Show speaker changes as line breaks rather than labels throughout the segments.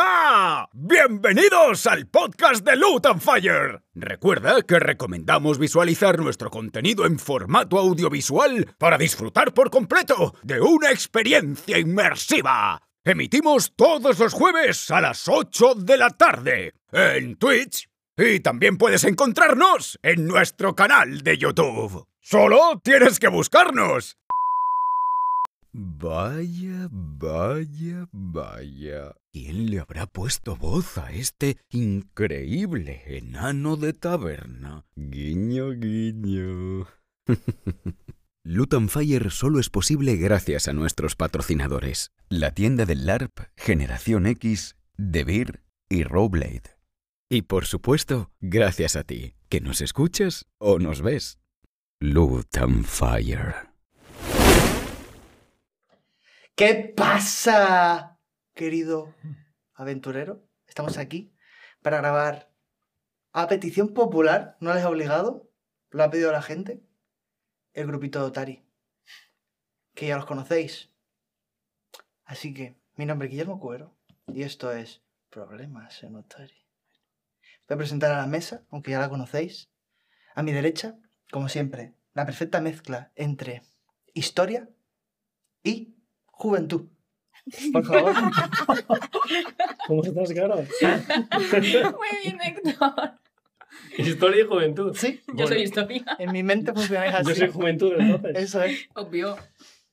Hola, bienvenidos al podcast de Loot and Fire. Recuerda que recomendamos visualizar nuestro contenido en formato audiovisual para disfrutar por completo de una experiencia inmersiva. Emitimos todos los jueves a las 8 de la tarde en Twitch y también puedes encontrarnos en nuestro canal de YouTube. Solo tienes que buscarnos. Vaya, vaya, vaya. ¿Quién le habrá puesto voz a este increíble enano de taberna? Guiño, guiño. Luton Fire solo es posible gracias a nuestros patrocinadores: la tienda del LARP, Generación X, Debir y Rowblade. Y por supuesto, gracias a ti, que nos escuchas o nos ves. Luton Fire.
¿Qué pasa, querido aventurero? Estamos aquí para grabar a petición popular, no les he obligado, lo ha pedido la gente, el grupito de Otari, que ya los conocéis. Así que, mi nombre es Guillermo Cuero y esto es Problemas en Otari. Voy a presentar a la mesa, aunque ya la conocéis. A mi derecha, como siempre, la perfecta mezcla entre historia y juventud. Por favor.
¿Cómo estás, Caro?
Muy bien, Héctor.
Historia y juventud.
Sí,
Yo soy historia,
en mi mente funcionáis así.
Yo soy juventud, entonces.
Eso es.
obvio.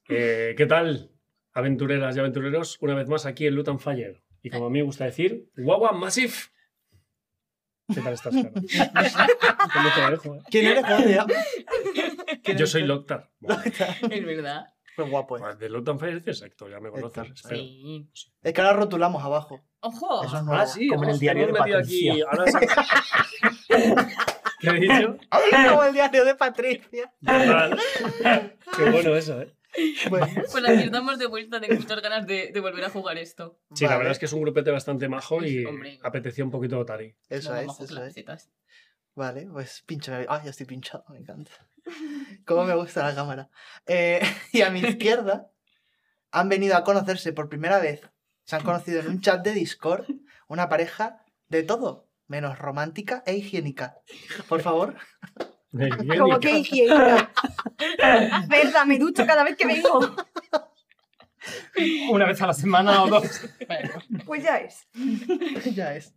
Eh, ¿Qué tal, aventureras y aventureros? Una vez más aquí en Luton Fire. Y como a mí me gusta decir, guagua massive. ¿Qué tal estás, Caro? Te lo dejo, eh.
¿Quién eres, Claudia?
Yo soy Loctar. Bueno,
Es verdad.
Qué guapo es.
De Luton Fire es exacto, ya me conoces.
Héctor,
espero.
Sí.
Es que ahora rotulamos abajo.
Ojo.
Eso es nuevo.
Ah, sí,
Como en el
hostia,
diario
me
de
he metido
Patricia.
aquí. Ahora sí. ¿Qué he dicho?
¡Ay, como el diario de Patricia!
Verdad. Qué bueno eso, ¿eh?
Bueno,
Pues aquí estamos de vuelta, tengo muchas ganas de, de volver a jugar esto.
Sí, la
vale,
verdad es que es un grupete bastante majo y
Hombre.
apetecía un poquito Otari.
Eso
No,
es,
bajo
eso es.
camisetas.
Vale, pues pinchame. ¡Ay, ya estoy pinchado! Me encanta. Cómo me gusta la cámara. Eh, y a mi izquierda han venido a conocerse por primera vez. Se han conocido en un chat de Discord una pareja de todo, menos romántica e higiénica. Por favor.
Como que higiénica. Verdad, me ducho cada vez que vengo.
Una vez a la semana o dos.
Bueno,
Pues ya es.
ya es.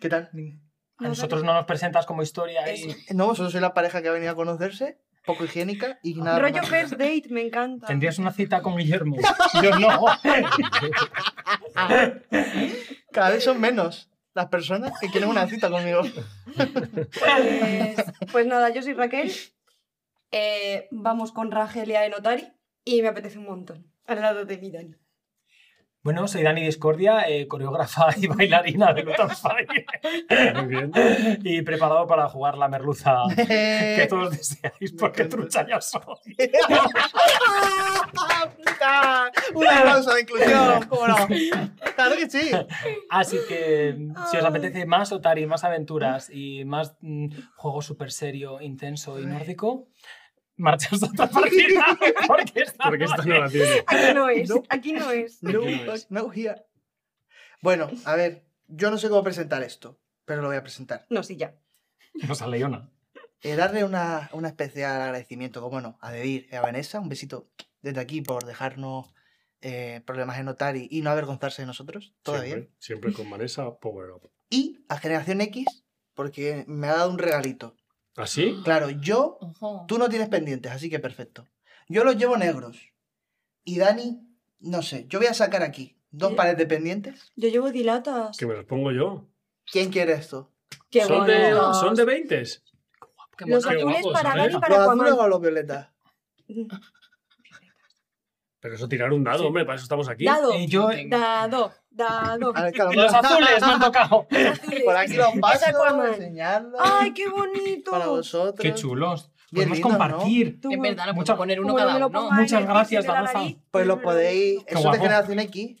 ¿Qué tal? Eh,
A nosotros no nos presentas como historia y
Eso.
No, solo soy la pareja que ha venido a conocerse, poco higiénica y nada.
Ah. Rollo
romántica.
first date, me encanta.
tendrías una cita con Guillermo. Yo no.
Cada vez son menos las personas que quieren una cita conmigo.
Pues, pues nada, yo soy Raquel. Eh, vamos con Ragelia en Otari y me apetece un montón. Al lado de mi Dani.
Bueno, soy Dani Discordia, eh, coreógrafa y bailarina de Luton Fire
Muy bien.
y preparado para jugar la merluza que todos deseáis porque
Me encanta.
trucha ya soy.
¡Puta! Un aplauso de inclusión, ¿cómo no? Claro que sí.
Así que si os apetece más Otari, más aventuras y más mm, juego súper serio, intenso y nórdico, marchaos a otra partida porque está
Porque esta no la tiene.
Aquí no es,
No.
aquí no es.
No,
Aquí no es.
no here. Bueno, a ver, yo no sé cómo presentar esto, pero lo voy a presentar.
No, sí, ya.
No sale Leona.
Eh, darle una, una especial agradecimiento, como no, a Debir y a Vanessa. Un besito desde aquí por dejarnos eh, problemas en notar y, y no avergonzarse de nosotros. Todo bien.
Siempre, siempre con Vanessa Power Up.
Y a Generación X, porque me ha dado un regalito.
Ah.
¿Así?
Claro, yo
ojo.
Tú no tienes pendientes, así que perfecto. Yo los llevo negros. Y Dani, no sé, yo voy a sacar aquí dos pares de pendientes.
Yo llevo dilatas.
que me los pongo yo.
¿Quién quiere esto?
Qué
son, de,
monos.
son de 20.
qué
Los
mono.
qué
azules
guapos,
para
¿eh?
Dani y
¿Los
para
azules
Juan.
o los violetas?
Pero eso tirar un dado,
Sí.
hombre, para eso estamos aquí.
Dado,
Eh, yo,
dado, dado.
A ver, calma.
Los azules me han tocado.
Azules.
Por aquí los paso,
Aquaman.
enseñadlos
¡Ay, qué bonito!
para vosotros.
Qué chulos.
Bien
Podemos
lindo,
compartir.
Tú,
Es verdad, no
Mucha-
puedo poner uno
como no
cada
me lo
uno.
ponga en
Muchas
el
gracias,
pie de la
Vanessa.
nariz,
Pues
es
los
verdad.
podéis... Eso es
guapo.
de Generación X.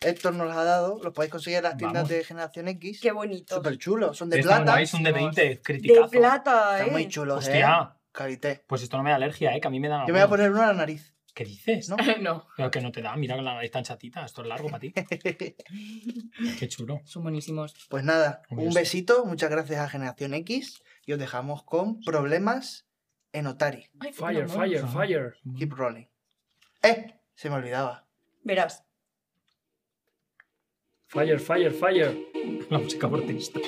Héctor nos los ha dado. Los podéis conseguir en las tiendas
Vamos.
de Generación X.
Qué bonito.
Súper chulos. Son de
Están
plata.
guays, un de 20,
De
criticazo.
plata, eh.
Están muy chulos, ¿eh?
Hostia, Ah,
Calité.
pues esto no me da alergia, eh, que a mí me dan
Yo me voy a
algunos.
poner uno a la nariz.
¿Qué dices?
¿No?
no,
Pero que no te da, mira con la nariz tan chatita, esto es largo para ti. Qué chulo.
son buenísimos.
Pues nada,
Hombre,
un
sí.
besito, muchas gracias a Generación X y os dejamos con problemas en Otari.
Ay,
Fire,
no, no.
fire, fire.
Keep rolling. ¡Eh! Se me olvidaba.
Verás.
Fire, fire, fire.
La música portista.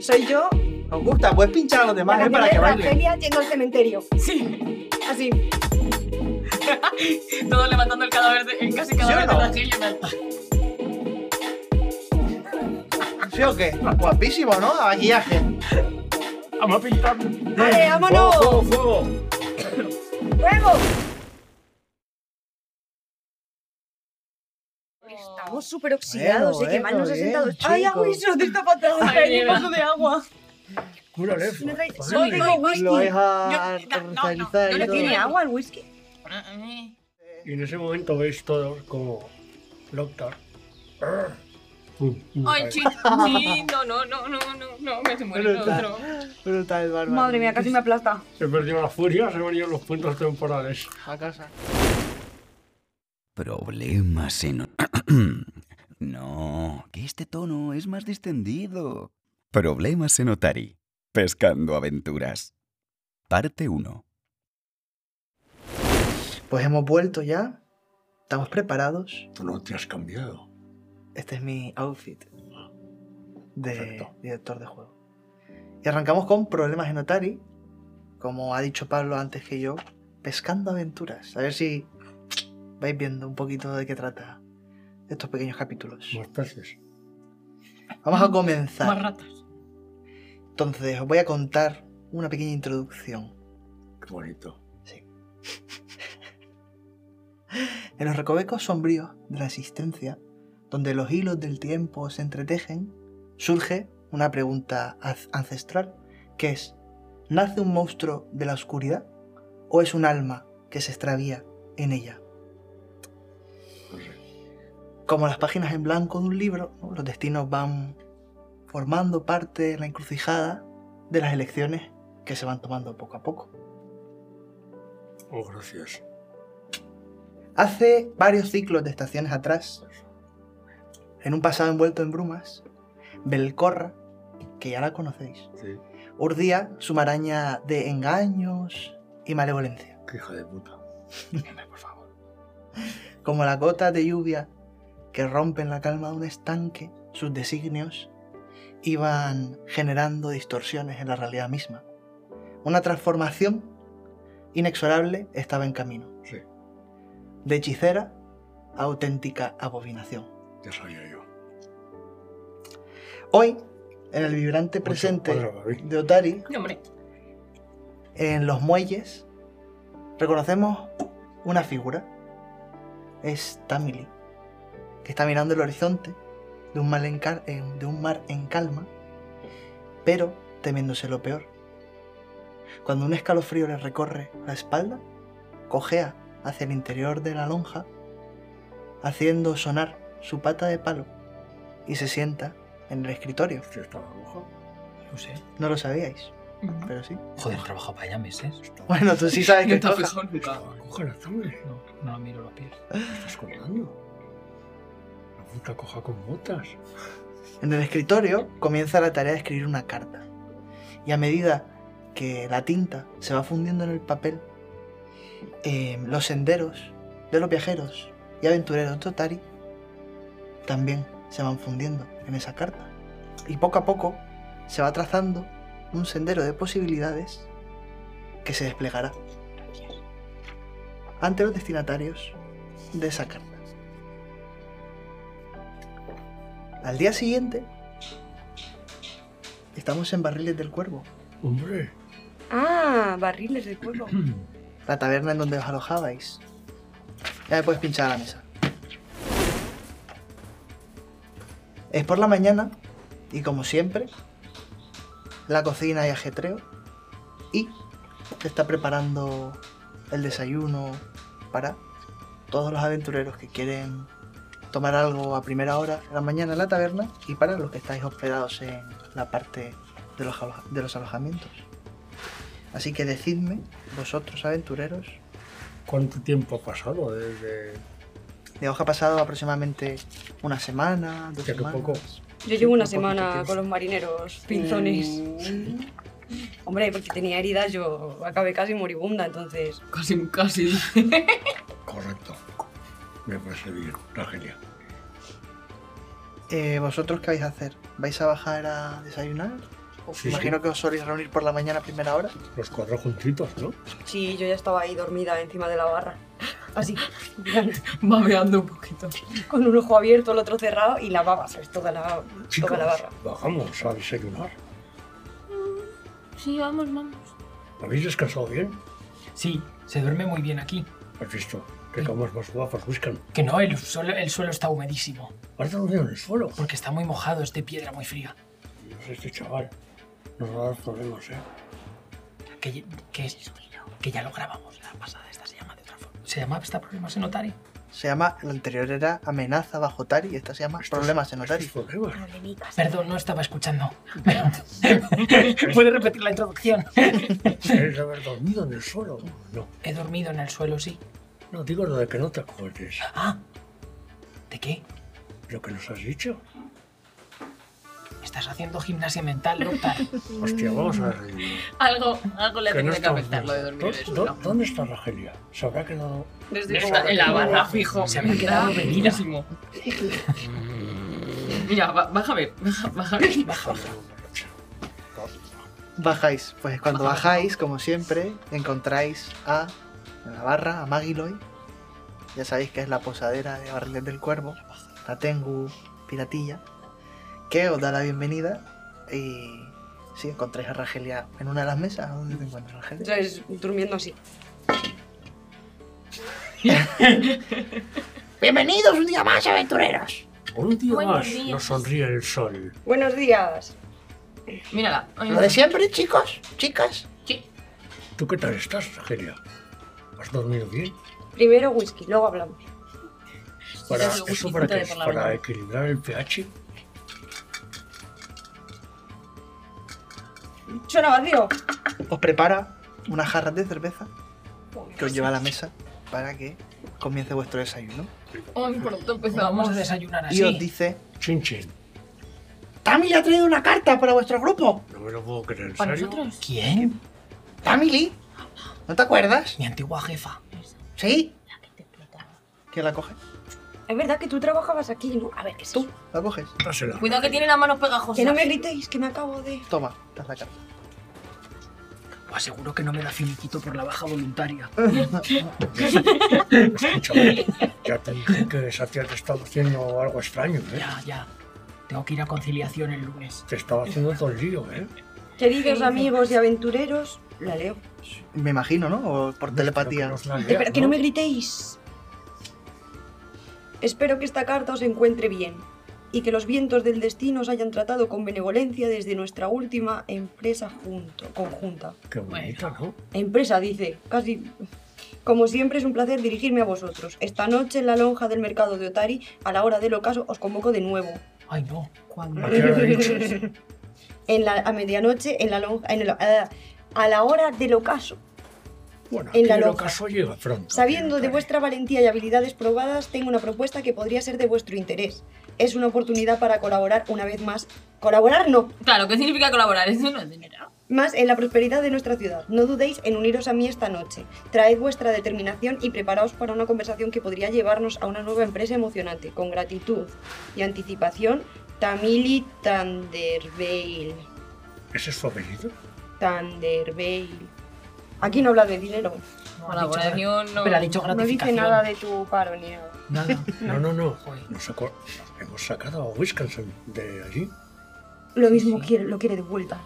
Soy yo,
¿Os gusta? Puedes pinchar a los demás ¿eh?
la
para que
primera
bailen.
Evangelia yendo al cementerio.
Sí,
Así.
todos levantando el cadáver, de, el casi
¿Sí
cadáver
o no?
de Raquel. y tal.
¿Sí o qué? Guapísimo, ¿no? A maquillaje.
Vamos a pintar.
¡Vale, vámonos!
Fuego, fuego, fuego.
¡Fuego!
Estamos-
Estamos súper oxidados,
Bueno,
eh, que mal nos ha
bueno,
sentado.
bien,
¡Ay,
chicos.
agua y te está fatal!
Ay,
¡Ay, un
Eva.
vaso de agua!
eh.
Cúrale.
Pues,
No trae-
Madre
Solo
Voy,
mía.
tengo
voy,
Lo
whisky.
deja
Yo- no, no,
comercializar y
yo le
¿No
todo.
tiene agua el whisky?
Y en ese momento veis todos como Loctar. Arr.
Ay, chin, chin, no, no, no, no, no, no, me se muere el
Brutal.
otro.
Brutal, bárbaro.
Madre mía, casi me aplasta.
Se perdió la furia, se venían los puntos temporales.
A casa.
Problemas en... no, que este tono es más distendido. Problemas en Otari. Pescando aventuras. Parte 1.
Pues hemos vuelto ya. Estamos preparados.
Tú no te has cambiado.
Este es mi outfit de
Perfecto.
director de juego. Y arrancamos con Problemas en Otari. Como ha dicho Pablo antes que yo, pescando aventuras. A ver si vais viendo un poquito de qué trata estos pequeños capítulos.
Más peces.
Vamos a
Más
comenzar.
ratas.
Entonces, os voy a contar una pequeña introducción.
Qué bonito.
En los recovecos sombríos de la existencia, donde los hilos del tiempo se entretejen, surge una pregunta az- ancestral, que es, ¿nace un monstruo de la oscuridad o es un alma que se extravía en ella?
No sé.
Como las páginas en blanco de un libro, ¿no? los destinos van formando parte de la encrucijada de las elecciones que se van tomando poco a poco.
Oh, gracias.
Hace varios ciclos de estaciones atrás, en un pasado envuelto en brumas, Belcorra, que ya la conocéis,
Sí.
urdía su maraña de engaños y malevolencia,
Qué hija de puta. Hombre, por favor.
como la gota de lluvia que rompe en la calma de un estanque, sus designios iban generando distorsiones en la realidad misma. Una transformación inexorable estaba en camino,
Sí,
de hechicera a auténtica abominación.
ya sabía yo.
Hoy, en el vibrante
Mucho
presente
cuadro, David.
de Otari,
No, hombre.
en los muelles, reconocemos una figura. Es Tamili, que está mirando el horizonte de un, mal en cal- en- de un mar en calma, pero temiéndose lo peor. Cuando un escalofrío le recorre la espalda, cojea hacia el interior de la lonja, haciendo sonar su pata de palo, y se sienta en el escritorio.
Hostia, estaba roja.
No sé.
No lo sabíais, pero sí.
Joder, he trabajado para ella meses.
Bueno, tú sí sabes
No
que
te has
coja.
fijado nunca.
Estaba coja la sangre.
No, no miro los pies.
¿Me estás contando? La puta coja con botas.
En el escritorio comienza la tarea de escribir una carta. Y a medida que la tinta se va fundiendo en el papel, eh, los senderos de los viajeros y aventureros Totari también se van fundiendo en esa carta. Y poco a poco se va trazando un sendero de posibilidades que se desplegará ante los destinatarios de esa carta. Al día siguiente, estamos en Barriles del Cuervo,
Hombre.
Ah, barriles de polvo.
la taberna en donde os alojabais. Ya me puedes pinchar a la mesa. Es por la mañana, y como siempre, la cocina y ajetreo, y se está preparando el desayuno para todos los aventureros que quieren tomar algo a primera hora de la mañana en la taberna y para los que estáis hospedados en la parte de los, aloja- de los alojamientos. Así que decidme, vosotros aventureros,
¿Cuánto tiempo ha pasado desde...?
De hoja ha pasado aproximadamente una semana, dos
Que
semanas.
poco.
Yo llevo una
un poquito
semana
tiempo.
con los marineros pinzones.
Mm.
Hombre, porque tenía heridas, yo acabé casi moribunda, entonces.
Casi, casi.
Correcto. Me parece bien, Ragelia.
Eh, ¿Vosotros qué vais a hacer? ¿Vais a bajar a desayunar? Os
Sí,
imagino que os soléis reunir por la mañana a primera hora.
Los cuatro juntitos, ¿no?
Sí, yo ya estaba ahí dormida encima de la barra. Así,
Babeando un poquito.
con un ojo abierto, el otro cerrado y la baba, ¿sabes? Toda la,
Chicos,
toda la barra.
bajamos a desayunar.
Sí, vamos, vamos.
¿Habéis descansado bien?
Sí, se duerme muy bien aquí.
¿Has visto? Que camas más guapas buscan.
Que no, el suelo, el suelo está humedísimo.
¿Has dormido en el suelo?
Porque está muy mojado, es de piedra muy fría.
Dios, este chaval nos va a dar problemas, ¿eh?
Que, que, que ya lo grabamos la pasada, esta se llama de otra forma. ¿Se llamaba esta problemas en Otari?
Se llama, la anterior era amenaza bajo Tari y esta se llama problemas en Otari.
Estos problemas.
Perdón, no estaba escuchando. ¿Puede repetir la introducción?
¿Quieres haber dormido en el suelo? No.
He dormido en el suelo, sí.
No digo lo de que no te acuerdes.
Ah, ¿de qué?
Lo que nos has dicho.
Estás haciendo gimnasia mental, Doctor.
Hostia, vamos a ver.
Algo, algo le
Que no
tengo que
estamos
afectar lo de dormir en el
¿Dó-
suelo.
dó- ¿Dónde está Ragelia? Sabrá que no.
Desde
Está En la barra, fijo.
Se me ha quedado
Está
bebida.
buenísimo. Mira, ba- baja a ver, baja, baja a ver.
Bajáis, pues cuando bajáis, como siempre, encontráis a en la barra, a Magiloy. Ya sabéis que es la posadera de Barriles del Cuervo, la Tengu Piratilla, que os da la bienvenida y si encontráis a Ragelia en una de las mesas, ¿dónde te encuentras Ragelia?
¿Sabes? Durmiendo así.
Bienvenidos un día más, aventureros.
Un día
Buenos
más
días.
nos sonríe el sol.
Buenos días.
Mírala. Ay,
Lo de siempre, chicos, chicas.
sí.
¿Tú qué tal estás, Ragelia? ¿Has dormido bien?
Primero whisky, luego hablamos.
Para,
sí, sí,
¿Eso para
quítate
qué es?
por la
¿Para
boca.
equilibrar el pH?
Suena vacío.
Os prepara unas jarras de cerveza que os lleva a la mesa para que comience vuestro desayuno.
Ay, pronto
Vamos a
empezamos.
desayunar
Y os
así.
dice,
Chin, chin.
Tammy le ha traído una carta para vuestro grupo.
No me lo puedo creer, ¿en
¿Para
serio?
nosotros?
¿Quién?
Tammy Lee, ¿no te acuerdas?
Mi antigua jefa.
Sí.
¿quién la coge?
Es verdad que tú trabajabas aquí, ¿no?
A ver, que sí.
Tú.
La coges,
Dásela.
Cuidado que tiene las manos
Que
pegajosas.
no me gritéis, que me acabo de.
toma, das la carta.
Os Pues aseguro que no me da finiquito por la baja voluntaria.
Escúchame, ya te dije que esa tía te estaba haciendo algo extraño, ¿eh?
Ya, ya. Tengo que ir a conciliación el lunes.
Te estaba haciendo todo el lío, ¿eh?
Queridos amigos y aventureros, la leo.
Me imagino, ¿no? O por telepatía.
Pero que nos la
Espera,
leas,
Eh, que no me gritéis. Espero que esta carta os encuentre bien y que los vientos del destino os hayan tratado con benevolencia desde nuestra última empresa junto, conjunta.
Qué bonita, ¿no?
Empresa, dice, casi. Como siempre es un placer dirigirme a vosotros. Esta noche en la lonja del mercado de Otari, a la hora del ocaso, os convoco de nuevo.
Ay, no.
¿A qué hora dices?
En la, a medianoche en la lonja... en el- a- a la hora del ocaso.
Bueno,
En la
aquí el
lonja.
ocaso llega pronto.
Sabiendo de
Tiene
vuestra valentía y habilidades probadas, tengo una propuesta que podría ser de vuestro interés. Es una oportunidad para colaborar una vez más. Colaborar no,
Claro, ¿qué significa colaborar? Eso no es dinero.
más en la prosperidad de nuestra ciudad. No dudéis en uniros a mí esta noche. Traed vuestra determinación y preparaos para una conversación que podría llevarnos a una nueva empresa emocionante. Con gratitud y anticipación, Tamili Thunderveil.
cara. ¿Ese es su apellido?
Thunderveil. Aquí no habla de dinero.
No, ha dicho gra-
Colaboración no.
Pero ha dicho
No dice
gratificación.
nada de tu paro ni nada.
Nada.
No, no, no.
Joder.
Nos aco- Hemos sacado a Wisconsin de allí.
Lo mismo quiere, lo quiere de vuelta.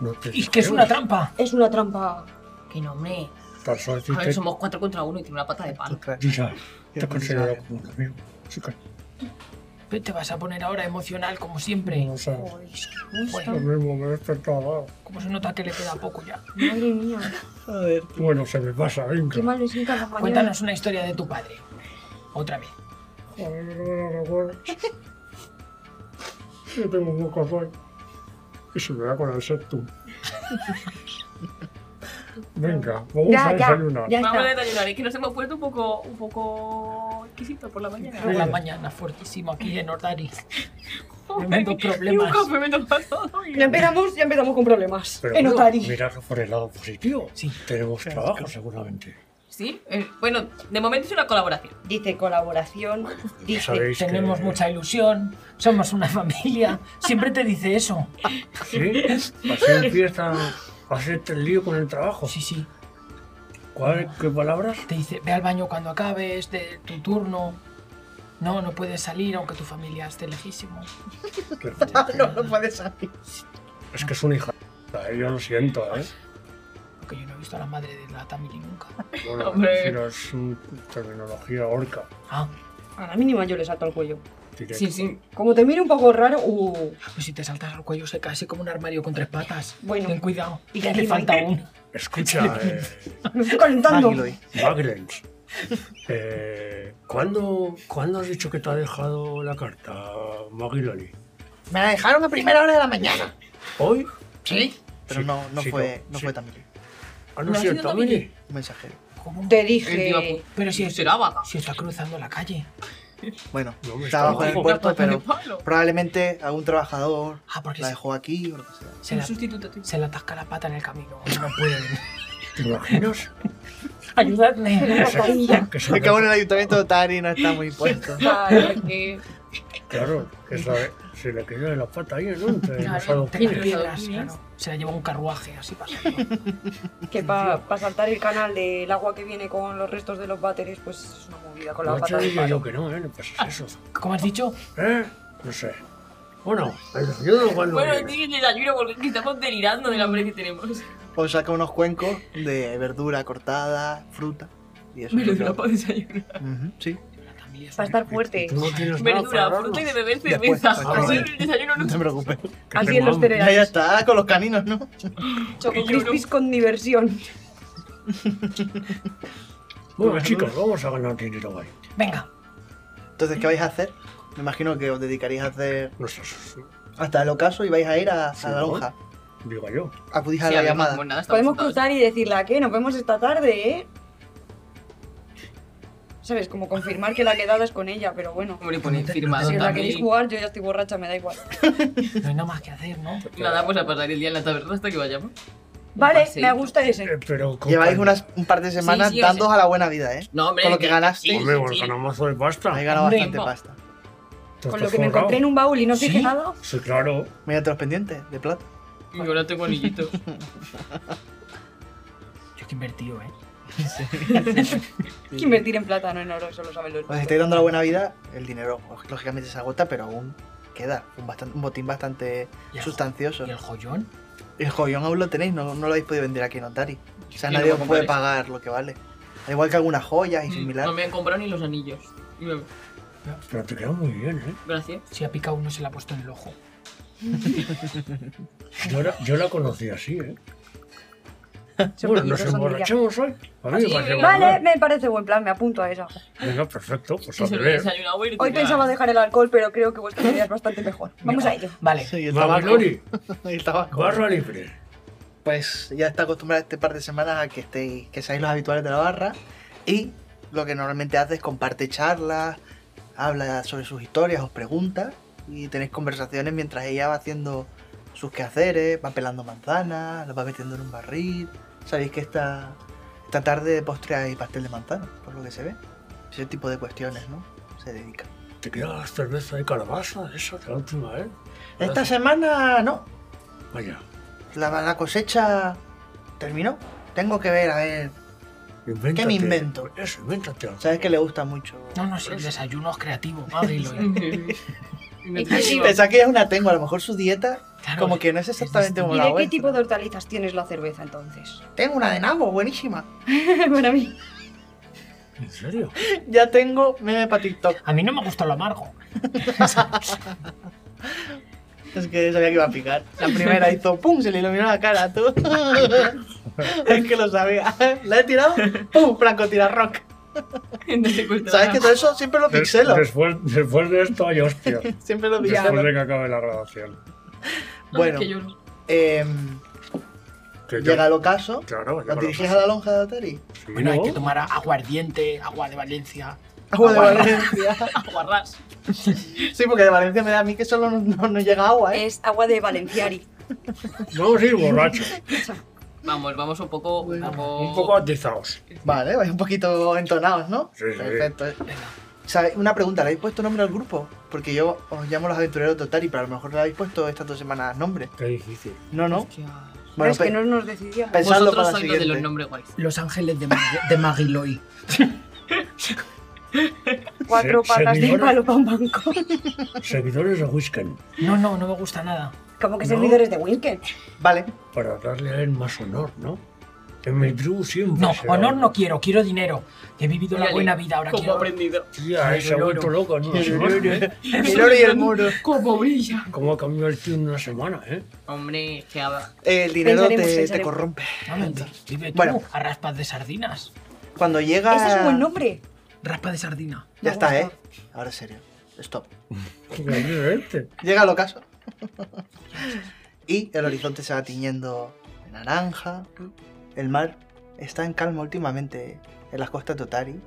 No te
Y que es una trampa.
Es una trampa.
Que no, hombre.
Tan solo
A ver,
decirte,
somos cuatro contra uno y tiene una pata de pan.
Ostras,
yo ya
qué
te considero
pesado.
como un amigo. Chica,
Pero te vas a poner ahora emocional como siempre.
no sé. Lo
Bueno,
mismo me he despertado.
como se nota que le queda poco ya.
Madre mía,
Bueno, se me pasa, venga.
qué mal les sienta la mañana.
Cuéntanos una historia de tu padre. Otra vez.
Joder, no me lo recuerdo. Yo tengo un poco de Y se me da con el septum. Venga, vamos
Ya,
a
ya,
desayunar.
ya
Vamos a
está.
desayunar, es que nos hemos puesto un poco, un poco exquisitos por la mañana.
Por la mañana, fuertísimo aquí en Ordari.
Joder,
Tremendo
Y un
problemas.
café me toca todo. y-
Ya empezamos, ya empezamos con problemas.
Pero
en
bueno,
Otari.
mirarlo por el lado positivo.
Sí.
Tenemos trabajo, seguramente.
Sí, eh, bueno, de momento es una colaboración.
Dice colaboración.
Ya
Dice.
sabéis
Tenemos
que...
mucha ilusión, somos una familia. Siempre te dice eso.
Sí, hacer fiesta, hacer el lío con el trabajo.
Sí, sí.
¿Cuál, ¿Qué palabras?
Te dice, ve al baño cuando acabes de tu turno. No, no puedes salir aunque tu familia esté lejísimo.
No, no puedes salir.
Es que es una hija. eh, Yo lo siento,
Ah,
¿eh?
Porque yo no he visto a la madre de la Tamili nunca.
Bueno,
Hombre.
me refiero, es un- terminología orca.
Ah,
A la mínima yo le salto al cuello.
directa.
Sí, sí.
Como te mire un poco raro, uh,
pues si te saltas al cuello se cae así como un armario con tres patas.
Bueno.
Ten cuidado.
Y
ya le
encima-
falta uno.
Escucha, eh,
me estoy calentando.
Magloy.
Maglens, eh, ¿cuándo, ¿cuándo has dicho que te ha dejado la carta, Magliloli?
Me la dejaron a primera hora de la mañana.
¿Hoy?
¿Sí?
Pero
Sí,
no, no
sí,
fue,
no,
no
sí.
fue Tamil,
Ah,
¿No
no
ha
es
sido
cierto,
Domini?
Mini.
un mensajero.
¿Cómo?
Te
El tío
dije.
Pero si,
será vaca.
si está cruzando la calle.
Bueno,
No me
estaba
estaba-
con el
Ojo,
puerto,
Una pata de
pero
palo.
probablemente algún trabajador
Ah, porque
la
se,
dejó aquí o lo que sea.
se
Un
la,
sustituto tuyo.
se le atasca la pata en el camino. No pueden.
¿Te imaginas?
Ayudadme.
Que se-
Me cago en el ayuntamiento de Tari, no está muy puesto.
Claro, que.
Claro, que sabe, se le quedó de la pata ahí, ¿no? Entre los
Claro, entre las
adoquines.
piedras, claro. Se la lleva un carruaje así pasando.
que para saltar el canal del agua que viene con los restos de los váteres, pues es una movida con la
No te
pata de
digo
palo.
yo que no, ¿eh? No pasa eso.
¿Cómo has dicho?
¿Eh? No sé. Bueno, el desayuno cuando
Bueno,
viene.
sí, desayuno porque es que estamos delirando del hambre que tenemos.
O saca unos cuencos de verdura cortada, fruta. Y eso es lo que-
Verdura para desayunar.
Ujú, Sí.
La familia es
Para
una-
estar fuerte.
Tú no tienes nada para
Verdura,
darnos.
fruta y de beber
Después,
cerveza.
pues,
Joder,
sí.
el desayuno no
No te preocupes.
Que
Así en
tengamos-
los
Ya, ya
cereales.
está, con los caninos, ¿no?
Choco
yo
crispies con diversión.
Bueno, chicos, vamos a ganar dinero hoy.
Venga,
Entonces, ¿qué vais a hacer? Me imagino que os dedicaréis a hacer
Nuestros,
hasta el ocaso y vais a ir a, a
Sí,
la
¿no?
lonja.
digo yo.
Acudís a
Sí,
la
a ver, no
llamada.
comemos nada, estamos
Podemos
sentados.
cruzar y decirle a qué, nos vemos esta tarde, ¿eh? ¿Sabes? Como confirmar que la quedada es con ella, pero bueno.
Hombre, pone firmado
Si os la queréis
también.
jugar, yo ya estoy borracha, me da igual.
no hay nada más que hacer, ¿no?
Nada, pues a pasar el día en la taberna hasta que vayamos.
Vale,
paseíto.
me gusta
Eh,
ese.
pero con
Lleváis
calma.
unas, un par de semanas
Sí, sí,
dándos
sí.
a la buena vida, ¿eh?
No, hombre.
Con lo que ganaste.
Hombre, con el ganamazo de pasta.
Habéis ganado
Hombre,
bastante
no.
pasta.
Te
Con
estás
lo que me
forrado.
encontré en un baúl y no os dije
¿Sí?
nada.
Sí, claro.
Mírate los pendientes de plata.
Y ahora tengo anillitos.
Yo que he invertido, ¿eh?
Hay que invertir en plátano en oro, eso lo saben los
Os estáis dando la buena vida, el dinero pues, lógicamente se agota, pero aún queda un, bastan- un botín bastante
Y el,
sustancioso.
y el joyón.
El joyón aún lo tenéis, no, no lo habéis podido vender aquí en Otari. O sea,
Y no
nadie
lo
os puede
compraréis.
pagar lo que vale. Al igual que algunas joyas y
Mm,
similar.
No me han comprado ni los anillos. No,
Pero te queda muy bien, ¿eh?
Gracias.
Si ha picado uno, se le ha puesto en el ojo.
Yo la, yo la conocí así, ¿eh?
Se
Bueno,
pone
nos
una sangría.
emborrachamos hoy. A mí me
Sí,
parece
venga.
muy
Vale,
bien.
¿eh? me parece buen plan, me apunto a esa.
Venga, perfecto. Pues a
Que se lo he
beber.
desayunado y
Hoy
titular.
pensaba dejar el alcohol, pero creo que vuestra idea es bastante mejor. Vamos a ello.
Vale,
Sí, el tabaco.
Maglori,
El tabaco.
barra libre.
Pues ya está acostumbrado este par de semanas a que estéis, que seáis los habituales de la barra. Y lo que normalmente hace es comparte charlas, habla sobre sus historias, os pregunta y tenéis conversaciones mientras ella va haciendo sus quehaceres, va pelando manzanas, las va metiendo en un barril. Sabéis que esta, esta tarde postre hay pastel de manzana, por lo que se ve. Ese tipo de cuestiones, ¿no? Se dedica.
Te queda la cerveza de calabaza, esa de la última, ¿eh?
Esta semana no,
Vaya,
la, la cosecha terminó. Tengo que ver, a ver.
invéntate.
¿Qué me invento?
Eso, invéntate algo.
Sabes que le gusta mucho.
no, no, si el desayuno es creativo, ábrelo. ¿eh?
Pues- Me
Pensaba que es una tengo, a lo mejor su dieta,
Claro,
como que no es exactamente
es
como
¿Y
la
de qué
vuestra.
tipo de hortalizas tienes la cerveza entonces?
Tengo una de nabo, buenísima.
Para mí.
¿En serio?
Ya tengo meme para TikTok.
A mí no me gusta lo amargo.
Es que sabía que iba a picar. La primera hizo pum, se le iluminó la cara, tú. es que lo sabía. La he tirado, pum, francotirar rock. Sabes que todo eso siempre lo pixelo.
Después, después de esto hay hostia.
Siempre lo
Después
pixelo.
de que acabe la grabación.
Bueno,
Bueno.
eh,
que yo-
Llega em, el ocaso,
Claro, llega
os
el
dirigís
ocaso.
a la lonja de Atari.
Sí,
Bueno,
¿no?
hay que tomar a- aguardiente, agua de Valencia.
Agua de
Agua.
Valencia.
Aguarrás.
Sí, porque de Valencia me da a mí que solo no, no- no llega agua, ¿eh?
Es agua de Valenciari.
Vamos a ir borrachos,
Vamos, vamos un poco. Un poco.
un poco atizados.
Vale, vais un poquito entonados, ¿no?
Sí, sí.
Perfecto. ¿Sabéis? Una pregunta, ¿le habéis puesto nombre al grupo? Porque yo os llamo los aventureros Totari, pero a lo mejor le habéis puesto estas dos semanas nombre.
Qué difícil.
No, no.
Hostia.
Pero
Bueno,
es que
pe-
no nos decidió.
pensadlo
Vosotros
para la
sois los de los
siguiente.
nombres guays.
Los Ángeles de, Mag- de Magiloy.
Cuatro
se-
patas de un
señora.
palo para un banco.
Servidores de Whisken,
No, no, no me gusta nada.
Como que
No.
servidores de Winken.
Vale,
para darle a él más honor, ¿no? En mi tribu siempre.
No,
se
honor
da-
no quiero, quiero dinero. He vivido la
Mírale,
buena vida, ahora
Como
quiero.
aprendido.
Tía, se ha vuelto loco en una semana, ¿eh?
el oro y el muro.
Como brilla.
¿Cómo ha cambiado el tío en una semana, eh?
Hombre, es que ha-
El dinero te,
Pensaremos,
te
pensaremos.
corrompe.
No, no, vive tú
Bueno.
a raspas de sardinas.
Cuando llega...
Ese es un buen nombre.
Raspa de sardina.
Ya
Me
está, ¿eh?
gusta.
Ahora en serio. Stop.
¿Qué coño es este?
Llega el ocaso. y el horizonte se va tiñendo de naranja. El mar está en calma últimamente en las costas de Otari.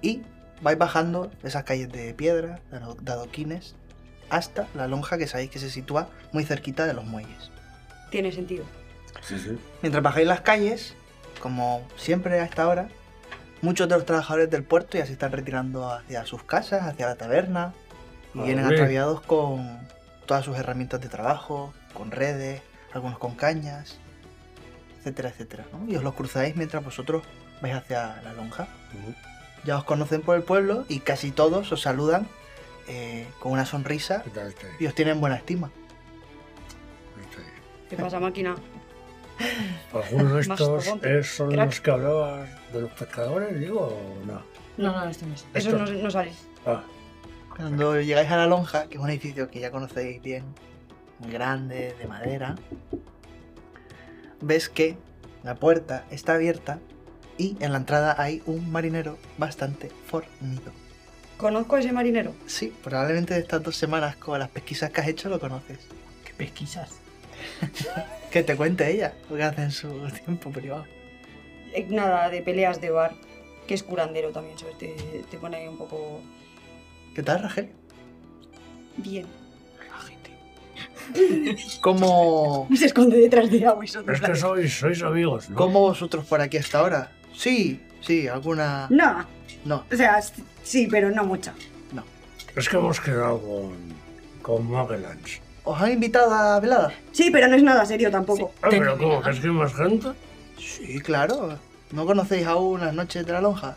Y vais bajando esas calles de piedra, de ado- de adoquines, hasta la lonja que sabéis que se sitúa muy cerquita de los muelles.
Tiene sentido.
Sí, sí.
Mientras bajáis las calles, como siempre a esta hora, muchos de los trabajadores del puerto ya se están retirando hacia sus casas, hacia la taberna, y vienen
Ole.
ataviados con todas sus herramientas de trabajo, con redes, algunos con cañas, etcétera, etcétera. ¿no? Y os los cruzáis mientras vosotros vais hacia la lonja. Ya os conocen por el pueblo y casi todos os saludan eh, con una sonrisa
¿Qué tal estáis?
y os tienen buena estima.
¿Cómo estáis?
¿Qué pasa, máquina?
¿Alguno de estos
Mastodonte,
es- son
crack.
los que hablabas de los pescadores, digo, o no?
No, no, esto no es.
Eso
Esto-
no, no sale.
Ah,
Cuando llegáis a la lonja, que es un edificio que ya conocéis bien, muy grande, de madera, ves que la puerta está abierta y en la entrada hay un marinero bastante fornido.
Conozco a ese marinero.
Sí, probablemente de estas dos semanas con las pesquisas que has hecho lo conoces.
Qué pesquisas.
Que te cuente ella lo que hace en su tiempo privado.
Eh, Nada, de peleas de bar. Que es curandero también, ¿sabes? Te, te pone un poco
¿Qué tal, Raquel?
bien.
¿Cómo,
Se esconde detrás de agua y son
es que sois, sois amigos, ¿no?
¿Cómo vosotros por aquí hasta ahora? Sí, sí, alguna...
No,
No,
o sea, s- sí, pero no mucha.
Es que hemos quedado con, con Magellan's.
¿os han invitado a velada?
Sí, pero no es nada serio tampoco.
Ah,
Tengo
pero ¿cómo?
miedo.
¿Que es que hay más gente?
Sí, claro. ¿No conocéis aún las noches de la lonja?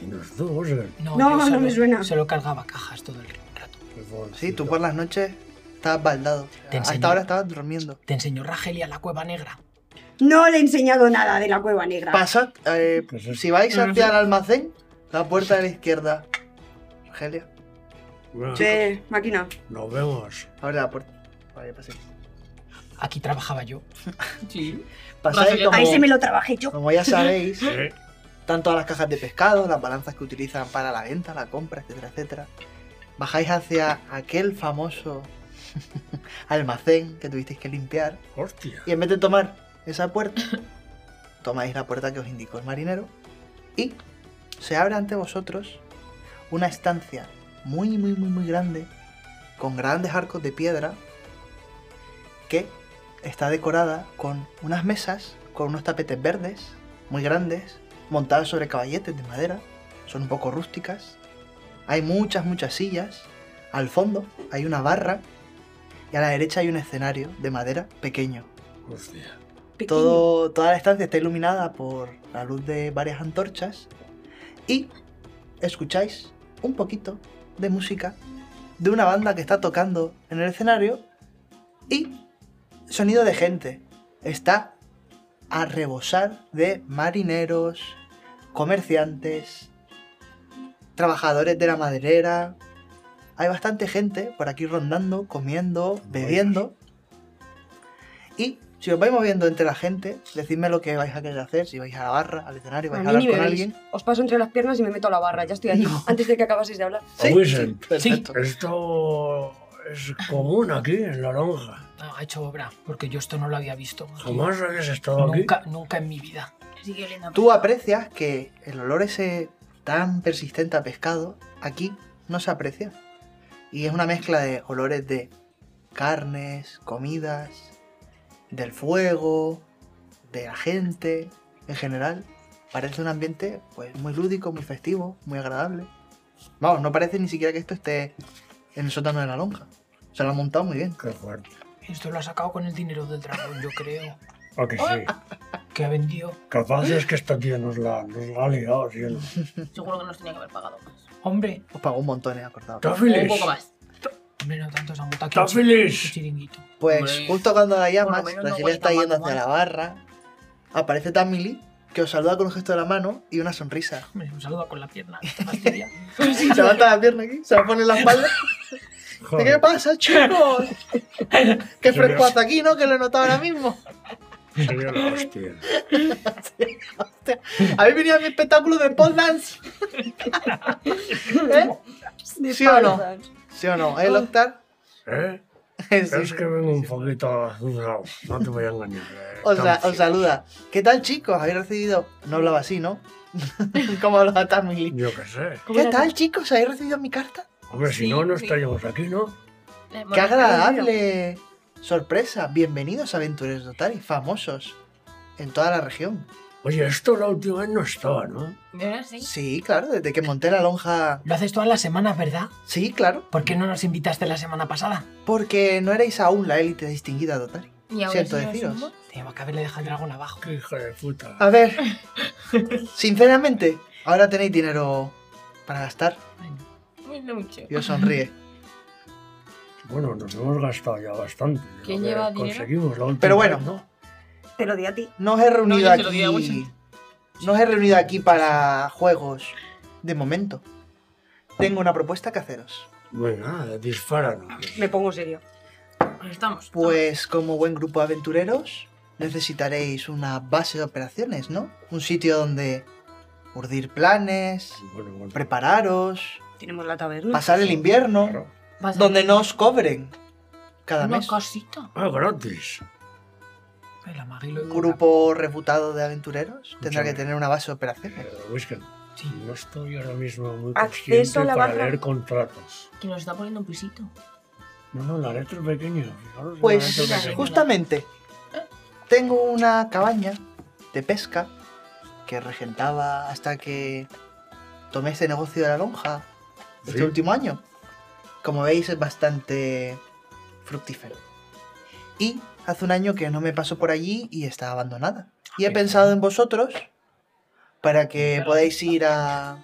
Y nos dos, eh.
No,
No,
yo
no
solo-
me suena.
Solo cargaba cajas todo el rato.
Qué pobrecito.
Sí, tú por las noches estabas baldado.
Te enseño.
Hasta ahora estabas durmiendo.
Te enseñó Ragelia la cueva negra.
No le he enseñado nada de la cueva negra.
Pasad, eh,
¿Qué es Pues eso?
si vais hacia el almacén, la puerta de la izquierda. Rogelia,
Bueno, pues
Sí, máquina.
Nos vemos.
abre la puerta. Vale, paséis.
Aquí trabajaba yo.
Sí.
Pasáis
Rogelia.
Ahí se
como,
me lo trabajé yo.
como ya sabéis, eh,
Sí.
están todas las cajas de pescado, las balanzas que utilizan para la venta, la compra, etcétera, etcétera. Bajáis hacia aquel famoso almacén que tuvisteis que limpiar.
Hostia.
Y en vez de tomar esa puerta, tomáis la puerta que os indicó el marinero y se abre ante vosotros una estancia muy, muy, muy, muy grande con grandes arcos de piedra que está decorada con unas mesas, con unos tapetes verdes muy grandes, montadas sobre caballetes de madera, son un poco rústicas. Hay muchas, muchas sillas. Al fondo hay una barra y a la derecha hay un escenario de madera pequeño
Hostia.
todo, toda la estancia está iluminada por la luz de varias antorchas y escucháis un poquito de música de una banda que está tocando en el escenario y sonido de gente. Está a rebosar de marineros, comerciantes, trabajadores de la maderera. Hay bastante gente por aquí rondando, comiendo, bebiendo. Y si os vais moviendo entre la gente, decidme lo que vais a querer hacer, si vais a la barra, al escenario,
A
vais a,
mí
hablar
ni me
con
veis.
alguien.
Os paso entre las
Oh, pues, eh,
piernas y me meto a la barra. Ya estoy allí. Antes de que acabaseis de hablar.
Wizard.
perfecto.
Esto es común aquí en la lonja.
Ah, Ha hecho obra, porque yo esto no lo había visto.
Jamás habías estado aquí.
Nunca, nunca en mi vida.
Sigue oliendo a
Tú aprecias que el olor ese tan persistente a pescado aquí no se aprecia. Y es una mezcla de olores de carnes, comidas, del fuego, de la gente en general. Parece un ambiente pues muy lúdico, muy festivo, muy agradable. Vamos, no parece ni siquiera que esto esté en el sótano de la lonja. Se lo han montado muy bien.
Qué fuerte.
Esto lo ha sacado con el dinero del dragón, yo creo.
¿A que sí?
Que ha vendido.
Capaz es que esta tía nos la, nos la ha liado, cielo.
Seguro que nos tenía que haber pagado más.
Hombre,
Os pagó un eh, montón, he acordado.
¿Estás
O un
feliz?
poco más.
hombre, no tanto esa muta
¿Estás feliz?
chiringuito.
Pues
Hombre.
justo cuando la llamas,
Por lo menos no
Rachel
huele
está
tan
yendo
mal.
hacia la barra, aparece Tamili, que os saluda con un gesto de la mano y una sonrisa.
Hombre, un saludo con la pierna. te fastidia.
Se levanta la pierna aquí, se la pone en la espalda. ¿De ¿Qué
Joder,
pasa, chicos? Qué
Yo
fresco
creo-
hace aquí, ¿no? Que lo he notado ahora mismo.
sería la hostia.
¿Habéis venido a mi espectáculo de pole dance? ¿Eh? ¿Sí o no? ¿Sí o no? ¿Eh, Octar?
¿Eh?
Sí.
Es que vengo un poquito azulado. No te voy a engañar. eh,
Os,
tan
sa- os
fiel.
saluda. ¿Qué tal, chicos? ¿Habéis recibido...? No hablaba así, ¿no? ¿Cómo hablaba Tamili?
Yo qué sé.
¿Qué tal, chicos? ¿Habéis recibido mi carta?
Hombre, si
Sí,
no, no
sí.
estaríamos aquí, ¿no?
La
¡Qué
moneda.
agradable! Sorpresa, bienvenidos aventureros de Otari, famosos en toda la región.
Oye, esto la última vez no estaba, ¿no?
¿De verdad? Sí.
Sí, claro, desde que monté la lonja.
Ah. Lo haces todas las semanas, ¿verdad?
Sí, claro,
¿Por qué no nos invitaste la semana pasada?
porque no erais aún la élite distinguida de Otari.
Y ahora
Siento
sí nos
deciros.
somos.
Tenemos que haberle dejado el dragón abajo.
Qué hija de puta.
A ver, sinceramente, ahora tenéis dinero para gastar.
Bueno, mucho.
Yo sonríe.
Bueno, nos hemos gastado ya bastante. de lo
¿Quién
que
lleva dinero?
Conseguimos la última
Pero bueno.
vez, ¿no?
Te lo di a ti.
No os he reunido
yo se lo di a
aquí.
Wilson.
No os he reunido aquí para juegos de momento. Tengo una propuesta que haceros.
Bueno, nada, dispáranos.
Me pongo serio.
Ahí Estamos.
Pues como buen grupo de aventureros, necesitaréis una base de operaciones, ¿no? Un sitio donde urdir planes,
Bueno, bueno.
prepararos,
Tenemos la taberna.
pasar el invierno,
Claro.
Vas a
donde
hacer
no os cobren cada
Una
mes.
cosita.
Ah, gratis.
El amaguilo.
Un grupo reputado de aventureros tendrá que
Escúchame.
tener una base de operaciones.
Eh, Whisky, no estoy ahora mismo muy
Acceso
consciente
a la
para
barra.
leer contratos.
Que nos está poniendo un pisito.
No, no, la letra es pequeña. fijaros en
Pues
la letra
Vale.
pequeña.
justamente tengo una cabaña de pesca que regentaba hasta que tomé este negocio de la lonja este
Sí.
último año. Como veis es bastante fructífero. Y hace un año que no me paso por allí y está abandonada. Y he
Ay,
pensado en vosotros para que podáis ir a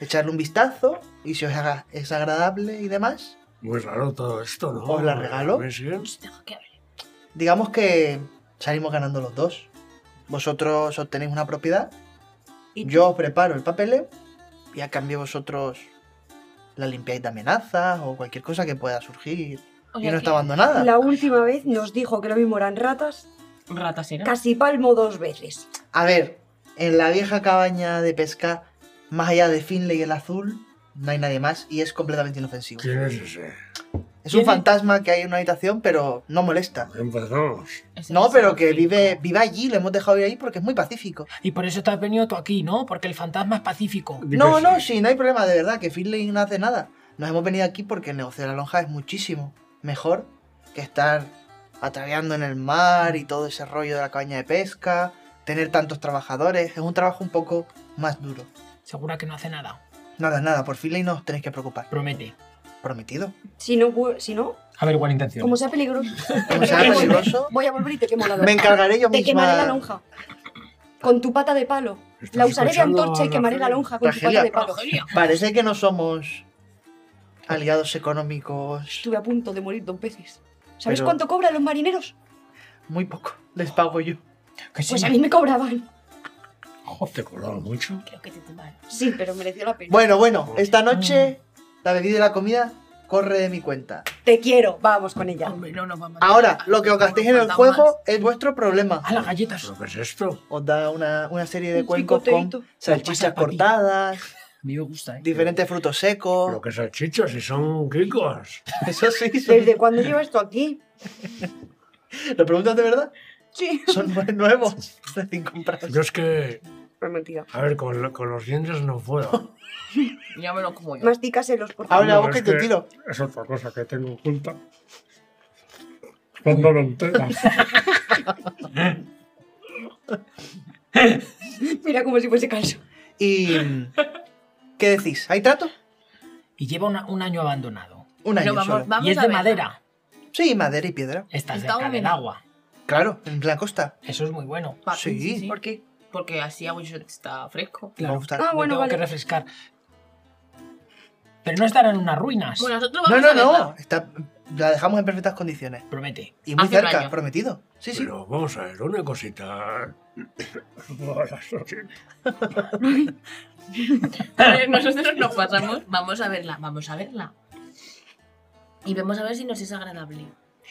echarle un vistazo y si os haga- es agradable y demás,
Muy raro todo esto, ¿no?
Os la regalo.
¿Me siguen?
Deja que hable.
digamos que salimos ganando los dos. Vosotros obtenéis una propiedad,
Y-
yo os preparo el papeleo y a cambio vosotros la limpiáis de amenazas o cualquier cosa que pueda surgir
O
y
sea
no está
que-
abandonada.
La última vez nos dijo que lo mismo eran ratas.
Ratas eran.
Casi palmo dos veces.
A ver, en la vieja cabaña de pesca, más allá de Finley el azul, no hay nadie más y es completamente inofensivo.
¿Quién es ese?
Es un
¿Quién es?
fantasma que hay en una habitación, pero no molesta.
Empezamos.
Ese
No,
es
pero
el
que
rico.
vive, vive allí, le hemos dejado ir ahí porque es muy pacífico.
Y por eso te has venido tú aquí, ¿no? Porque el fantasma es pacífico.
Di
No,
que
no,
sí.
sí, no hay problema, de verdad, que Finley no hace nada. Nos hemos venido aquí porque el negocio de la lonja es muchísimo mejor que estar atareando en el mar y todo ese rollo de la cabaña de pesca, tener tantos trabajadores, es un trabajo un poco más duro.
Segura que no hace nada.
Nada, nada, por Finley no os tenéis que preocupar.
Promete.
Prometido.
Si no, pu- si no
A ver, buena intención.
como sea peligroso,
Como sea peligroso,
voy a volver y te quemo la lonja.
me encargaré yo
Te quemaré
misma.
la lonja. Con tu pata de palo.
¿Estás
La usaré de
escuchando
antorcha
a
y quemaré la
Rafael?
lonja con tu
Ragelia.
pata de palo.
Rogelio.
Parece que no somos aliados económicos.
Estuve a punto de morir dos veces. ¿Sabes
Pero-
cuánto cobran los marineros?
Muy poco, les pago yo.
Que sí.
Pues a mí me cobraban.
¿Te colaba mucho?
Creo que te tumbaron.
Sí, pero mereció la pena.
Bueno, bueno, esta noche la bebida y la comida corre de mi cuenta.
Te quiero. Vamos con ella.
Hombre, no nos va a matar.
Ahora, lo que os gastéis en el
Faltaba
juego es vuestro problema.
A las galletas.
¿Pero qué es esto?
Os da una, una serie de
Un
cuencos con
chicoteito.
salchichas
Pasa pa' ti.
cortadas,
mí me gusta, ¿eh?
Diferentes frutos secos.
Pero que salchichas, si son ricos.
Eso sí. son-
¿Desde cuándo llevas tú aquí?
¿Lo preguntas de verdad?
Sí.
Son nue- nuevos. Recién comprados.
Yo es que,
Pues mentira.
a ver, con, lo- con los dientes no puedo.
Ya me lo como yo.
Mastícaselos, por favor.
Abre la
No,
boca y
es
te
que-
tiro.
Es otra cosa que tengo oculta. Cuando lo enteras.
Mira como si
Pues
fuese calzo.
¿Y qué decís? ¿Hay trato?
Y lleva una- un año abandonado.
Un año
Pero vamos,
solo.
vamos
y es
a
de
ver.
madera.
Sí, madera y piedra.
Está
Está
cerca del
dominado.
agua.
Claro, en la costa.
Eso es muy bueno.
Pa-
Sí.
¿Por qué? Porque así agua está fresco.
Me gusta.
Ah,
Me
bueno,
tengo
vale.
que refrescar. Pero no estarán en unas ruinas.
Bueno, nosotros
No,
vamos
no,
a verla.
no. Está, la dejamos en perfectas condiciones.
Promete.
Y muy
Hace un
cerca,
año.
prometido. Sí, sí.
Pero vamos a ver, una cosita.
Vale, Nosotros nos pasamos. Vamos a verla, vamos a verla. Y vamos a ver si nos es agradable.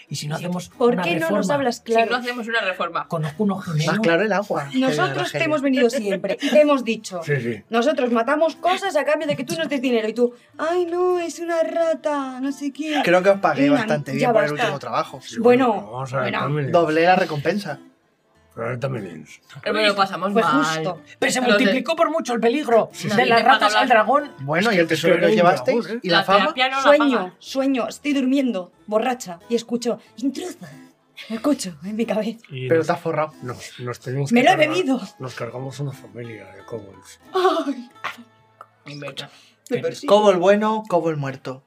Y si no hacemos
¿Por
una
qué no
reforma,
nos hablas
Si no
claro?
hacemos una reforma.
Conozco unos gemelos.
Más claro el agua. que
Nosotros te
Argelia.
hemos venido siempre y te hemos dicho.
Sí, sí.
Nosotros matamos cosas a cambio de que tú nos des dinero y tú, ay no, es una rata, no sé qué.
Creo que os pagué
Venga,
bastante
ya
bien por el
basta.
último trabajo.
sí,
Bueno,
pero vamos a ver,
bueno,
dame links.
Doblé la recompensa.
A ver, dame links.
Pero lo pasamos
Fue
mal.
justo.
Pero se
Los de-
multiplicó por mucho el peligro de
Nadie
las
te paga
ratas al
hablar.
dragón.
Bueno, y el tesoro que os
era
llevasteis.
un dragón, ¿eh?
Y la fama.
terapia no la
Sueño,
paga.
sueño, estoy durmiendo, borracha, y escucho, intrusa, escucho en mi cabeza.
Y
Pero
nos-
estás forrado.
nos, nos tenemos
Me
que
lo he
cargar-
bebido.
Nos cargamos una familia de kobolds.
Ay,
En verdad.
me persigo.
Cobo el bueno, cobo el muerto.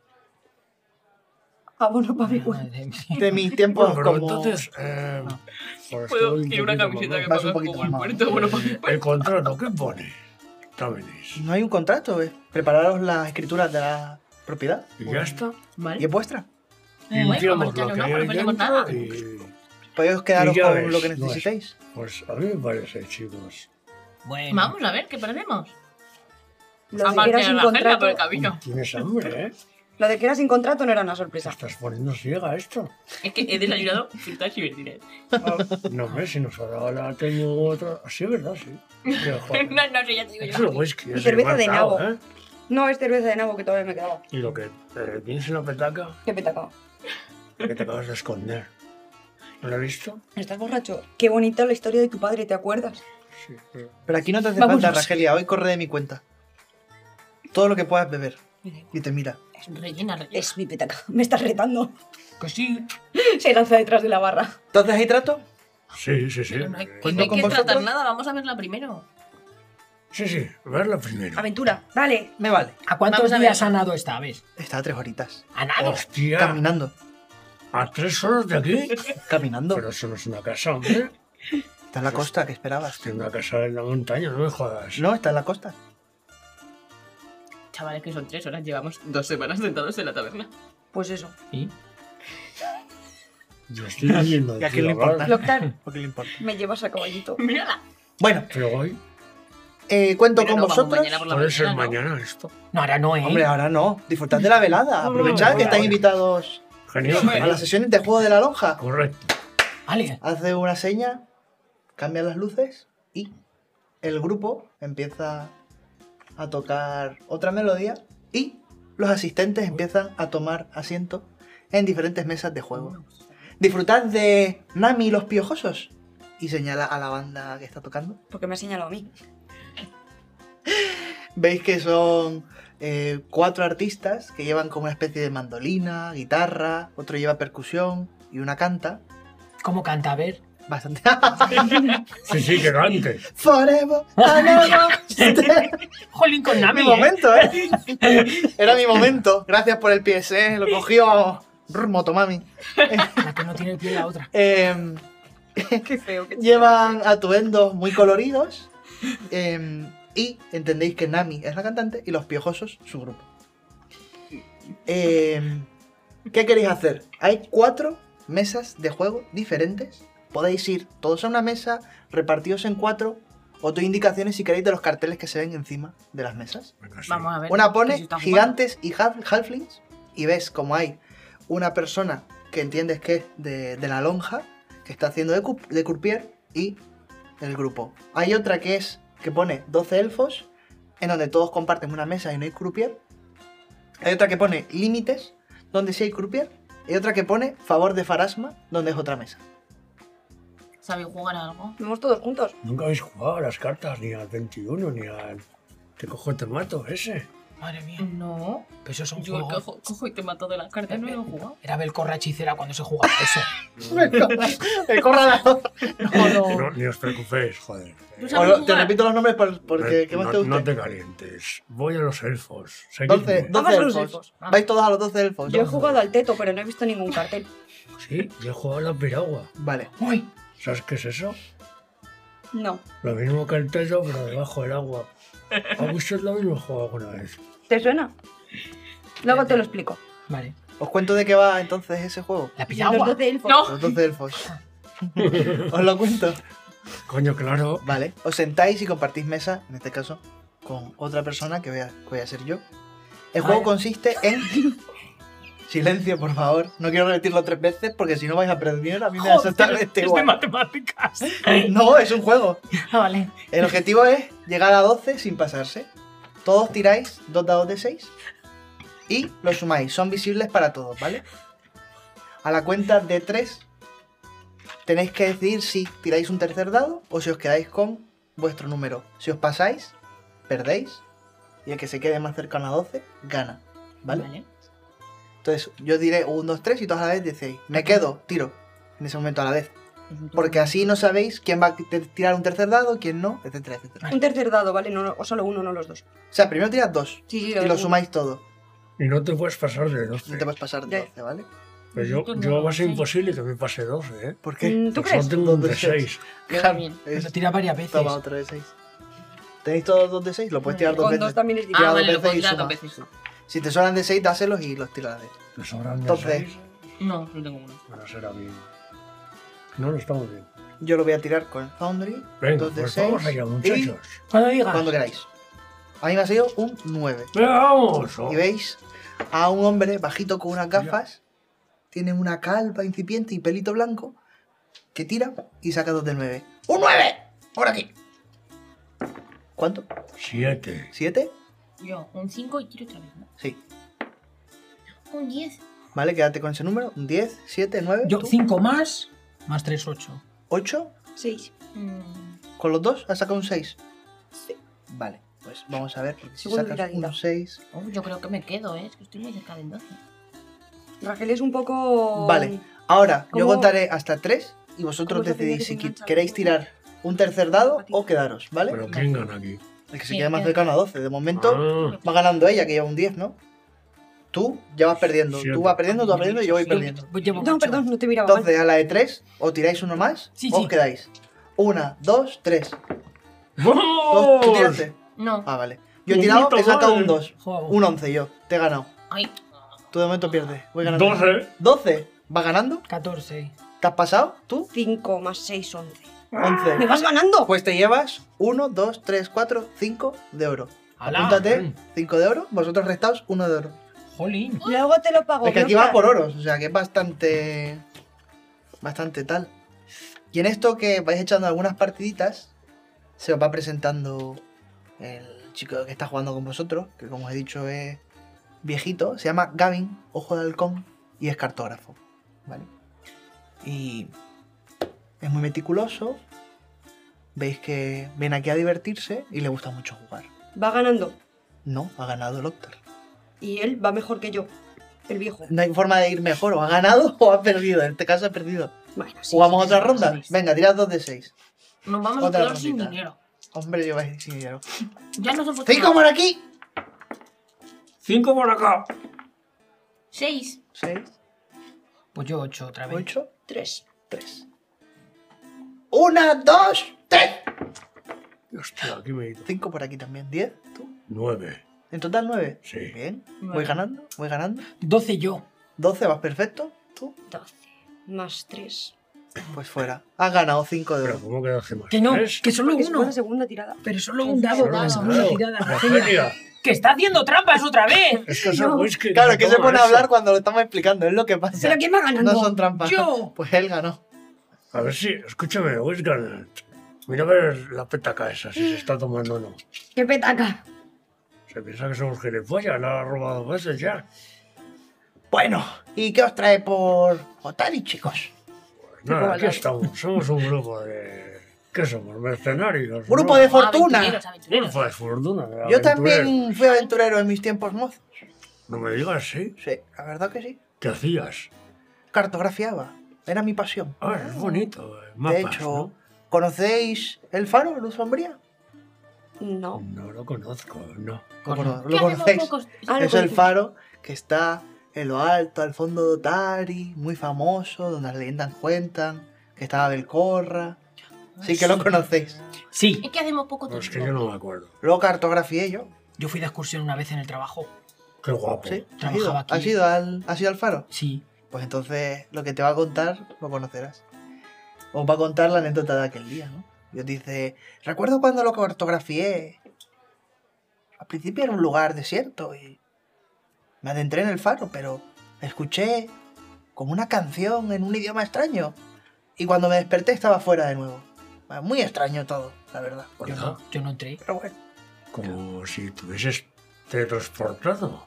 Ah,
Abono para mi cuerpo.
Madre mía.
De mis tiempos
Bueno, pero
como...
entonces. Eh, pues estoy
Puedo
un
adquirir una
poquito
camiseta que
Vas
ponga
un poquito
como el
más.
muerto. Bueno, pues-
mamado. El contrato, ¿qué pone? Dame links.
No hay un contrato, ¿eh? Prepararos las escrituras de la propiedad.
Y ya está.
Y
Vale.
es vuestra.
Bueno,
Limpiamos
pues ya
lo que
no,
hay
no
ahí
perdemos
dentro
nada.
y.
Podéis quedaros
Y ya
con
ves,
lo que
no es.
necesitéis.
Pues a mí me parece, chicos.
Bueno,
Vamos a ver qué perdemos.
Lo de que
Aparte
era
de
sin
la agenda por el
contrato.
camino.
Tienes hambre, ¿eh?
Lo de que era sin contrato no era una
Te
sorpresa.
estás poniendo ciega esto.
Es que he desayunado frutas y verduras.
No, hombre, si nos ha dado la tengo otra. Ah, Sí, ¿verdad? Sí. Mira, joder.
No, no sé, ya te digo
Es el
yo.
whisky.
Y
es
cerveza
igual
de
cao,
nabo.
¿eh?
No es cerveza de nabo que todavía me quedaba.
Y lo que eh, tienes en la petaca,
Qué petaca.
lo que te acabas de esconder. ¿No lo he visto?
Estás borracho. Qué bonita la historia de tu padre, ¿te acuerdas?
Sí. eh. pero-
Pero aquí no te hace
Vámonos.
falta, Ragelia. Hoy corre de mi cuenta. Todo lo que puedas beber. Y te mira.
Rellena, rellena.
Es mi petaca. Me estás retando.
que sí.
Se lanza detrás de la barra.
Entonces, ¿hay trato?
Sí, sí, sí.
Pero no hay, pues
Eh,
no
¿Cuento
hay
con
que tratar
vosotros?
nada, vamos a verla primero.
Sí, sí, verla primero.
Aventura, dale.
Me vale.
¿A cuántos
Vamos a ver.
días ha nado esta vez?
Está a tres horitas.
¿Ha nado?
Hostia,
Caminando.
a tres horas de aquí.
Caminando.
Pero eso no es una casa, hombre.
Está en la costa, ¿qué esperabas?
Tiene una casa en la montaña, no me jodas.
No, está en la costa.
Chavales, que son tres horas, llevamos dos semanas sentados en la taberna.
Pues eso.
¿Y?
Yo estoy viviendo
¿Y a quién le importa?
Loctar,
¿Por qué le importa?
me llevas a caballito.
Mírala.
Bueno,
Pero hoy
eh, cuento
Pero
con
no, vamos
vosotros.
mañana por la
puede ser
mañana, ¿no?
mañana esto.
No, ahora no, ¿eh?
Hombre, ahora no. Disfrutad de la velada. Aprovechad
Hombre,
que estáis
ahora.
invitados
Genial.
a las sesiones de juego de la lonja.
Correcto.
Vale.
Hace una seña, cambian las luces y el grupo empieza a tocar otra melodía y los asistentes empiezan a tomar asiento en diferentes mesas de juego. Disfrutad de Nami y los piojosos y señala a la banda que está tocando.
Porque me ha señalado a mí.
Veis que son eh, cuatro artistas que llevan como una especie de mandolina, guitarra, otro lleva percusión y una canta.
¿Cómo canta? A ver.
Bastante.
Sí, sí, que antes.
Forever, and ever.
Jolín con Nami,
mi
¿eh?
momento, ¿eh? Era mi momento. Gracias por el PSE, lo cogió brr, Motomami.
La que no tiene el pie la otra.
Em,
Qué feo. Que...
llevan atuendos muy coloridos em, y entendéis que Nami es la cantante y los piojosos su grupo. Em, ¿Qué queréis hacer? Hay cuatro mesas de juego diferentes. Podéis ir todos a una mesa, repartidos en cuatro, o doy indicaciones si queréis de los carteles que se ven encima de las mesas.
Venga, sí.
Vamos a ver.
Una
que si
pone
está jugando.
gigantes y half- halflings y ves como hay una persona que entiendes que es de, de la lonja, que está haciendo de, cup- de croupier y el grupo. Hay otra que es que pone 12 elfos, en donde todos comparten una mesa y no hay croupier. Hay otra que pone límites, donde sí hay croupier. Y otra que pone favor de farasma, donde es otra mesa.
¿Sabéis jugar a algo?
Vamos todos juntos.
Nunca habéis jugado a las cartas, ni al 21, ni al. Te cojo y te mato, ese.
Madre mía.
No.
Pero eso es un
Yo
juego.
cojo, cojo y te mato de las cartas. No lo he jugado.
Eh, Era Belcorra hechicera cuando se jugaba eso.
El corralado.
No,
No, ni os preocupéis, joder.
¿Tú
O
sabes
lo- te
jugar?
repito los nombres por- porque
No-
¿qué más
no,
te gusta?
no te calientes. Voy a los elfos.
Doce-
Seguidme.
doce
Vamos a los
elfos.
elfos.
Vais todos a los 12 elfos.
Yo he jugado al teto, pero no he visto ningún cartel.
Sí, yo he jugado a la piragua.
Vale.
Uy,
¿Sabes qué es eso?
No.
Lo mismo que el techo, pero debajo del agua. ¿Habéis hecho lo mismo jugado alguna vez?
¿Te suena? Luego te lo explico.
vale.
Os cuento de qué va entonces ese juego.
La
Los
piragua.
12 elfos.
No.
Los 12 elfos. Os lo cuento.
Coño, claro.
Vale. Os sentáis y compartís mesa, en este caso, con otra persona que voy a, que voy a ser yo. El juego
Vale.
consiste en. Silencio, por favor. No quiero repetirlo tres veces porque si no vais a perder. A mí me da exactamente
es de
igual.
matemáticas.
No, es un juego.
Vale.
El objetivo es llegar a 12 sin pasarse. Todos tiráis dos dados de 6 y los sumáis. Son visibles para todos, ¿vale? A la cuenta de 3 tenéis que decidir si tiráis un tercer dado o si os quedáis con vuestro número. Si os pasáis, perdéis y el que se quede más cercano a 12 gana, ¿vale? Entonces yo diré 1, 2, 3 y todos a la vez decís, me quedo, tiro en ese momento a la vez. Porque así no sabéis quién va a te- tirar un tercer dado, quién no, etcétera, etcétera.
Un Ah, tercer dado, ¿vale? No, no, o solo uno, no los dos.
O sea, primero tiras dos
Sí, sí,
y lo
los-
sumáis todo.
Y no te puedes pasar de
No
12.
te vas a pasar de
Ya.
12, ¿vale?
Pero yo,
Nosotros
yo
no,
va a ser
sí.
imposible que me pase 12, ¿eh?
¿Por qué?
Mm, ¿Tú
Yo
crees?
solo tengo un
Dos
de
de seis.
6.
Yo
Claro,
también.
Me
es-
lo tira varias veces.
Toma otro de 6. ¿Tenéis todos dos de 6? Lo puedes tirar dos
Con
veces.
dos también es difícil.
Tira
Ah,
dos
vale, lo
veces
puedo
y
tirar dos
sumas.
veces.
Si te sobran de 6, dáselos y los tiras a la vez.
Me sobran de
Entonces-
6.
No, solo tengo uno.
Bueno, será bien. No, no estamos bien.
Yo lo voy a tirar con Foundry.
Venga,
dos de
pues
6.
vamos allá, muchachos.
Cuando digas.
Cuando queráis. A mí me ha salido un 9.
Venga, ¡Vamos!
Y veis a un hombre bajito con unas gafas, tiene una calva incipiente y pelito blanco, que tira y saca dos de nueve. ¡Un nueve! ¡Por aquí! ¿Cuánto?
7.
¿Siete?
Yo, un 5 y quiero otra vez, ¿no?
Sí.
Un 10.
Vale, quédate con ese número. Un diez, siete, nueve.
Yo,
tú.
5 más, más 3, 8.
¿Ocho?
Seis.
Mm,
¿Con los dos? ¿Has sacado un seis? Sí. Vale, pues vamos a ver. Porque si
Segunda
sacas
tiradita.
un seis...
uh, yo creo que me quedo, ¿eh? Es que estoy muy cerca del 12.
Raquel es un poco.
Vale. Ahora, yo
¿Cómo-
contaré hasta tres y vosotros
cómo se hace
decidís
que
si
se engancha?
queréis tirar un tercer dado o quedaros, ¿vale?
Pero ¿quién gana aquí?
El que se
Sí,
quede más
ya.
cercano a 12. De momento
Ah,
va ganando ella, que lleva un 10, ¿no? Tú ya vas perdiendo.
Siete.
Tú vas perdiendo, tú vas perdiendo y yo voy perdiendo.
Llevo
No,
ocho.
perdón, no te miraba mal.
Entonces, a la de 3, o tiráis uno más,
Sí,
o os
sí.
quedáis. Una, dos, tres. Dos, ¿Tú
¡Vamos!
tiraste?
No.
Ah, vale. Yo he
¡Oh! Un
tirado,
grito,
he sacado
vale.
un 2.
Juego.
Un 11 yo. Te he ganado.
Ay.
Tú de momento pierdes. Voy ganando.
12.
12. ¿Vas ganando?
14.
¿Te has pasado? ¿Tú?
5 más 6, 11. ¡Me
11.
vas ganando!
Pues te llevas 1, 2, 3, 4, 5 de oro.
¡Hala!
Apúntate, 5 de oro. Vosotros restaos 1 de oro.
Jolín.
Luego te lo pago.
Es que aquí
Blanca.
va por oros, o sea que es bastante. Bastante tal. Y en esto que vais echando algunas partiditas, se os va presentando el chico que está jugando con vosotros, que como os he dicho es viejito, se llama Gavin, ojo de halcón, y es cartógrafo. ¿Vale? Y es muy meticuloso. Veis que viene aquí a divertirse y le gusta mucho jugar.
Va ganando.
No, ha ganado el Octar.
Y él va mejor que yo. El viejo.
No hay forma de ir mejor, o ha ganado o ha perdido. En este caso ha perdido.
Bueno, sí.
¿Jugamos
sí,
otra
sí,
ronda?
sí, sí.
Venga, tirad dos de seis.
Nos vamos
Otra
a quedar sin
rondita.
dinero.
Hombre, yo voy a ir sin dinero.
Ya nos hemos
¡Cinco por aquí!
5 por acá.
6.
Seis,
Pues yo 8 otra vez.
ocho,
3.
tres. ¡Una, dos, tres!
Hostia, aquí me he ido.
Cinco por aquí también. Diez, tú.
9.
En total nueve.
Sí.
Bien. Voy
Nueve.
ganando, voy ganando.
12 yo.
Doce, vas perfecto. Tú,
12. Más 3.
pues fuera. Has ganado cinco de
Pero
oro.
¿cómo que hace más?
Que no,
¿Tres?
que solo
Es
uno.
una segunda tirada.
Pero solo un
Solo
dado.
un
Dado,
dado.
una tirada.
Genia.
Que está haciendo trampas otra vez.
Es que ese whisky.
Claro,
no
que se
toma
pone a
eso.
hablar cuando lo estamos explicando, es lo que pasa.
¿Pero quién va ganando?
No son trampas.
Yo.
Pues él ganó.
A ver si, escúchame, Wisgarland. Mira a ver la petaca esa, si se está tomando o no.
¡Qué petaca!
Se piensa que somos gilipollas, la ha robado veces ya.
Bueno, ¿y qué os trae por Otari, chicos?
Nada, aquí estamos. Somos un grupo de. ¿Qué somos? Mercenarios.
Grupo
¿no?
de fortuna.
Aventureros, aventureros.
Grupo de fortuna. de
Yo
aventureros.
también fui aventurero en mis tiempos mozos.
No me digas, ¿sí?
Sí, la verdad que sí.
¿Qué hacías?
Cartografiaba. Era mi pasión.
Ah, es bonito. eh, Mapas,
De hecho,
¿no?
¿conocéis el faro, Luz Sombría?
No.
No lo conozco, no.
¿Lo cono-
¿Qué
¿Lo
hacemos
conocéis?
pocos?
Algo
Es el
dice.
faro que está en lo alto, al fondo de Otari, muy famoso, donde las leyendas cuentan, que estaba Belcorra. Sí que lo conocéis.
Sí,
Es que hacemos poco
No, Pues es que
tiempo.
yo no me acuerdo.
Lo cartografié yo.
yo fui de excursión una vez en el trabajo.
Qué guapo.
Sí, has
Trabajaba
ido,
aquí.
has ido al, has ido al faro.
Sí.
Pues entonces lo que te va a contar lo conocerás. Os va a contar la anécdota de aquel día, ¿no? Y os dice, recuerdo cuando lo cartografié. Al principio era un lugar desierto y me adentré en el faro, pero escuché como una canción en un idioma extraño. Y cuando me desperté estaba fuera de nuevo. Muy extraño todo, la verdad.
Yo
¿Verdad?
no, yo no entré.
Pero bueno,
Como si te hubieses teletransportado.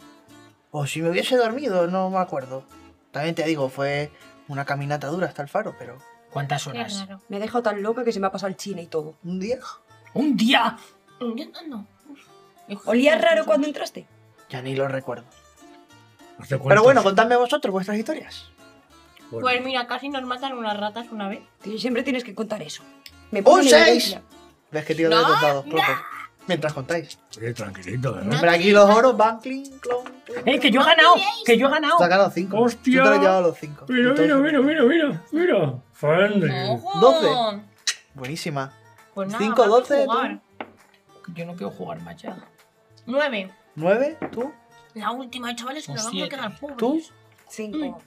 o si me hubiese dormido, no me acuerdo. También te digo, fue una caminata dura hasta el faro, pero
¿Cuántas
Qué
horas?
raro.
Me ha dejado tan loca que se me ha pasado el chine y todo.
un día
¡Un día!
Mm,
Yo no, no.
¿Olía raro cuando entraste?
ya ni lo recuerdo.
¿Hace cuántos-
Pero bueno, contadme vosotros vuestras historias.
bueno,
Pues mira, casi nos matan unas ratas una vez.
Tío, siempre tienes que contar eso. Me
¡Un
pongo en
seis!
evidencia.
Ves que tiro de
No,
los dados,
no.
profe. Mientras contáis.
oye, tranquilito, ¿verdad?
Hombre, aquí los oros van clink, clon, clink.
¡Eh, que yo he ganado! ¡Que yo he ganado!
Sacan los cinco.
¡Hostia!
Tú te lo has llevado los cinco.
Mira, mira,
Entonces,
mira, mira, mira, mira. Fandry.
¡Ojo!
Doce. Buenísima.
Pues nada,
Cinco,
vamos a
doce,
jugar.
Yo no quiero jugar más ya.
Nueve.
Nueve, tú.
La última, chavales, que
Son
nos vamos a
siete.
quedar pobres.
Tú. Mm.
Cinco.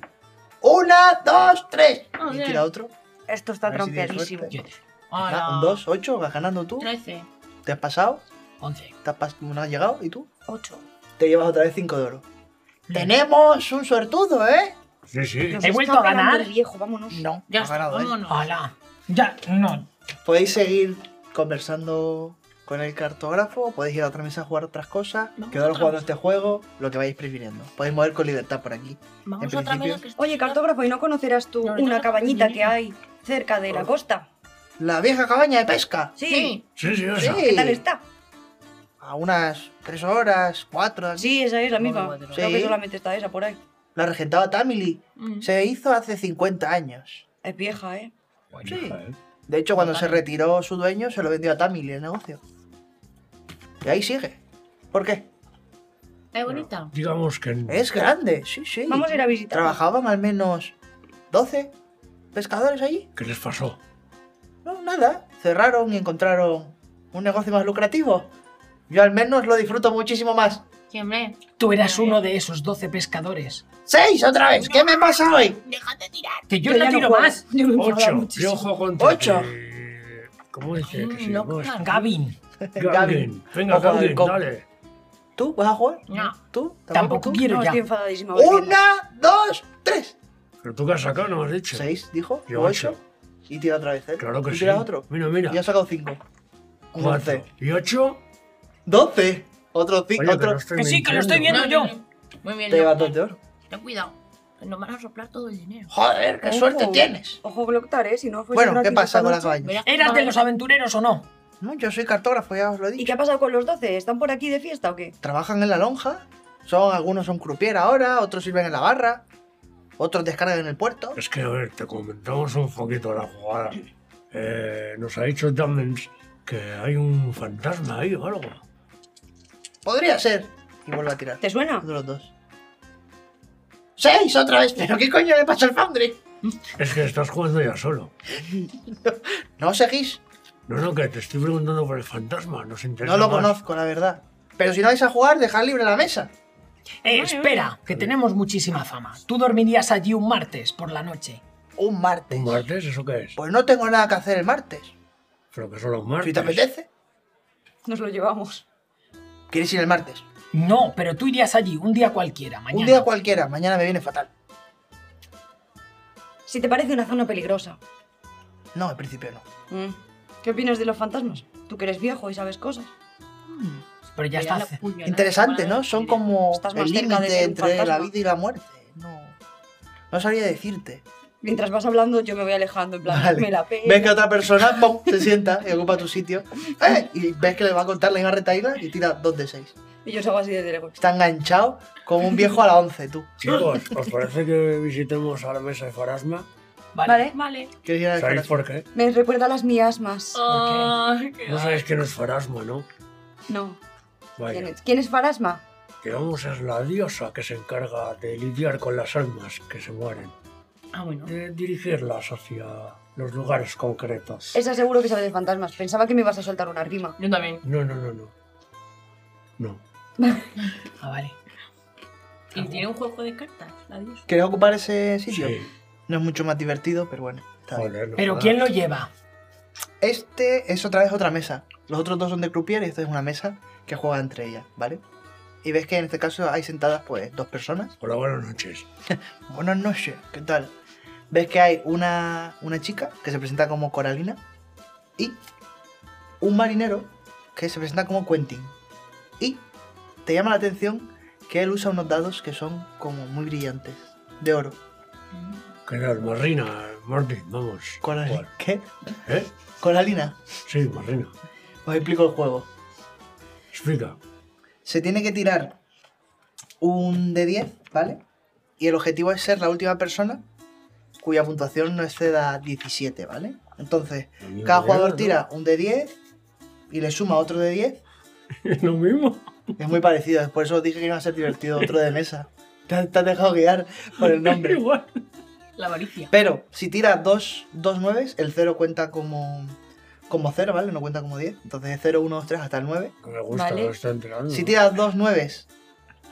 Una, dos, tres.
Ah,
Y
bien.
tira otro.
Esto está
A ver si tienes
trampeadísimo.
suerte.
Yo
Ahora.
Ah, un dos, ocho. Vas ganando tú.
Trece.
Te has pasado.
11.
Te has pas- no has llegado. ¿Y tú?
Ocho.
Te llevas otra vez cinco de oro. Tenemos un suertudo, ¿eh?
Sí, sí.
Nos
He
está
vuelto a
Ah,
pegando
ganar.
el viejo, vámonos.
No,
Ya
has
está,
ganado, ¿eh?
vámonos.
¡Hala! Ya, no.
Podéis seguir conversando con el cartógrafo, podéis ir a otra mesa a jugar otras cosas,
Vamos a
quedaros
otra
jugando
mesa.
este juego, lo que vayáis prefiriendo. Podéis mover con libertad por aquí.
Vamos
en
a otra
principio-
mesa que está
Oye,
llena.
cartógrafo, ¿y no conocerás tú
No, no
una
conozco
cabañita
ni
que hay cerca de
Oh.
la costa?
La vieja cabaña de pesca.
Sí.
Sí.
Sí, sí, esa.
Sí.
¿Qué tal está?
A unas tres horas, cuatro. así.
Sí, esa es la
No,
misma.
no, no, no.
Creo
Sí.
que solamente está esa por ahí.
La regentaba Tamili.
Mm.
Se hizo hace 50 años.
Es vieja, ¿eh?
Sí. De hecho, cuando se retiró su dueño, se lo vendió a Tamili el negocio. Y ahí sigue. ¿Por qué?
Es bonita.
Digamos que no.
Es grande, sí, sí.
Vamos a ir a visitar.
Trabajaban al menos 12 pescadores allí.
¿Qué les pasó?
No, nada. Cerraron y encontraron un negocio más lucrativo. Yo al menos lo disfruto muchísimo más.
Sí, hombre.
Tú eras uno de esos 12 pescadores.
¡Seis otra vez! ¿Qué me pasa hoy?
Déjate tirar.
Que yo
Yo
no
ya no
tiro
juego.
más.
Yo me enfadaba
Ocho.
muchísimo.
Yo juego contra
Ocho.
ti. ¿Cómo dice que
Mm,
se
no,
llama?
claro.
Gavin.
Gavin. Venga,
Ojo del
Gavin,
coco.
dale.
¿Tú vas a jugar?
No.
¿Tú?
Tampoco
tú?
quiero
No,
ya.
estoy enfadadísima. voy viendo.
¡Una, dos, tres!
Pero tú que has sacado, no has dicho.
Seis, dijo.
Yo
ocho.
ocho.
Y tira otra vez, ¿eh?
Claro que
y
sí.
tiras otro.
Mira, mira.
Y ha sacado cinco. Un
Cuatro.
once.
¿Y ocho?
¡Doce! Otro cinco.
Oye, pero
otro.
estoy
Que sí, que lo estoy
mintiendo.
viendo yo.
Muy bien.
Te llevas dos
Lockhart.
de oro.
Ten cuidado. que Nos van a soplar todo el dinero.
Joder, qué
Ojo.
suerte tienes.
Ojo, Gloctar, ¿eh? Si no fuese
Bueno,
por
¿qué
aquí
pasa
esta
con la
noche-
cabaña?
Verás que
¿Eras
van a-
de los aventureros o no?
No, yo soy cartógrafo, ya os lo he dicho.
¿Y qué ha pasado con los 12? ¿Están por aquí de fiesta o qué?
trabajan en la lonja. Son, algunos son crupier ahora, otros sirven en la barra, otros descargan en el puerto.
Es que, a ver, te comentamos un poquito la jugada. Eh, nos ha dicho Damens que hay un fantasma ahí o algo.
Podría ser. Y vuelvo a tirar.
¿Te suena?
Uno de los dos. ¡Seis otra vez! ¿Pero qué coño le pasa al Foundry?
Es que estás jugando ya solo.
¿No seguís?
No, no, que te estoy preguntando por el fantasma. Nos interesa
No lo
más.
conozco, la verdad. Pero si no vais a jugar, dejad libre la mesa.
Eh, espera, que tenemos muchísima fama. Tú dormirías allí un martes por la noche.
Un martes.
¿Un martes? ¿Eso qué es?
Pues no tengo nada que hacer el martes.
Pero que son los martes.
Si te apetece,
Nos lo llevamos.
quieres ir el martes.
No, pero tú irías allí un día cualquiera, mañana.
Un día cualquiera, mañana me viene fatal.
Si te parece una zona peligrosa.
No, en principio no.
Mm. ¿Qué opinas de los fantasmas? Tú que eres viejo y sabes cosas.
Pero ya
Le da
está.
la puñalada.
Interesante, ¿no? Son como
Estás más
el
cerca de
límite
ser un
entre la
fantasma.
vida y la muerte. No, no sabría decirte.
Mientras vas hablando, yo me voy alejando, en plan,
Vale.
me la pego.
Ves que otra persona pum, se sienta y ocupa tu sitio. ¡Eh! Y ves que le va a contar la misma retaíla y tira dos de seis.
Y yo salgo así de lejos.
Está enganchado como un viejo a la once, tú.
Chicos, ¿os parece que visitemos a la mesa de Farasma?
Vale.
Vale.
¿Quieres ir a
¿Sabéis
Farasma?
por qué?
Me recuerda a las miasmas.
Ay, qué
No sabéis quién es Farasma, ¿no?
No. ¿Quién
Vaya,
es, quién es Farasma?
digamos es la diosa que se encarga de lidiar con las almas que se mueren,
Ah, bueno.
de dirigirlas hacia los lugares concretos.
Esa seguro que sabe de fantasmas. Pensaba que me ibas a soltar una rima.
Yo también.
No, no, no, no. No.
Ah, vale.
Y tiene un juego de cartas, la diosa.
¿Quieres ocupar ese
Sí.
sitio? No es mucho más divertido, pero bueno. Está bien.
Joder, no
Pero
jodas.
¿quién lo lleva?
Este es otra vez otra mesa. Los otros dos son de croupier y esta es una mesa que juega entre ellas, ¿vale? Y ves que en este caso hay sentadas pues dos personas.
Hola, buenas noches.
Buenas noches, ¿qué tal? Ves que hay una, una chica que se presenta como Coralina y un marinero que se presenta como Quentin. Y te llama la atención que él usa unos dados que son como muy brillantes, de oro.
¿Qué tal? Marrina, Martín, vamos.
Coral-
Jugar.
¿Qué?
¿Eh?
Coralina,
Sí, Marrina.
os explico el juego.
Explica.
se tiene que tirar un de 10, ¿vale? Y el objetivo es ser la última persona cuya puntuación no exceda 17, ¿vale? Entonces, cada jugador tira un de 10 y le suma otro de 10.
Es lo mismo.
Es muy parecido, por eso os dije que iba a ser divertido otro de mesa. Te, has- te has dejado guiar por el nombre.
Igual.
La avaricia.
Pero si tiras dos, dos nueves, el 0 cuenta como, como 0, ¿vale? No cuenta como 10. Entonces es 0, 1, 2, 3 hasta el 9.
Que Me gusta,
Vale.
lo está enterando.
Si tiras dos nueves,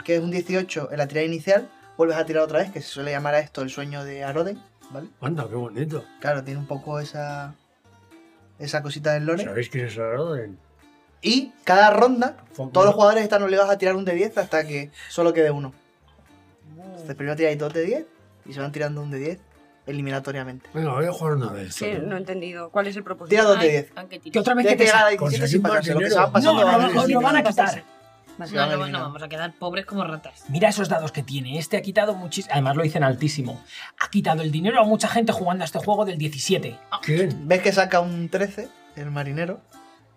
que es un 18 en la tirada inicial, vuelves a tirar otra vez, que se suele llamar a esto el sueño de Aroden, ¿vale?
Anda, qué bonito.
Claro, tiene un poco esa esa cosita del lore.
¿Sabéis quién es la orden?
Y cada ronda, todos los jugadores están obligados a tirar un de 10 hasta que solo quede uno. Entonces primero tiráis dos de 10 y se van tirando un de 10 eliminatoriamente.
Venga, voy a jugar una de estas.
Sí, no he entendido. ¿Cuál es el propósito?
Tira dos de 10.
Aunque
Que
tira.
otra vez
Tienes
que
que
te
llegar
sa-
a 17 sin
Conseguimos
pasarse. Lo que
dinero.
se van pasando
No, no,
van
no,
eliminando.
lo van a quitar.
Se
No,
van
no, no,
eliminando.
vamos a quedar pobres como ratas.
Mira esos dados que tiene. Este ha quitado muchísimo. Además lo dicen altísimo. Ha quitado el dinero a mucha gente jugando a este juego del 17.
¿Quién?
Ves que saca un 13, el marinero.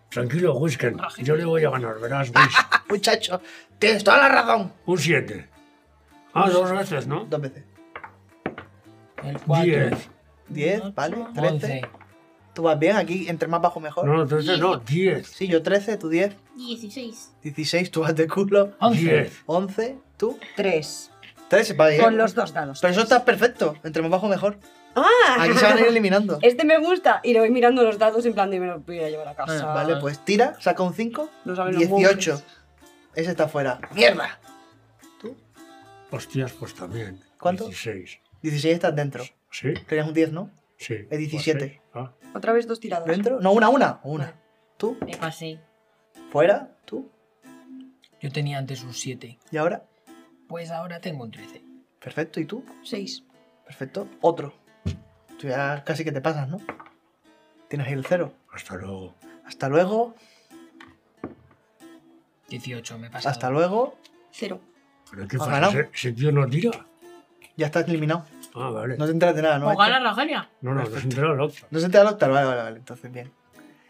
Tranquilo, Whisken. Yo le voy a ganar, verás, Whis.
Muchacho, tienes toda la razón.
Un 7. Ah, dos veces, ¿no?
Dos veces.
El 4.
10.
10, ¿vale?
11.
13. Tú vas bien, aquí entre más bajo mejor.
No, 13 no, 10.
Sí, yo 13, tú 10.
16.
16, tú vas de culo.
11.
10.
11, tú.
Tres.
13, para bien.
Con los dos dados.
Pero eso está perfecto. Entre más bajo mejor.
¡Ah!
Aquí se van a ir eliminando.
Este me gusta. Y le voy mirando los dados en plan de me los voy a llevar a casa.
Vale, pues tira, saca un 5.
Ah. No saben los
18. Ese está fuera. ¡Mierda!
Hostias, pues también.
¿Cuánto?
16.
16 estás dentro.
¿Sí?
Tenías un 10, ¿no?
Sí.
Es 17.
Pues sí. Ah,
Otra vez dos tiradas. Ah.
¿Dentro? No, una, una. Una. Tú,
Me pasé.
fuera, tú.
Yo tenía antes un 7.
Y ahora.
Pues ahora tengo un 13.
Perfecto, ¿y tú?
Seis.
Perfecto. Otro. Tú ya casi que te pasas, ¿no? Tienes ahí el 0.
hasta luego.
Hasta luego.
18, me pasa.
Hasta luego.
Cero.
¿Pero qué
¿Has
pasa?
ganado?
¿Ese, ese tío no tira?
Ya estás eliminado.
Ah, vale.
No
No,
te enteras de nada, ¿no?
Pues
¿O gana Rogelia?
no, no, se entera el otro.
No se entera el octal, vale, vale, vale. Entonces, bien.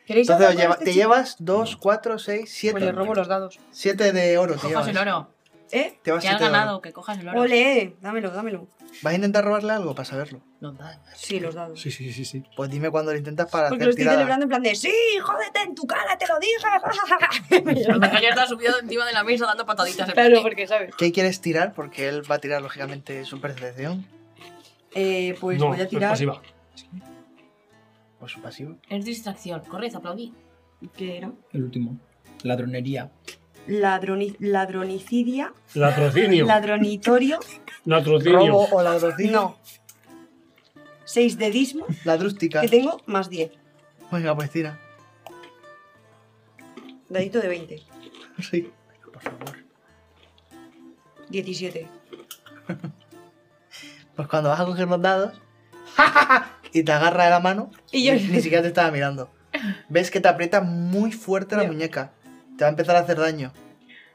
¿Queréis
Entonces,
hablar
os
con
lleva-
este
te
chico?
llevas 2, 4, 6,
Pues le
7.
robo los dados.
7 de oro, te llevas.
Cojas el oro.
¿Eh?
Te vas
Que has
7 de oro.
ganado, que cojas el oro.
Ole, dámelo, dámelo.
¿Vas a intentar robarle algo para saberlo?
No, da.
Sí, los dados.
Sí, sí, sí, sí.
Pues dime cuándo lo intentas para hacer
Porque lo estoy
tiradas.
celebrando en plan de sí, jódete en tu cara, te lo dije.
Rogelia está subido encima de la mesa dando pataditas. en
claro,
plan de-
porque sabes.
¿Qué quieres tirar? Porque él va a tirar, lógicamente, su percepción
Eh, pues
no,
voy a
es
tirar
pasiva.
o Pues su pasivo.
Es distracción. Corred, aplaudí.
¿qué era?
El último. Ladronería.
Ladroni- ladronicidia,
Latrocinio.
ladronitorio,
Latrocinio.
¿Robo o ladrocinio?
no. 6 dedismo,
Ladrústica.
que tengo más 10.
Venga, pues tira.
Dadito de 20.
Sí. Por favor.
17.
Pues cuando vas a coger los dados y te agarra de la mano,
Y yo-
ni, ni siquiera te estaba mirando. Ves que te aprieta muy fuerte la
Mira.
muñeca. Te va a empezar a hacer daño.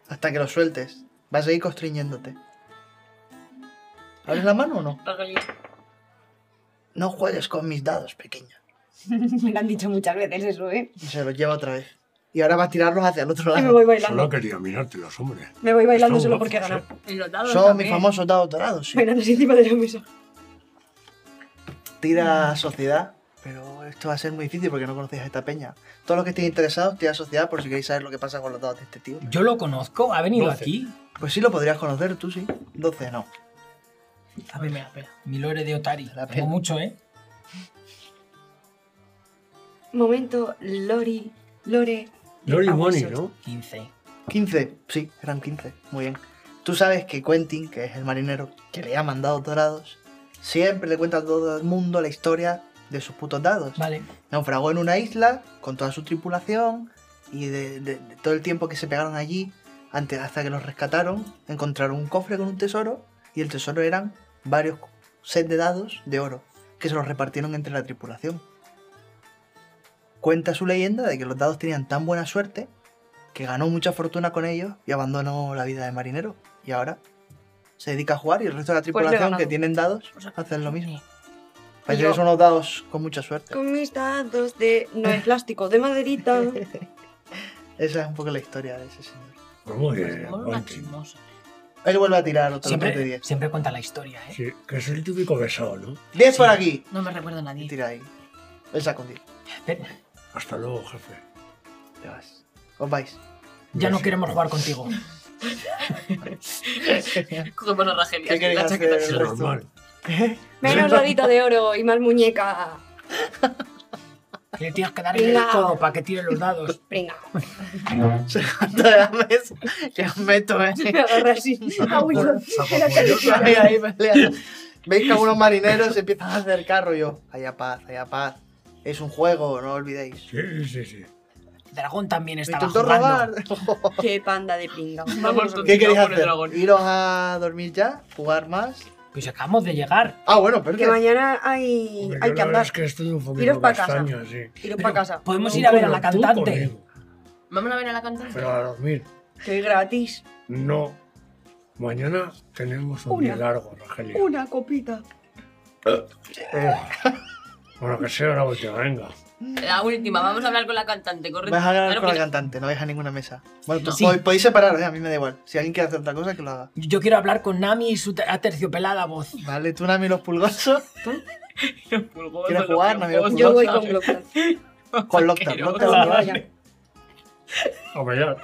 hasta que lo sueltes. Vas a seguir constriñéndote. ¿Abres la mano o no? No juegues con mis dados, pequeño.
Me lo han dicho muchas veces eso, ¿eh?
Y se los lleva otra vez. Y ahora va a tirarlos hacia el otro
Y me
lado.
voy bailando.
Solo quería mirarte los hombres.
Me voy bailando
Son
solo
guapos,
porque he ganado.
Y los dados
Son mis
también.
famosos dados dorados. sí.
Bailando así encima de la mesa.
Tira sociedad, pero esto va a ser muy difícil porque no conocéis a esta peña. Todos los que estén interesados, tira sociedad por si queréis saber lo que pasa con los dados de este tío.
Yo lo conozco, ha venido
Doce.
aquí.
Pues sí, lo podrías conocer tú, sí. 12 no.
A ver, espera, espera. Mi lore de Otari.
La
Tengo
pena.
mucho, ¿eh?
Momento, Lori, Lore.
Lori
a
Money,
vosotros.
¿no?
15.
15, sí, eran 15. Muy bien. Tú sabes que Quentin, que es el marinero que le ha mandado dorados, siempre le cuenta a todo el mundo la historia de sus putos dados.
Vale.
Naufragó en una isla con toda su tripulación y de, de- de todo el tiempo que se pegaron allí, antes, hasta que los rescataron, encontraron un cofre con un tesoro y el tesoro eran varios sets de dados de oro que se los repartieron entre la tripulación. Cuenta su leyenda de que los dados tenían tan buena suerte que ganó mucha fortuna con ellos y abandonó la vida de marinero. Y ahora se dedica a jugar y el resto de la
Pues le he
tripulación que
ganado.
tienen dados
O sea,
hacen lo mismo.
Y
Parece
yo-
que son los dados con mucha suerte.
Con mis dados de. No de plástico, de maderita.
Esa es un poco la historia de ese señor.
Vamos,
Pues
eh,
Somos una
Quentin.
chismosa.
Él vuelve a tirar otro de
Siempre,
10.
siempre cuenta la historia, ¿eh?
Sí, que es el típico besado, ¿no?
10 por aquí.
No me recuerdo a
Y
nadie.
tira ahí. Él saca un 10.
Pero
Hasta luego, jefe.
Te vas. Os vais.
ya no
Gracias.
queremos jugar contigo.
Cogemos los ragelias
¿Qué
y la
queréis hacer?
chaqueta.
Es
El resto.
normal.
Menos dorito de oro y más muñeca.
Le tienes que dar el
Venga.
dedo para que tire los dados.
Venga,
Se levanta de la mesa. Ya os meto, eh.
me agarra así. Ah, uy, no. Era terrible.
Ahí, ahí, pelea. Veis que algunos marineros se empiezan a acercar, rollo. Allá paz, allá paz. Es un juego, no olvidéis.
Sí, sí, sí.
El dragón también estaba
Intentó
jugando.
robar.
Qué panda de pinga.
Vamos, tú.
¿Qué queréis
Vamos,
hacer?
dragón.
¿Iros a dormir ya? ¿Jugar más?
Pues acabamos de llegar.
Ah, bueno, pero
Que mañana hay,
Hombre, yo
hay que
la verdad
andar.
Es que estoy un poquito
Iros pa' casa.
castaño, sí.
Iros para casa.
Podemos
Tú
ir a ver a
con-
la
tú
cantante.
conmigo,
Vamos a ver a la cantante.
Pero a dormir.
Que es gratis.
No. Mañana tenemos un día largo, Rogelio. Oh.
Una copita.
Bueno, que sea la última, venga.
La última, vamos a hablar con la cantante, correcto.
Vais a hablar
Claro,
con la
mira,
cantante, no vais a ninguna mesa. Bueno, tú-
pues Sí.
pod- podéis separaros, eh, a mí me da igual. Si alguien quiere hacer otra cosa, que lo haga.
Yo quiero hablar con Nami y su te- aterciopelada voz.
Vale, tú, Nami, los pulgosos. ¿Tú?
Fulgoso,
¿Quieres jugar?
lo
No,
fulgoso.
Yo voy con Glockland.
Con Loctar.
Asqueroso.
Loctar, donde vaya.
Hombre, ya.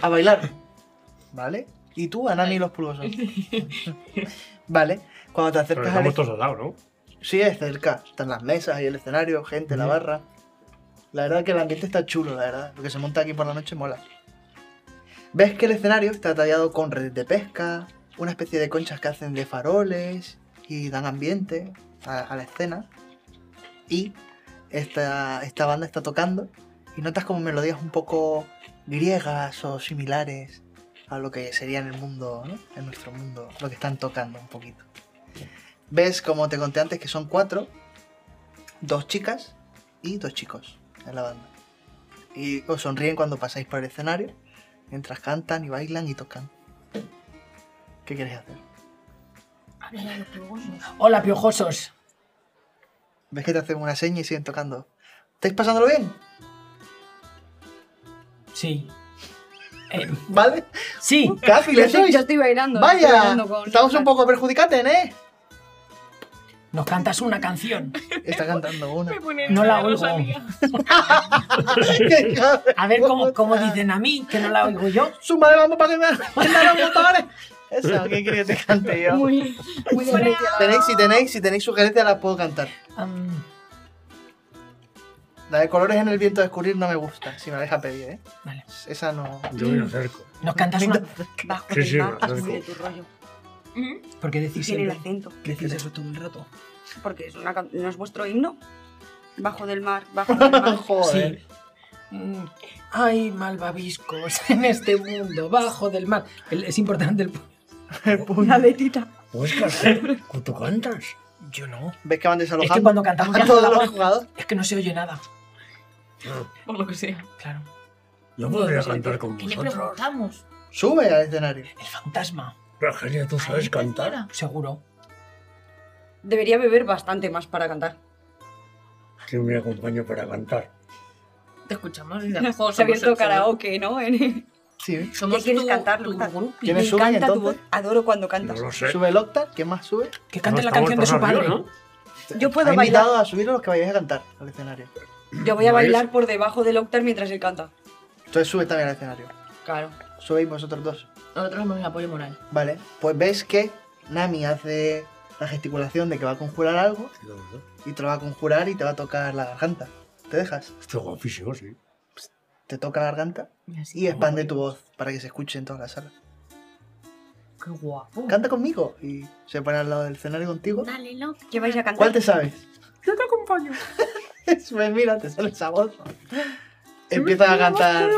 A bailar. ¿Vale? Y tú, a Nami y los pulgosos. Vale. Cuando te
Pero
acercas al...
estamos todos al lado, ¿no?
Sí, es cerca. Están las mesas y el escenario, gente, la barra. La verdad que el ambiente está chulo, la verdad. Lo que se monta aquí por la noche mola. Ves que el escenario está tallado con redes de pesca, una especie de conchas que hacen de faroles y dan ambiente a, a la escena. Y esta, esta banda está tocando y notas como melodías un poco griegas o similares a lo que sería en el mundo, ¿no? en nuestro mundo, lo que están tocando un poquito. Ves, como te conté antes, que son cuatro. Dos chicas y dos chicos en la banda. Y os sonríen cuando pasáis por el escenario, mientras cantan y bailan y tocan. ¿Qué queréis hacer?
Háblale a los fulgosos.
Hola, piojosos.
¿Ves que te hacen una seña y siguen tocando? ¿Estáis pasándolo bien?
Sí. Eh,
¿Vale?
sí.
¡Qué
¿eh?
ágiles
Yo,
sois!
yo estoy bailando. estoy
¡Vaya!
bailando con-
Estamos un poco perjudicates, ¿eh?
Nos cantas una canción.
Está cantando una.
No la oigo.
¡Qué cabrón!
A ver cómo, cómo dicen a mí, que no la oigo yo.
¡Su madre, vamos para que me mandaron motores! Eso, ¿qué queréis que te cante yo?
Muy, muy derretida.
Tenéis, si tenéis, si tenéis sugerencias las puedo cantar.
Am,
La de colores en el viento descubrir no me gusta, si me la deja pedir, ¿eh?
Vale.
Esa no.
Yo me acerco.
nos cantas una.
Bajo
Sí,
el
sí,
mar,
me acerco.
muy de tu rollo.
¿Por qué decís
Tiene el
siempre?
acento.
¿Qué decís eso todo el rato?
Porque es una can- no es vuestro himno. Bajo del mar, bajo del mar.
Joder.
Sí. Mm, Hay malvaviscos en este mundo, bajo del mar. El- es importante el. pu-
Una letita.
Pues que ¿Cuánto cantas?
Yo no.
¿Ves que van
Es que
desalojando
cuando cantamos
a
bajo
todos
la
los
voz,
jugadores?
es que no se oye nada.
Ah,
Por lo que sea.
Claro.
Yo podría cantar con
¿Qué le
vosotros.
preguntamos?
Sube al escenario.
El fantasma,
Ragelia, ¿tú sabes
Ahí
cantar?
fuera.
seguro.
Debería beber bastante más para cantar.
¿Quién me acompaña para cantar?
Te escuchamos y a lo mejor
Se ha
somos-
abierto
somos-
karaoke, ¿no? En-
Sí.
Somos
¿Qué quieres
tu-
cantar,
tu
Lucas?
grupi.
Me
¿Quiénes suben
encanta tu voz.
entonces?
Adoro cuando
No
cantas.
lo sé.
Sube el octal. ¿Quién más sube?
Que cante
No
la
estamos
canción de su
pasando
padre.
bien, ¿no?
Yo puedo
Ha
bailar.
invitado a subir a los que vayáis a cantar al escenario.
Yo voy a
¿No
bailar por debajo del octar mientras él canta.
Entonces sube también al escenario.
Claro.
Subéis vosotros dos.
Nosotros somos el apoyo moral.
Vale. Pues ves que Nami hace la gesticulación de que va a conjurar algo y te lo va a conjurar y te va a tocar la garganta. ¿Te dejas? Pues,
Esto es guapísimo, sí.
Te toca la garganta
Mira, sí.
y expande tu voz para que se escuche en toda la sala.
Qué guapo.
Canta conmigo y se pone al lado del escenario contigo.
Dale, loco.
¿Qué vais a cantar?
¿Cuál te sabes?
Yo te acompaño.
Pues mira, te sale esa voz. Empiezas a cantar
¿Qué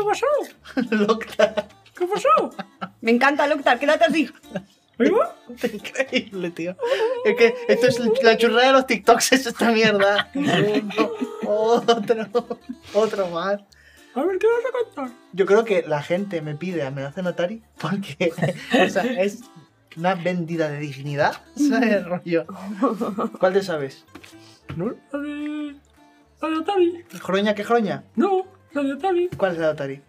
pasó?
Locta.
¿Qué pasó?
Me encanta el octar, quédate así.
Increíble, tío. Es que esto es la churrada de los TikToks, es esta mierda. Uno, otro, otro más.
A ver, ¿qué vas a cantar?
Yo creo que la gente me pide amenaza notari porque o sea, es una vendida de dignidad. ¿Sabes
Mm.
el rollo? ¿Cuál te sabes?
No, la de... La de Atari.
¿Jroña que jroña?
No, la de Atari.
¿Cuál es la de Otari?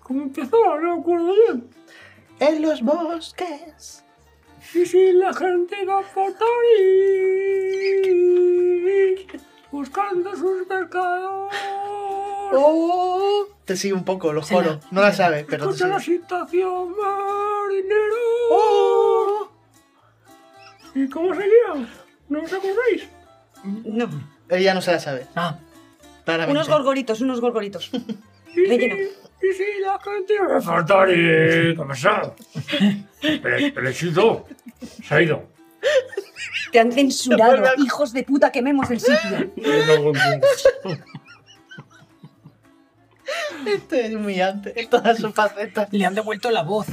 ¿Cómo empezó? No me acuerdo bien.
En los bosques.
Y si la gente va por Atari buscando sus mercados.
Oh. Te sigue un poco, lo juro. No la sabes, pero te
Escucha la
sigue.
situación, marinero.
Oh.
¿Y cómo seguía? ¿No os acordáis?
No.
Ella no se la sabe,
Ah,
claramente.
Unos gorgoritos, unos gorgoritos. Rellena.
y si la gente
¡Eh, Fatari! ¿Qué ha pasado? Pe- Pechito, se ha ido.
Te han censurado, hijos de puta, quememos el sitio.
No, no, no.
Esto es humillante en todas sus facetas.
le han devuelto la voz.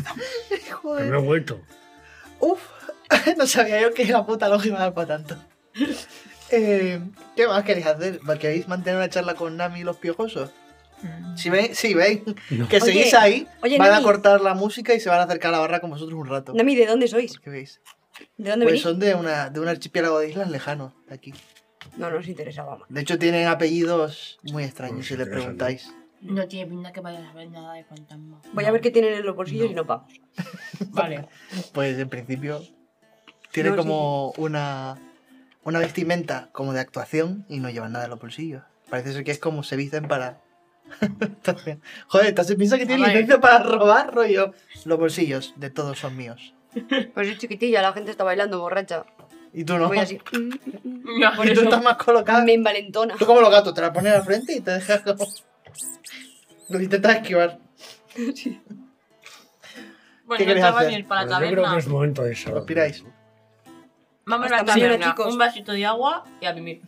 Que
Joder.
me he vuelto.
Uf, no sabía yo que la puta logia iba a dar para tanto. Eh, ¿Qué más queréis hacer? ¿Queréis mantener una charla con Nami y los piojosos? Si veis, si veis que
Mm. Oye,
seguís ahí,
oye,
van
Nami.
a cortar la música y se van a acercar a la barra con vosotros un rato.
Nami, ¿de dónde sois?
¿Qué veis?
¿De dónde
Pues
venís?
son de, una, de un archipiélago de islas lejanos, de aquí.
No nos interesaba más.
De hecho, tienen apellidos muy extraños
Pues
si les
interesante.
preguntáis.
No tiene pinta que vaya a ver nada de fantasma.
Voy a ver qué tienen en los bolsillos y nos vamos.
Vale.
Pues en principio tiene
No, sí,
como una, una vestimenta como de actuación y no llevan nada en los bolsillos. Parece ser que es como se visten para... También. Joder, entonces piensa que tiene
Vale.
licencia para robar, rollo. Los bolsillos de todos son míos.
Pues soy chiquitilla, la gente está bailando borracha.
Y tú no.
Voy así.
Y tú estás más colocada.
Me envalentona.
Tú como los gatos, te la pones al frente y te dejas como... Lo intentas esquivar.
Bueno,
¿Qué queréis hacer?
entonces
Pues
bien para la
Pero yo creo que
taberna.
es momento de saber.
Respiráis.
Vamos a la
Hasta mañana,
taberna.
chicos.
Un vasito de agua y a vivir.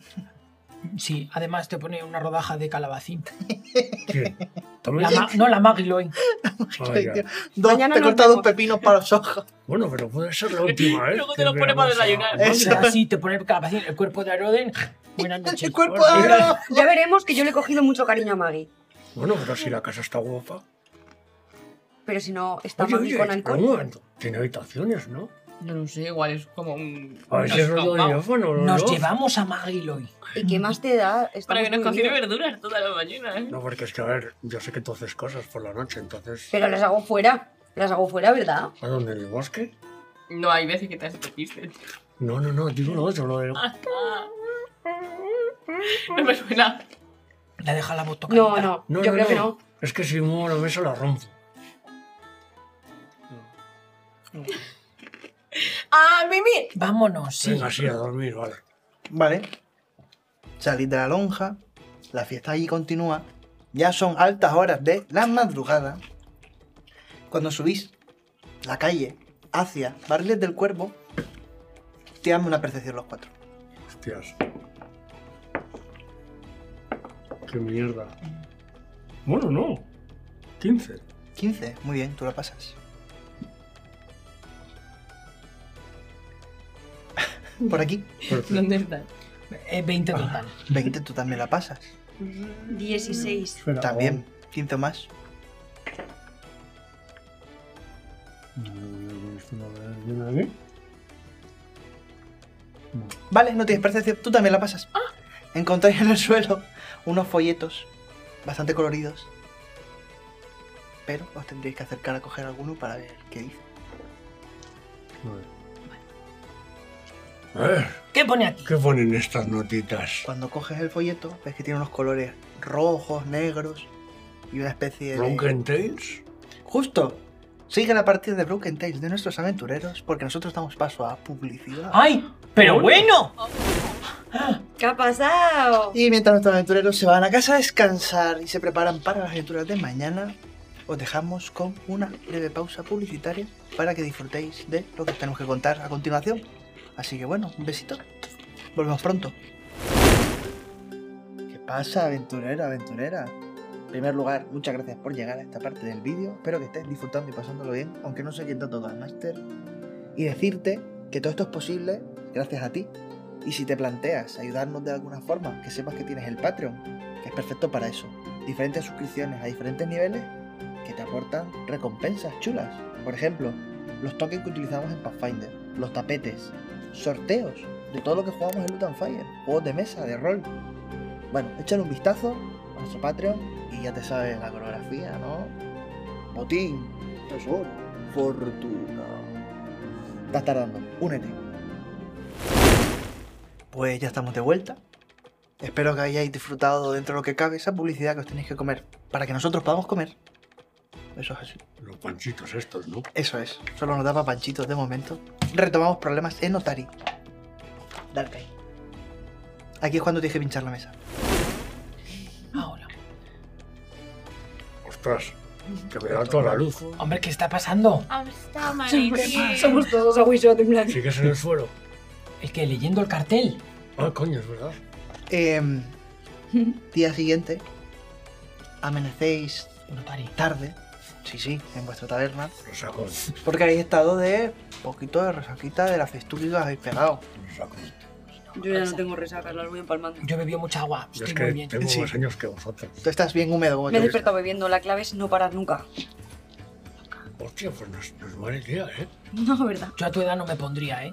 Sí, además te pone una rodaja de calabacín.
¿Quién? ¿También?
La ma- no, la Magiloy.
Ah, ya.
Dos,
Mañana
te
nos
cortas dos
vemos.
pepinos para los ojos.
Bueno, pero puede ser la última, ¿eh?
Luego te lo
Que
pone para
veamos a-
desayunar.
O
Eso.
sea, sí, te pone el calabacín, el cuerpo de Aroden. Buenas noches.
El cuerpo de oro.
Ya veremos que yo le he cogido mucho cariño a Maggie.
Bueno, pero si la casa está guapa.
Pero si no, está
Oye,
Maggie
oye,
con
espera un
alcohol.
momento. Tiene habitaciones, ¿no?
No lo sé, igual es como un.
A ver si es
un
rollo
escampado.
diáfano, ¿no?
Nos llevamos a Magiloy.
¿Y qué más te da?
Para
Estamos
que nos
muy
cocine
unidos.
verduras toda la mañana, ¿eh?
No, porque es que, a ver, yo sé que tú haces cosas por la noche, entonces...
Pero las hago fuera. Las hago fuera, ¿verdad?
¿A dónde? ¿En el bosque?
No, hay veces que te haces difícil.
No, no, no, digo no, yo lo veo.
Ah.
No me suena.
La deja la voz tocada.
No, no.
No,
yo
no,
creo que
no.
no.
Es que si muevo la mesa la rompo.
¡Ah, Mimi!
Vámonos, sí.
Venga, sí, a dormir, vale.
Vale. Salid de la lonja. La fiesta allí continúa. Ya son altas horas de la madrugada. Cuando subís la calle hacia Barriles del Cuervo, tiradme una percepción los cuatro.
Hostias. Qué mierda. Bueno, no. 15.
15. Muy bien, tú la pasas. Por aquí.
Perfecto.
¿Dónde estás?
Eh, 20 total.
20 tú también la pasas.
16.
Mm.
Espera,
También. 15 o más. Vale, no tienes percepción, tú también la pasas. Encontráis en el suelo unos folletos bastante coloridos. Pero os tendréis que acercar a coger alguno para ver qué dice.
Eh,
¿Qué pone aquí?
¿Qué ponen estas notitas?
Cuando coges el folleto, ves que tiene unos colores rojos, negros y una especie de.
¿Drunken Tales?
Justo. Sigue la partida de Broken Tales de nuestros aventureros porque nosotros damos paso a publicidad.
¡Ay! ¡Pero bueno!
¿Qué ha pasado?
Y mientras nuestros aventureros se van a casa a descansar y se preparan para las aventuras de mañana, os dejamos con una breve pausa publicitaria para que disfrutéis de lo que os tenemos que contar a continuación. Así que bueno, un besito. Volvemos pronto. ¿Qué pasa, aventurero, aventurera? En primer lugar, muchas gracias por llegar a esta parte del vídeo. Espero que estés disfrutando y pasándolo bien, aunque no sé quién te ha tocado el máster. Y decirte que todo esto es posible gracias a ti, y si te planteas ayudarnos de alguna forma, que sepas que tienes el Patreon, que es perfecto para eso. Diferentes suscripciones a diferentes niveles que te aportan recompensas chulas. Por ejemplo, los tokens que utilizamos en Pathfinder, los tapetes, sorteos de todo lo que jugamos en Loot and Fire, juegos de mesa, de rol. Bueno, échale un vistazo a nuestro Patreon y ya te sabes la coreografía, ¿no? Botín, tesoro, fortuna. Estás tardando, únete. Pues ya estamos de vuelta. Espero que hayáis disfrutado dentro de lo que cabe esa publicidad que os tenéis que comer para que nosotros podamos comer. Eso es así.
Los panchitos estos, ¿no?
Eso es. Solo nos daba panchitos de momento. Retomamos problemas en Notari. Darkai. Aquí es cuando te dije pinchar la mesa.
Ahora.
Ostras, que me da toda la luz.
Hombre, ¿qué está pasando?
Está malísimo.
Somos todos a Wishot en plan.
Sigues en el suelo.
El que leyendo el cartel.
Ah, coño, es verdad.
Em, día siguiente. Amanecéis
Notari.
tarde. Sí, sí, en vuestra taberna.
Lo saco, lo
Porque habéis estado de poquito de resaquita de la festuca que os habéis pegado.
saco.
Yo ya no tengo resacas, las voy empalmando.
Yo he bebido mucha agua.
Yo
Estoy
es
muy
que
bien.
tengo
Sí.
más años que vosotros.
Tú estás bien húmedo como
Me he
te
despertado bebiendo, la clave es no parar nunca.
Hostia, pues nos, nos va el día, ¿eh?
No, verdad.
Yo a tu edad no me pondría, ¿eh?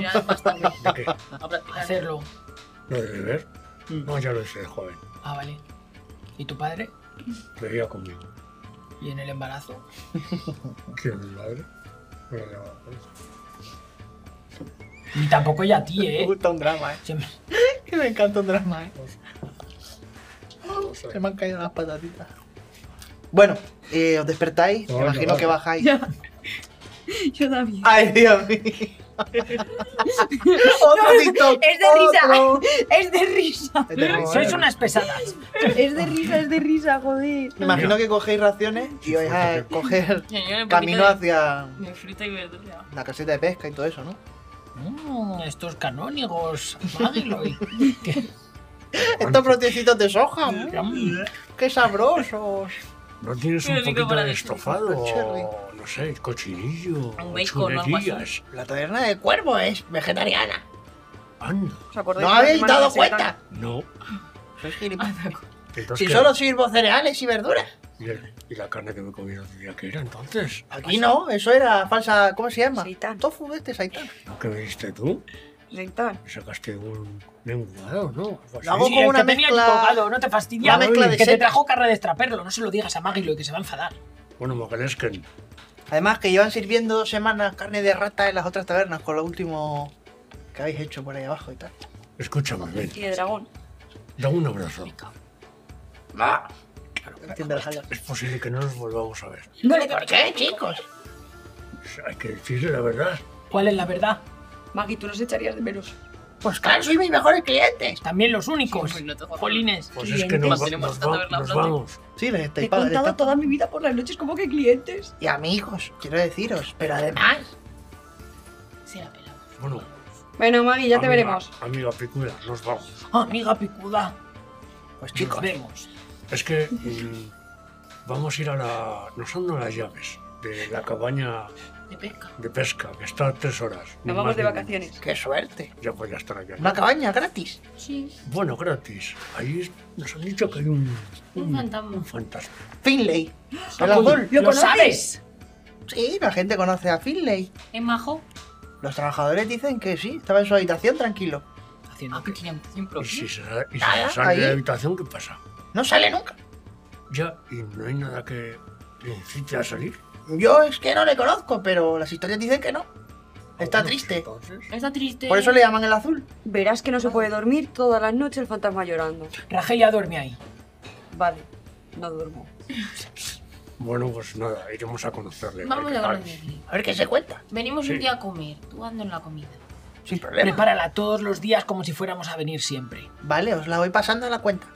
Ya es bastante.
¿De qué?
A practicar.
Hacerlo.
¿Lo de beber?
Mm.
No, ya lo hice de joven.
Ah, vale. ¿Y tu padre?
Bebía conmigo.
¿Y en el embarazo?
¿Quién es mi madre? Me lo llevaba.
Y tampoco ya a ti, ¿eh?
gusta un drama, eh.
Siempre-
Que me encanta un drama, eh.
No sé.
Se me han caído las patatitas. Bueno, eh, os despertáis,
No,
me imagino
no.
que bajáis.
Yo también.
Ay, Dios mío. Otro TikTok.
es de
otro.
Es de risa.
Es de risa.
Sois unas pesadas.
Es de risa, es de risa, joder.
Me imagino que cogéis raciones y vais a coger
Señor, un poquito
camino
de-
hacia
de fruta y verdura.
la caseta de pesca y todo eso, ¿no?
Mm, estos canónigos. Magiloy.
pues,
Estos protecitos de soja, ¿no?
Mm.
qué sabrosos.
¿No tienes un
Qué rico
poquito
para
de
disfrutar.
estofado?
Cherry.
o, No sé, cochinillo,
Un bacon o algo así.
chulerías.
La taberna de cuervo es vegetariana.
Anda,
¿Os acordáis
¿No
de la
habéis
semana
dado
que se
cuenta?
gana?
no. Ah,
Sois gilipollas.
Entonces,
Si
¿qué?
solo sirvo cereales y verduras.
¿Y, el- y la carne que me comí el otro día que era entonces?
Aquí no, eso era falsa. ¿Cómo se llama?
Seitán.
Tofu de este Saitán.
¿No que me diste tú?
Seitán.
Me sacaste un lenguado, ¿no? Algo así.
Lo hago
Sí,
con
el
una
que tenía
mezcla-
allí colgado, no te fastidia.
una mezcla de
que te
setas.
trajo carne de extraperlo, no se lo digas a Magiloy que se va a enfadar.
Bueno, Magalesken,
Además que llevan sirviendo dos semanas carne de rata en las otras tabernas con lo último que habéis hecho por ahí abajo y tal.
escúchame, ven,
Y de dragón.
dame un abrazo. Ah.
Entiende la jalga.
Es posible que no nos volvamos a ver.
No le
¿Por qué, ¿eh, chicos?
Hay que decirle la verdad.
¿Cuál es la verdad?
Maggie, tú nos echarías de menos.
Pues claro, sois mis mejores clientes.
También los únicos.
Pues no te jodas.
Polines.
Pues es que nos, va-
Mantenemos
nos,
esta
va-
taberna
nos
flote.
vamos.
Sí, les
Te
estáis
he contado
padres.
toda mi vida por las noches como que clientes.
Y amigos, quiero deciros, pero además...
Sí, la pelamos.
Bueno,
Bueno, Maggie, ya te
amiga-
veremos.
Amiga picuda, nos vamos.
Amiga picuda.
Pues
Nos
chicos,
vemos.
Es que mm, vamos a ir a la... Nos han dado las llaves de la cabaña
De pesca.
de pesca, que está a tres horas. ni más
Nos vamos de
ni menos.
vacaciones.
qué suerte.
Ya pues ya estar allá.
Una cabaña gratis.
Sí,
Bueno, gratis. Ahí nos han dicho que hay un,
un fantasma.
un fantasma. Ah,
Finlay. El azul.
¿Lo,
conoces?
sabes?
Sí, la gente conoce a Finlay.
¿Es majo?
Los trabajadores dicen que sí, estaba en su habitación tranquilo.
Haciendo
Ah, que tiene un
¿Y
problema.
Pues si se, da- y si
Nada,
se sale de la
ahí.
habitación, qué pasa?
No sale nunca.
Ya, y no hay nada que le incite a salir.
Yo es que no le conozco, pero las historias dicen que no. Está
Bueno,
triste.
entonces,
Está triste.
Por eso le llaman el azul.
Verás que no se puede dormir todas las noches el fantasma llorando.
Rajel ya duerme ahí.
Vale, no duermo.
Bueno, pues nada, iremos a conocerle.
Vamos
porque,
a
claro,
conocerle.
A ver qué se cuenta.
Venimos
Sí.
un día a comer. Tú ando en la comida.
Sin problema.
Prepárala todos los días como si fuéramos a venir siempre.
Vale, os la voy pasando a la cuenta.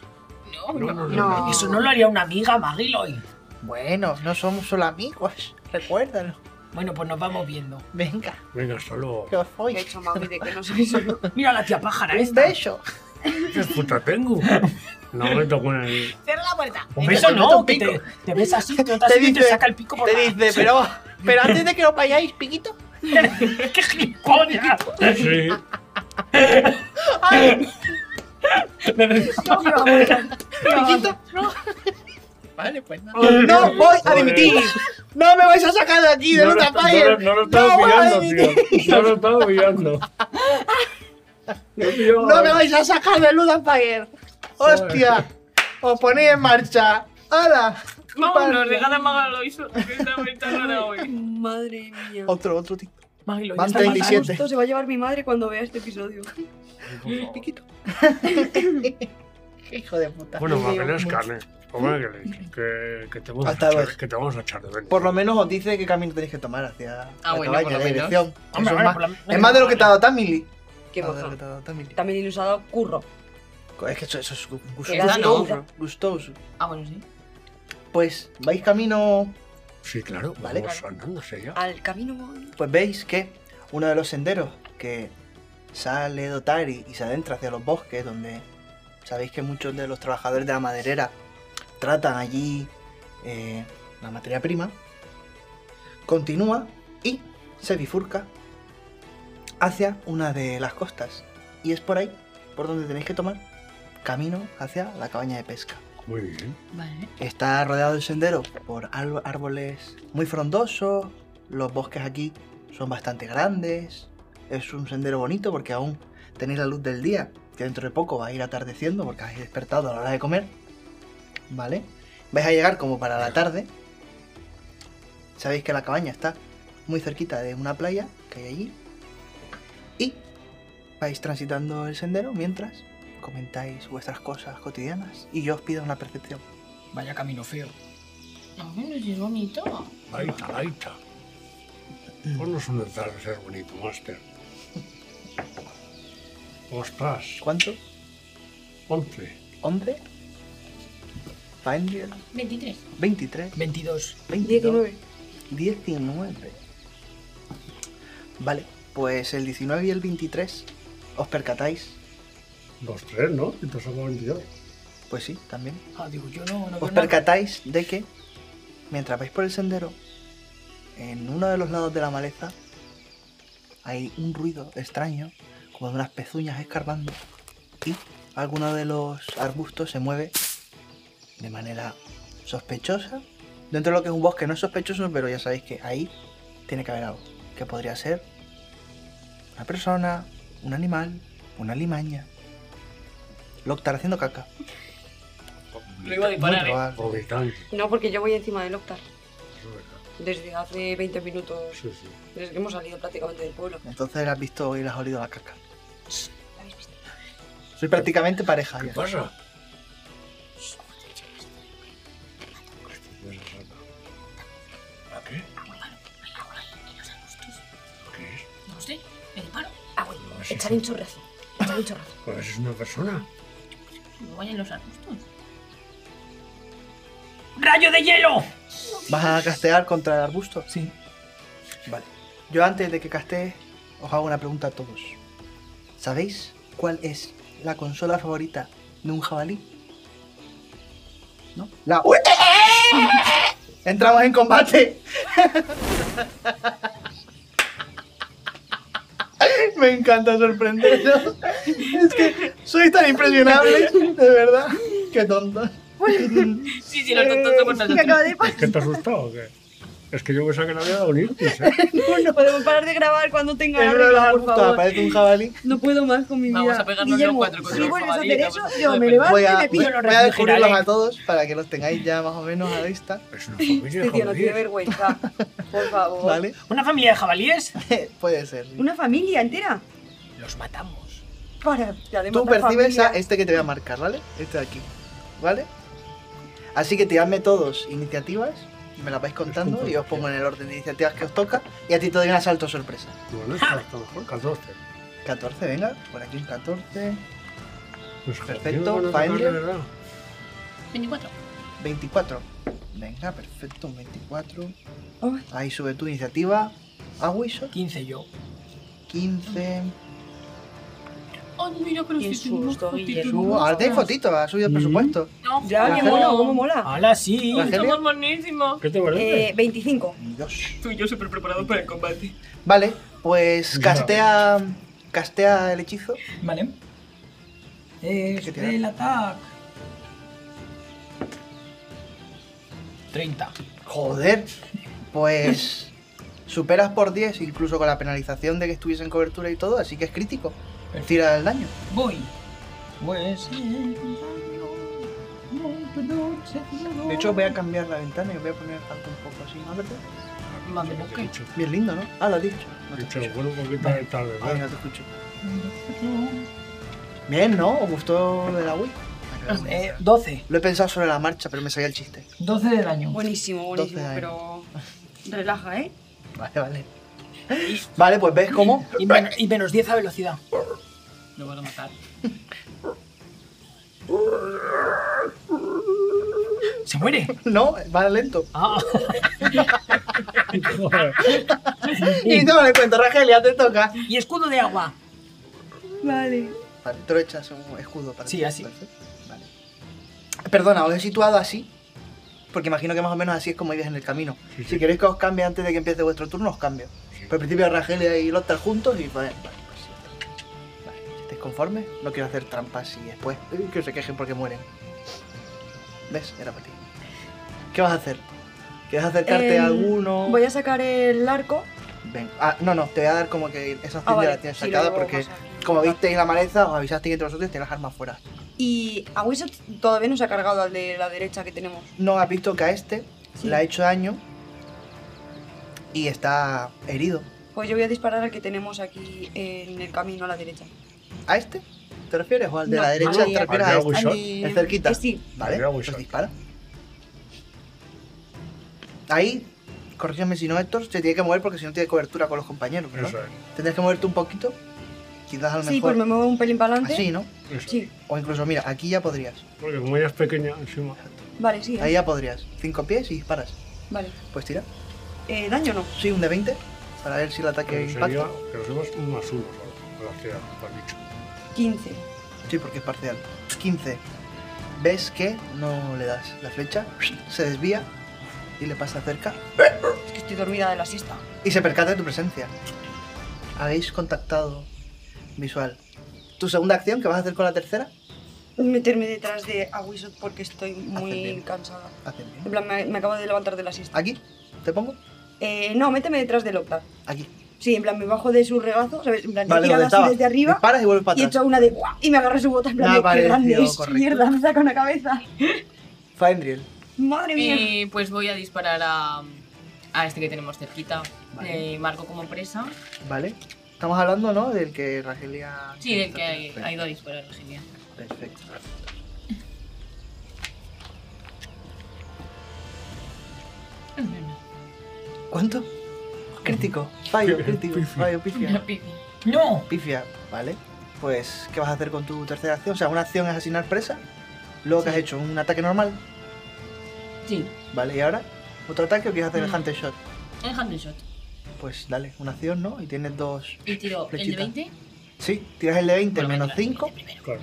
No,
No, no, no,
No.
Eso no lo haría una amiga, Magiloy.
Bueno, no somos solo amigos. Recuérdalo.
Bueno, pues nos vamos viendo.
Venga,
Venga, hasta luego.
que os voy.
De hecho, Magui, de que no soy solo.
Mira la tía pájara
Un
esta.
beso.
¿Qué puta tengo? No me toco nadie.
Cierra la puerta.
Un
Venga,
beso
te meto
no,
un
que te,
pico.
te ves así, te notas así y te
dice-
saca el pico por
Te
la-
dice, pero, pero antes de que os vayáis, piquito.
¡Qué gilipollas!
Sí,
No, no, no.
Piquito. No. Vale, pues nada.
Joder.
No voy a dimitir. No me vais a sacar de aquí, de
No lo,
Luta
está- no, lo-
Fire.
no lo estaba
voy a
pillando,
dimitir.
tío. No lo estaba pillando. No, tío.
No me vais a sacar de Luda Fire. Hostia. Os ponéis en marcha. ¡Hala!
Vámonos, dejad a Magaloiso. Que está muy tarde hoy.
Madre mía.
Otro, otro tipo.
Magiloy,
Van
ya está
37.
Esto se va a llevar mi madre cuando vea este episodio.
Piquito. Hijo de puta.
Bueno,
Me
va, que
río
no es
mucho.
carne. Pues vale, que le dije que, que, te vamos a
Hasta
echar-
luego.
que te vamos a echar de menos.
Por lo menos os dice qué camino tenéis que tomar hacia la
Ah, bueno,
cabaña,
por lo
la
menos.
dirección.
Hombre,
Eso es,
bueno,
más,
por lo menos-
es más de lo que te ha dado Tamili.
Qué
Más de lo
moja.
que te ha dado Tamili.
También nos ha dado curro.
Es que eso, eso es gu-
Esa no.
gustoso. gustoso.
Ah, bueno, sí.
Pues vais camino,
Sí, claro,
Vale,
vamos
claro.
andándose ya.
Al camino voy.
pues veis que uno de los senderos que sale de Otari y se adentra hacia los bosques, donde sabéis que muchos de los trabajadores de la maderera tratan allí eh, la materia prima, continúa y se bifurca hacia una de las costas. Y es por ahí por donde tenéis que tomar camino hacia la cabaña de pesca.
Muy bien.
Vale.
Está rodeado el sendero por al- árboles muy frondosos. Los bosques aquí son bastante grandes. Es un sendero bonito porque aún tenéis la luz del día, que dentro de poco va a ir atardeciendo porque habéis despertado a la hora de comer. ¿Vale? Vais a llegar como para la tarde. Sabéis que la cabaña está muy cerquita de una playa que hay allí. Y vais transitando el sendero mientras comentáis vuestras cosas cotidianas y yo os pido una percepción.
Vaya camino feo.
Ah, bueno, sí es bonito.
Laita, laita. Ponnos un atardecer bonito, máster. Ostras,
¿Cuánto?
11.
¿11? Fangirl.
23.
23.
22.
22.
19.
19. Vale, pues el 19 y el 23 os percatáis.
Los tres, ¿no? Y te saco 22.
Pues sí, también.
Ah, digo, yo no, no
Os
veo nada.
percatáis de que mientras vais por el sendero, en uno de los lados de la maleza hay un ruido extraño, como de unas pezuñas escarbando, y alguno de los arbustos se mueve de manera sospechosa. Dentro de lo que es un bosque no es sospechoso, pero ya sabéis que ahí tiene que haber algo, que podría ser una persona, un animal, una limaña. Loctar haciendo caca.
Lo iba a
Muy
disparar, ¿eh?
probable.
Vomitando.
No, porque yo voy encima del Octar.
eso es verdad.
Desde hace 20 minutos.
Sí, sí.
Desde que hemos salido prácticamente del pueblo.
Entonces la has visto y la has olido la caca. Soy prácticamente pareja
¿Qué
ya.
pasa? ¿A qué? ¿Qué es?
No sé. ¿Me disparo? Ah, bueno.
No sé.
Echar un chorrazo. Echar un chorrazo.
Pues es una persona.
Me voy en los arbustos.
¡Rayo de hielo!
¿Vas a castear contra el arbusto?
Sí.
Vale. Yo antes de que castee, os hago una pregunta a todos. ¿Sabéis cuál es la consola favorita de un jabalí? ¿No? La... E Entramos en combate. Me encanta sorprenderos. Es que sois tan impresionable, de verdad. Qué tonto. Eh,
Sí, sí, los tontos somos
¿Qué
nosotros.
acaba de pasar?
¿Qué te ha asustado o qué?
Es que yo pensaba que no había dado ni Irtis, ¿eh?
No podemos parar de grabar cuando tenga
En
hambre,
una de las
por
putas,
favor.
parece un jabalí.
No puedo más con mi vida.
Vamos a pegarnos
Guillermo,
los cuatro contra
si
el
vuelves a hacer
jabalí,
eso,
vamos a
yo me
perder.
levanto
Voy
y
a,
me
voy
pillo los
a descubrirlos
refrigerantes.
a todos para que los tengáis ya más o menos a la vista,
Es una familia,
Este tío no tiene
joder.
vergüenza. Por favor.
¿vale?
¿Una familia de jabalíes?
Puede ser. sí.
Una familia entera.
Los matamos.
Para. ya de
Tú
matar
percibes
familia.
a este que te voy a marcar, ¿vale? Este de aquí, ¿vale? Así que tiradme todos iniciativas, me las vais contando y os pongo en el orden de iniciativas que os toca y a ti te doy un asalto sorpresa.
Bueno, está, está mejor, 14.
14, venga, por aquí un 14,
Pues, joder,
Perfecto,
no van a tocar de
Finder.
verdad.
24.
24. Venga, perfecto, un 24.
Ay.
Ahí sube tu iniciativa. A Wizard,
15 yo.
15.
Ay, mira, pero
Qué
si tenemos
susto,
fotitos,
Guillermo.
Subo. Ahora tenéis fotitos, ha subido el
Mm.
presupuesto.
No,
Ya, qué
Ajá.
mono, cómo mola.
¡Hala, sí!
Ajá. Evangelio.
estamos buenísimos.
¿Qué te parece?
Eh, 25.
Dios.
Tú y yo súper preparados para el combate.
Vale, pues
Ya.
castea. Castea el hechizo.
Vale. Es
¿Qué tiene?
el ataque. 30.
Joder. Pues. Superas por 10, incluso con la penalización de que estuviese en cobertura y todo, así que es crítico. Tira el daño.
Voy. Pues.
De hecho, voy a cambiar la ventana y voy a poner el canto un poco así, ¿no? ¿Verdad?
Mami,
Lo que he dicho.
Bien lindo, ¿no? Ah, lo has dicho. No te
He dicho,
escucho.
bueno, un poquito de tarde,
Ay,
¿verdad?
no te escucho. Bien, ¿no? ¿Os gustó lo de la Wii?
Eh, 12.
Lo he pensado sobre la marcha, pero me salía el chiste.
12 de daño.
Buenísimo, buenísimo,
12 años.
pero. Relaja, ¿eh?
Vale, vale. Vale, pues ves cómo.
Y, men- y menos 10 a velocidad.
Lo van a matar.
Se muere.
No, va lento.
Ah,
Joder.
Y no le cuento, Ragelia, te toca.
y escudo de agua.
Vale.
Vale, te lo echas un escudo para
Sí,
ti.
así.
Perfecto. Vale. Perdona, os he situado así. Porque imagino que más o menos así es como ibas en el camino.
Sí,
Si
sí.
queréis que os cambie antes de que empiece vuestro turno, os cambio. Pero al principio Ragelia y Lothar juntos y vale, vale, pues sí. Vale, ¿estáis conformes? No quiero hacer trampas y después eh, que se quejen porque mueren. ¿Ves? Era para ti. ¿Qué vas a hacer? ¿Quieres acercarte
Em,
a alguno?
Voy a sacar el arco.
Ven. Ah, no, no, te voy a dar como que esa acción
Ah, vale.
ya la tienes
sí, lo
sacada
llevo
porque,
más aquí.
como visteis la maleza, os avisasteis entre vosotros y tenéis las armas fuera.
Y a Wizard todavía no se ha cargado al de la derecha que tenemos.
No has visto que a este
Sí.
le ha hecho daño y está herido.
Pues yo voy a disparar al que tenemos aquí en el camino a la derecha.
¿A este? ¿Te refieres? ¿O al de
No,
la derecha?
al de-
¿Te refieres a
al de
este?
Aguishot.
Y-
Es cerquita.
eh, sí.
Vale,
Al de
pues
Aguishot.
dispara. Ahí, corrígeme si no, Héctor, se tiene que mover porque si no tiene cobertura con los compañeros, ¿no?
Eso es.
Tendrías que moverte un poquito, quizás a lo
Sí,
mejor
pues me muevo un pelín para adelante.
así, ¿no?
Eso.
Sí.
O incluso, mira, aquí ya podrías.
Porque como ella es pequeña, encima.
Vale, sí. ¿eh?
Ahí ya podrías. Cinco pies y disparas.
Vale.
Pues tira.
Eh, ¿Daño o no?
Sí, un de 20 para ver si el ataque
Que sería
impacta.
que nos demos un más uno solo. A la ciudad, lo has dicho.
15.
Sí, porque es parcial. 15. Ves que no le das la flecha, se desvía y le pasa cerca
Es que estoy dormida de la siesta.
y se percata de tu presencia. Habéis contactado visual. ¿Tu segunda acción que vas a hacer con la tercera?
Meterme detrás de a Wizard porque estoy
Haces
muy
bien.
cansada.
Hacen
En
bien.
plan, me, me acabo de levantar de la siesta.
Aquí, te pongo.
Eh, no, méteme detrás del Octar.
Aquí.
Sí, en plan, me bajo de su regazo, ¿sabes? En plan,
Vale, donde
he tirado así
estaba.
desde arriba
Disparas y vuelves para
y he
atrás.
hecho una de ¡guau! Y me agarra su bota en plan,
Me
de,
ha
¡qué grande
parecido
es!
correcto.
¡Mierda, me saca una cabeza!
Faendriel.
¡Madre mía!
Y pues voy a disparar a, a este que tenemos cerquita.
Vale.
Le marco como presa.
Vale. Estamos hablando, ¿no? Del que Ragelia...
Sí, del que ha- ha ido a disparar, no sé bien.
Perfecto. ¿Cuánto? Crítico. Fallo, crítico. Fallo, pifia.
¡No!
Pifia, vale. Pues, ¿qué vas a hacer con tu tercera acción? O sea, una acción es asignar presa. Luego que has hecho un ataque normal.
Sí,
Vale, y ahora, ¿otro ataque o quieres hacer el
Mm.
hunter shot?
el handle shot.
Pues dale, una acción, ¿no? Y tienes dos.
Y tiro el de
Flechita.
20.
Sí, tiras el de 20
Bueno,
menos
venga, el de
5.
20 primero.
Claro.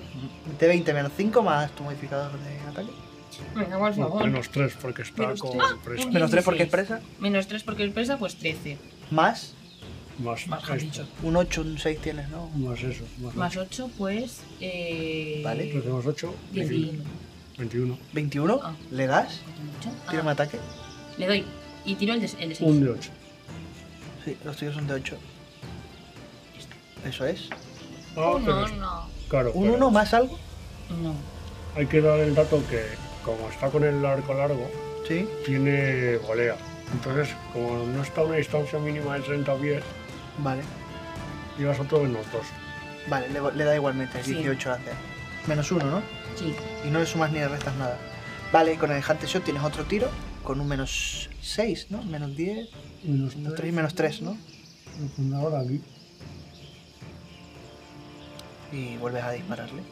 De 20 menos 5 más tu modificador de ataque.
Venga, por
No,
favor.
menos tres porque está
Menos
con
tres.
presa.
Menos 3 porque es
16.
presa.
Menos 3 porque es presa, pues 13.
Más
Más,
Más
esto.
dicho.
un 8, un 6 tienes, ¿no?
Más eso. Más,
Más 8, pues. Eh,
Vale, pues,
ocho. Entonces, más ocho.
10
21.
21.
Ah.
¿Le das?
Ah,
Tira un ataque.
le doy. y tiro el de 6.
Un de 8.
Sí, los tuyos son de 8. Eso es.
Ah, pero
Oh, no,
es-
no.
Claro,
¿Un
pero
1 más algo?
No.
hay que dar el dato que, como está con el arco largo,
Sí.
tiene golea. Entonces, como no está a una distancia mínima de 30 pies,
Vale.
llevas otro menos 2.
Vale, le, le da igualmente el
Sí.
18 hace. Menos 1, ¿no?
Sí.
Y no le sumas ni le restas nada. Vale, con el Hunter Shot tienes otro tiro con un menos 6, ¿no? Menos 10,
Menos
menos 3 y menos 3, ¿no?
Ahora aquí.
Y vuelves a dispararle.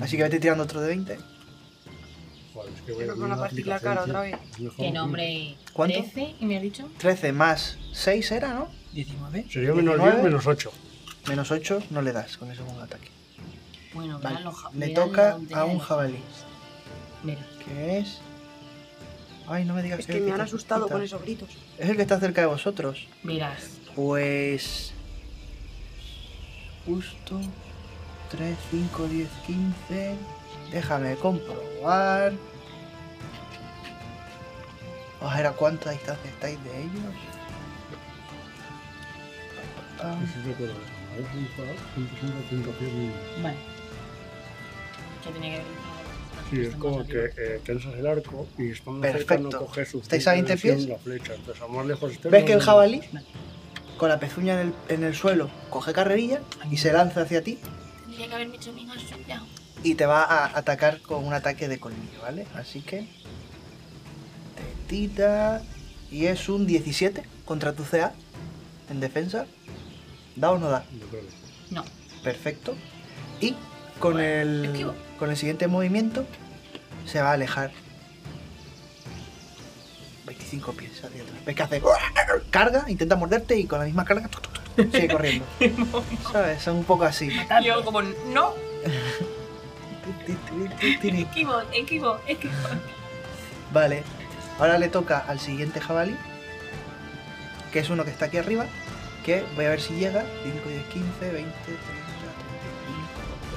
Así que vete tirando otro de 20.
Joder, es Mm. que voy
Pero
a
con la
abrir
partícula cara
aplicación,
otra
tío. Mejor
Que
no.
nombre.
¿Cuánto?
13, y me has dicho.
13 más 6 era, ¿no?
19.
Sería menos
19.
10, menos 8.
Menos 8 no le das con el segundo ataque.
Bueno,
Vale.
mira lo ja-
Le
Ah, mira la
toca
tontería
a
de
un
los
jabalí.
jabalíes. Mira.
¿Qué es? Ay, no me digas
Es
el
que me han
está
asustado
cerquita.
con esos gritos.
Es el que está cerca de vosotros.
Verás.
Pues. Justo. 3, 5, 10, 15. Déjame comprobar. Os era cuánta distancia estáis de ellos. Pa, pa, pa.
Sí, yo creo que es. A ver si está, 25, 30 pies mínimo.
Vale. Que tenía que ver.
Sí, es como que eh, tensas el arco y estando cerca no
Perfecto.
coges su
¿Estáis
punto
a
de
20
acción
pies?
la flecha. Entonces, a más lejos estés,
¿Ves
más
que el
lejos.
jabalí, con la pezuña en el, en el suelo, coge carrerilla y se lanza hacia ti
Tendría que haberme hecho bien al suya.
y te va a atacar con un ataque de colmillo, ¿vale? Así que. Te tira. Y es un 17 contra tu CA en defensa. ¿Da o no da?
Yo creo que sí.
No.
Perfecto. Y con el,
esquivo.
con el siguiente movimiento se va a alejar. 25 pies hacia atrás. ¿Ves que hace? Carga, intenta morderte y con la misma carga tuc, tuc, tuc, sigue corriendo. ¿Sabes? Son un poco así.
Y luego, como, no, esquivo, esquivo, esquivo.
Vale, ahora le toca al siguiente jabalí, que es uno que está aquí arriba, que voy a ver si llega. 5, 10, 15, 20, 30, 35.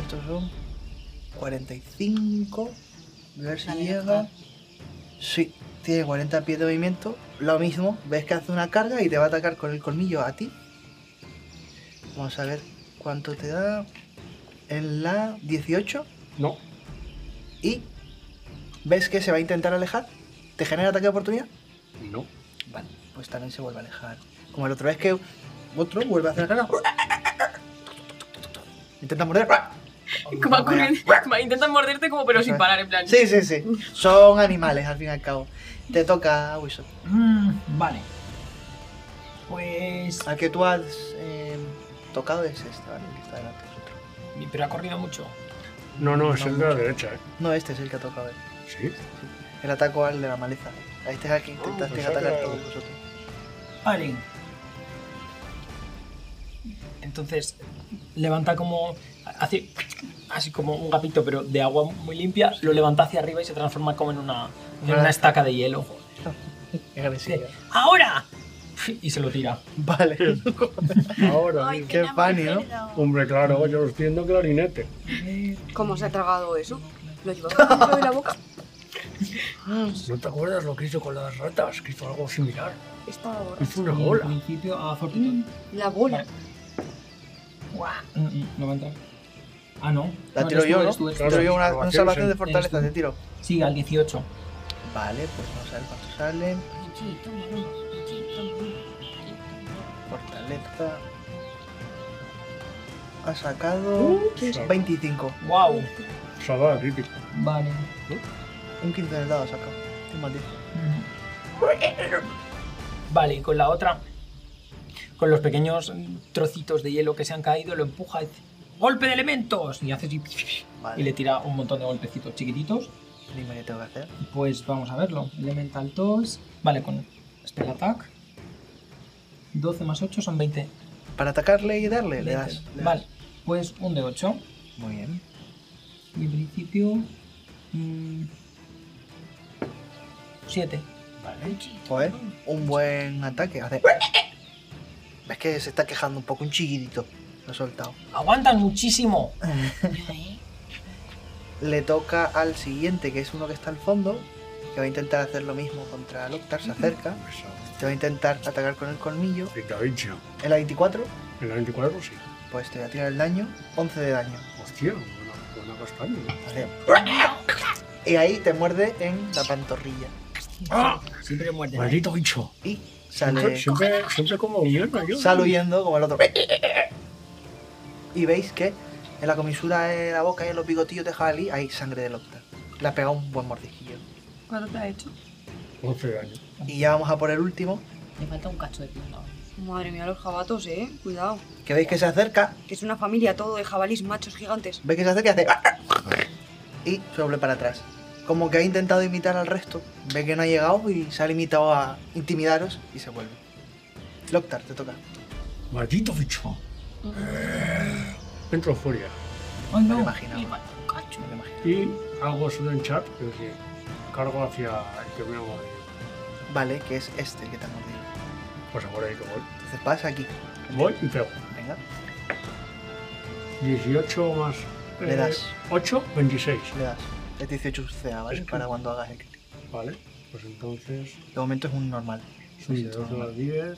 Estos son 45. Voy a ver si
Dale,
llega.
Oscar.
Sí, tiene 40 pies de movimiento. Lo mismo, ves que hace una carga y te va a atacar con el colmillo a ti. Vamos a ver cuánto te da. En la 18
No,
y ves que se va a intentar alejar, te genera ataque de oportunidad,
no.
vale, pues también se vuelve a alejar. Como la otra vez que otro vuelve a hacer la cara. Intenta morder.
Como a correr- va- intentan morderte como pero sin parar, en plan.
Sí, sí, sí. Son animales al fin y al cabo. Te toca, Wilson.
Mm, vale. Pues.
Al que tú has eh, tocado es este, ¿vale? El que está delante de vosotros.
Pero ha corrido mucho.
No, no, es
No
el de la
mucho.
derecha, ¿eh?
No, este es el que ha tocado él.
Sí.
El ataco al de la maleza. A Este es al que intentasteis
pues
atacar
saca-
todos vosotros.
Vale. Entonces, levanta como. Hace así como un gapito, pero de agua muy limpia. Lo levanta hacia arriba y se transforma como en una, en
Una
una
lanza.
estaca de hielo.
Qué agresiva.
¡Ahora! Y se lo tira.
Vale.
Ahora
Ay,
mismo.
Qué
la
funny, ¿no?
mujer,
Hombre, claro, yo lo estoy viendo clarinete.
¿Cómo se ha tragado eso? Lo llevaba dentro de la boca.
¿No te acuerdas lo que hizo con las ratas? Que hizo algo similar.
Estaba borracho.
Hizo una
Y En
bola.
principio a fortitud.
La bola.
Mm, mm, No va a entrar. Ah, no.
La
No,
tiro
eres
yo,
tú, eres tú,
¿no?
eres tú.
Tiro yo una,
Salvación,
un salvación de
sí.
fortaleza,
Eres
te
tú.
tiro.
Sí, al 18.
Vale, pues vamos a ver cuánto sale.
Chiquito, mira, chiquito, mira.
Fortaleza. Ha sacado
Uh,
Salva-
25.
¡Wow!
Salvada crítica.
Vale.
¿Eh? Un quinto del dado ha sacado. Qué maldito.
Vale, y con la otra, con los pequeños trocitos de hielo que se han caído, lo empuja y dice, ¡Golpe de elementos! Y hace así,
Vale.
y le tira un montón de golpecitos chiquititos.
Dime qué tengo que hacer.
Pues vamos a verlo. Elemental 2. Vale, con Spell Attack. 12 más 8 son 20.
Para atacarle y darle, le
20.
das. le das.
Vale, pues un de 8.
Muy bien.
Y en principio... mm, 7.
Vale. Joder, un buen ataque. Hace... Es que se está quejando un poco, un chillidito. Lo ha soltado.
¡Aguantan muchísimo!
Ya, ¿eh?
Le toca al siguiente, que es uno que está al fondo. que va a intentar hacer lo mismo contra Loctar, se acerca, te va a intentar atacar con el colmillo.
Venga, hincha.
El A24,
En la 24 sí.
pues te voy a tirar el daño, 11 de daño.
Hostia, buena, buena castaña.
Vale. Y ahí te muerde en la pantorrilla.
¡Ah!
Siempre muerde. ¿eh?
Maldito bicho.
Y
Siempre,
sale,
siempre, siempre como mierda yo.
sale huyendo como el otro. Y veis que en la comisura de la boca y en los bigotillos de Jali hay sangre de Loctar. Le ha pegado un buen mordisquillo.
¿Cuánto te ha hecho?
11 años.
Y ya vamos a por el último,
Me falta un cacho de pluma.
Madre mía, los jabatos, eh. Cuidado.
que veis que se acerca,
Que es una familia todo de jabalís machos gigantes.
veis que se acerca y hace... Y sobre para atrás. Como que ha intentado imitar al resto, ve que no ha llegado y se ha limitado a intimidaros y se vuelve. Loctar, te toca.
Maldito bicho. Eh, Entro en furia.
Oh,
No me
no.
imaginaba.
Me falta un cacho.
no me imaginaba.
Y hago sudden chat, es decir, cargo hacia el que me ha mordido.
Vale, que es este el que te ha mordido.
Pues ahora ahí que voy.
Entonces pasa aquí.
Voy y pego.
Venga,
18 más. Eh,
Le das.
8, 26.
le das. Es 18 CA, ¿vale?
Es que-
Para cuando hagas el crítico.
Vale, pues entonces.
De momento es un normal.
Sí, de 12 a las 10.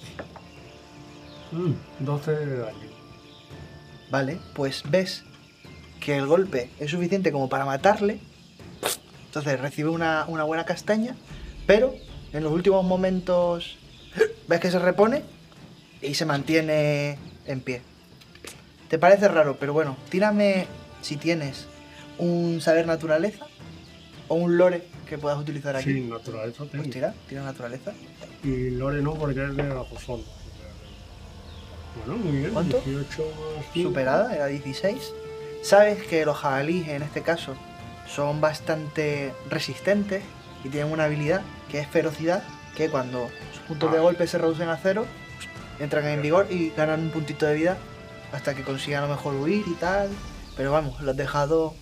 Mm, 12 de daño.
Vale, pues ves que el golpe es suficiente como para matarle. Entonces recibe una, una buena castaña, pero en los últimos momentos ves que se repone y se mantiene en pie. Te parece raro, pero bueno, tírame si tienes un saber naturaleza o un lore que puedas utilizar aquí.
Sí, naturaleza
Pues
tengo.
tira, tira naturaleza.
Y Lore no, porque es de bajo fondo. Bueno, muy bien.
¿Cuánto?
18 más. cinco.
superada, era 16. Sabes que los jabalíes en este caso son bastante resistentes y tienen una habilidad que es ferocidad, que cuando sus puntos de
Ah.
golpe se reducen a cero, entran en vigor y ganan un puntito de vida hasta que consigan a lo mejor huir y tal. Pero vamos, los has dejado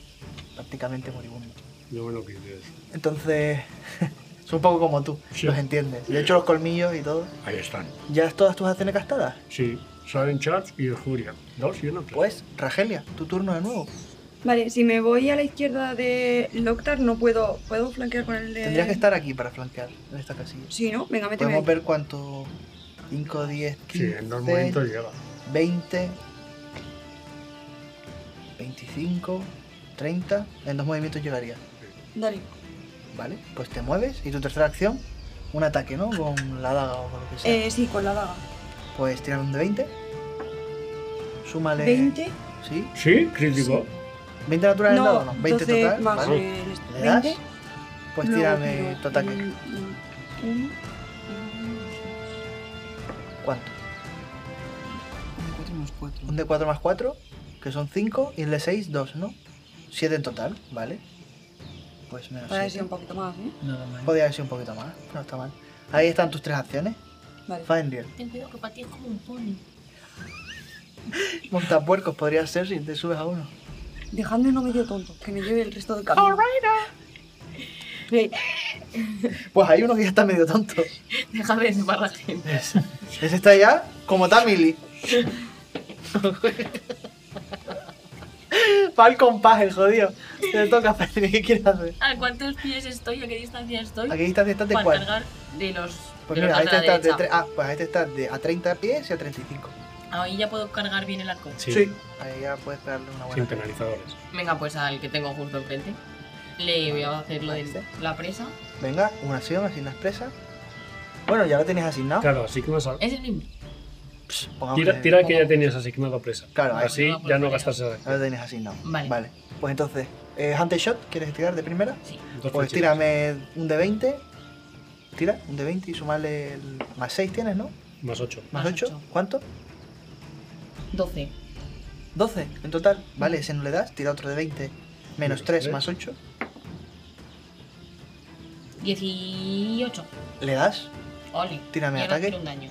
prácticamente moribundos.
No me lo quité eso.
Entonces, son un poco como tú,
Sí.
los entiendes. De hecho, los colmillos y todo.
Ahí están.
¿Ya es todas tus acciones gastadas?
Sí, Sudden Charge y Juria. Dos y una. tres.
Pues, Ragelia, tu turno de nuevo.
Vale, si me voy a la izquierda de Loctar, no puedo. ¿Puedo flanquear con el de.?
Tendrías que estar aquí para flanquear en esta casilla.
Eh. Sí, ¿no? Venga, méteme.
Podemos
ahí.
ver cuánto. 5, 10,
Sí, en dos
15,
momentos llega.
20, 25, 30. En dos movimientos llegaría.
Dale.
Vale, pues te mueves y tu tercera acción, un ataque, ¿no? Con la daga o con lo que sea.
Eh, sí, con la daga.
Pues tirar un de 20. Súmale.
20.
Sí.
¿Sí? ¿Crítico?
20 natural en
no,
dado, o no. 20
12
total.
Más
Vale.
el este.
Le das.
20.
Pues
luego
tírame
tiro
tu ataque.
un- un- uno, uno, dos,
¿Cuánto?
un cuatro más cuatro.
Un de 4 más 4, que son 5, y el de 6, 2, ¿no? 7 en total, ¿vale? Pues menos
Para
7.
ser un poquito más, ¿eh?
Nada más.
Podría haber sido un poquito más, no está mal. Ahí están tus tres acciones.
Vale.
Fenrir,
Ten cuidado que para ti es como un pony.
montapuercos podría ser si te subes a uno.
Dejadme no medio tonto, que me lleve el resto del camino. Bien,
Pues hay uno que ya está medio tonto.
Déjame de separar la gente.
Ese está ya como Tamili. Va al compás el jodido. Te toca, Fenrir, ¿qué quieres hacer?
¿A Ah, cuántos pies estoy? ¿A qué distancia estoy?
¿A qué distancia estás de
Para
cuál?
cargar de los.
Pues
de
mira,
los de
este
la
está, de
derecha.
tre- ah, pues este está de a 30 pies y a 35.
Ahí ya puedo cargar bien el arco.
Sí.
Ahí ya puedes pegarle una buena.
Sin penalizadores.
Venga, pues al que tengo justo enfrente. Le voy a hacer lo
¿A
de
este?
la presa.
Venga, una acción, asignas presa. Bueno, ya lo tenías asignado.
Claro, así que me sal...
Es el mismo.
Pss, pongamos
Tira,
que-
tira el que ya tenías asignado presa.
Claro, ahí
Así
No, por
ya no
favor.
gastas esa.
ya lo tenías asignado.
Vale.
Vale. Pues entonces, eh, Hunter Shot, ¿quieres tirar de primera?
Sí.
Entonces,
Pues tírame un de 20. Tira, un de 20 y sumarle el. Más 6 tienes, ¿no?
Más 8.
Más
Más
8.
ocho.
¿Cuánto?
12.
12 en total. Vale, ese no le das. Tira otro de 20. Menos
Menos
3
tres.
más 8.
18.
Le das.
Ole.
Tírame
Y ahora
ataque.
tiro un daño.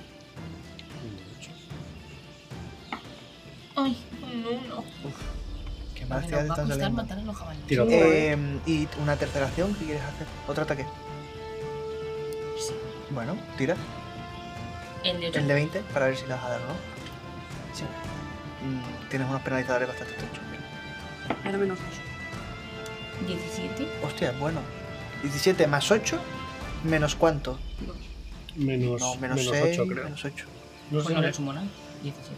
Ay, no, no.
Que
Me
más tiras
nos
te
va a
están
costar
saliendo.
matar a los jabalíes.
Tira otro.
Eh, y una tercera acción, ¿qué quieres hacer? Otro ataque.
Sí.
Bueno, tira.
El de 8.
El de 20 para ver si le vas a dar o no.
Sí.
Mm, tienes unos penalizadores bastante tochos.
ahora menos dos.
17.
Hostia, es bueno. 17 más 8, menos cuánto?
Menos,
No, menos,
menos,
6,
8, creo.
menos 8.
No, sé,
Pues no le sumo nada. 16.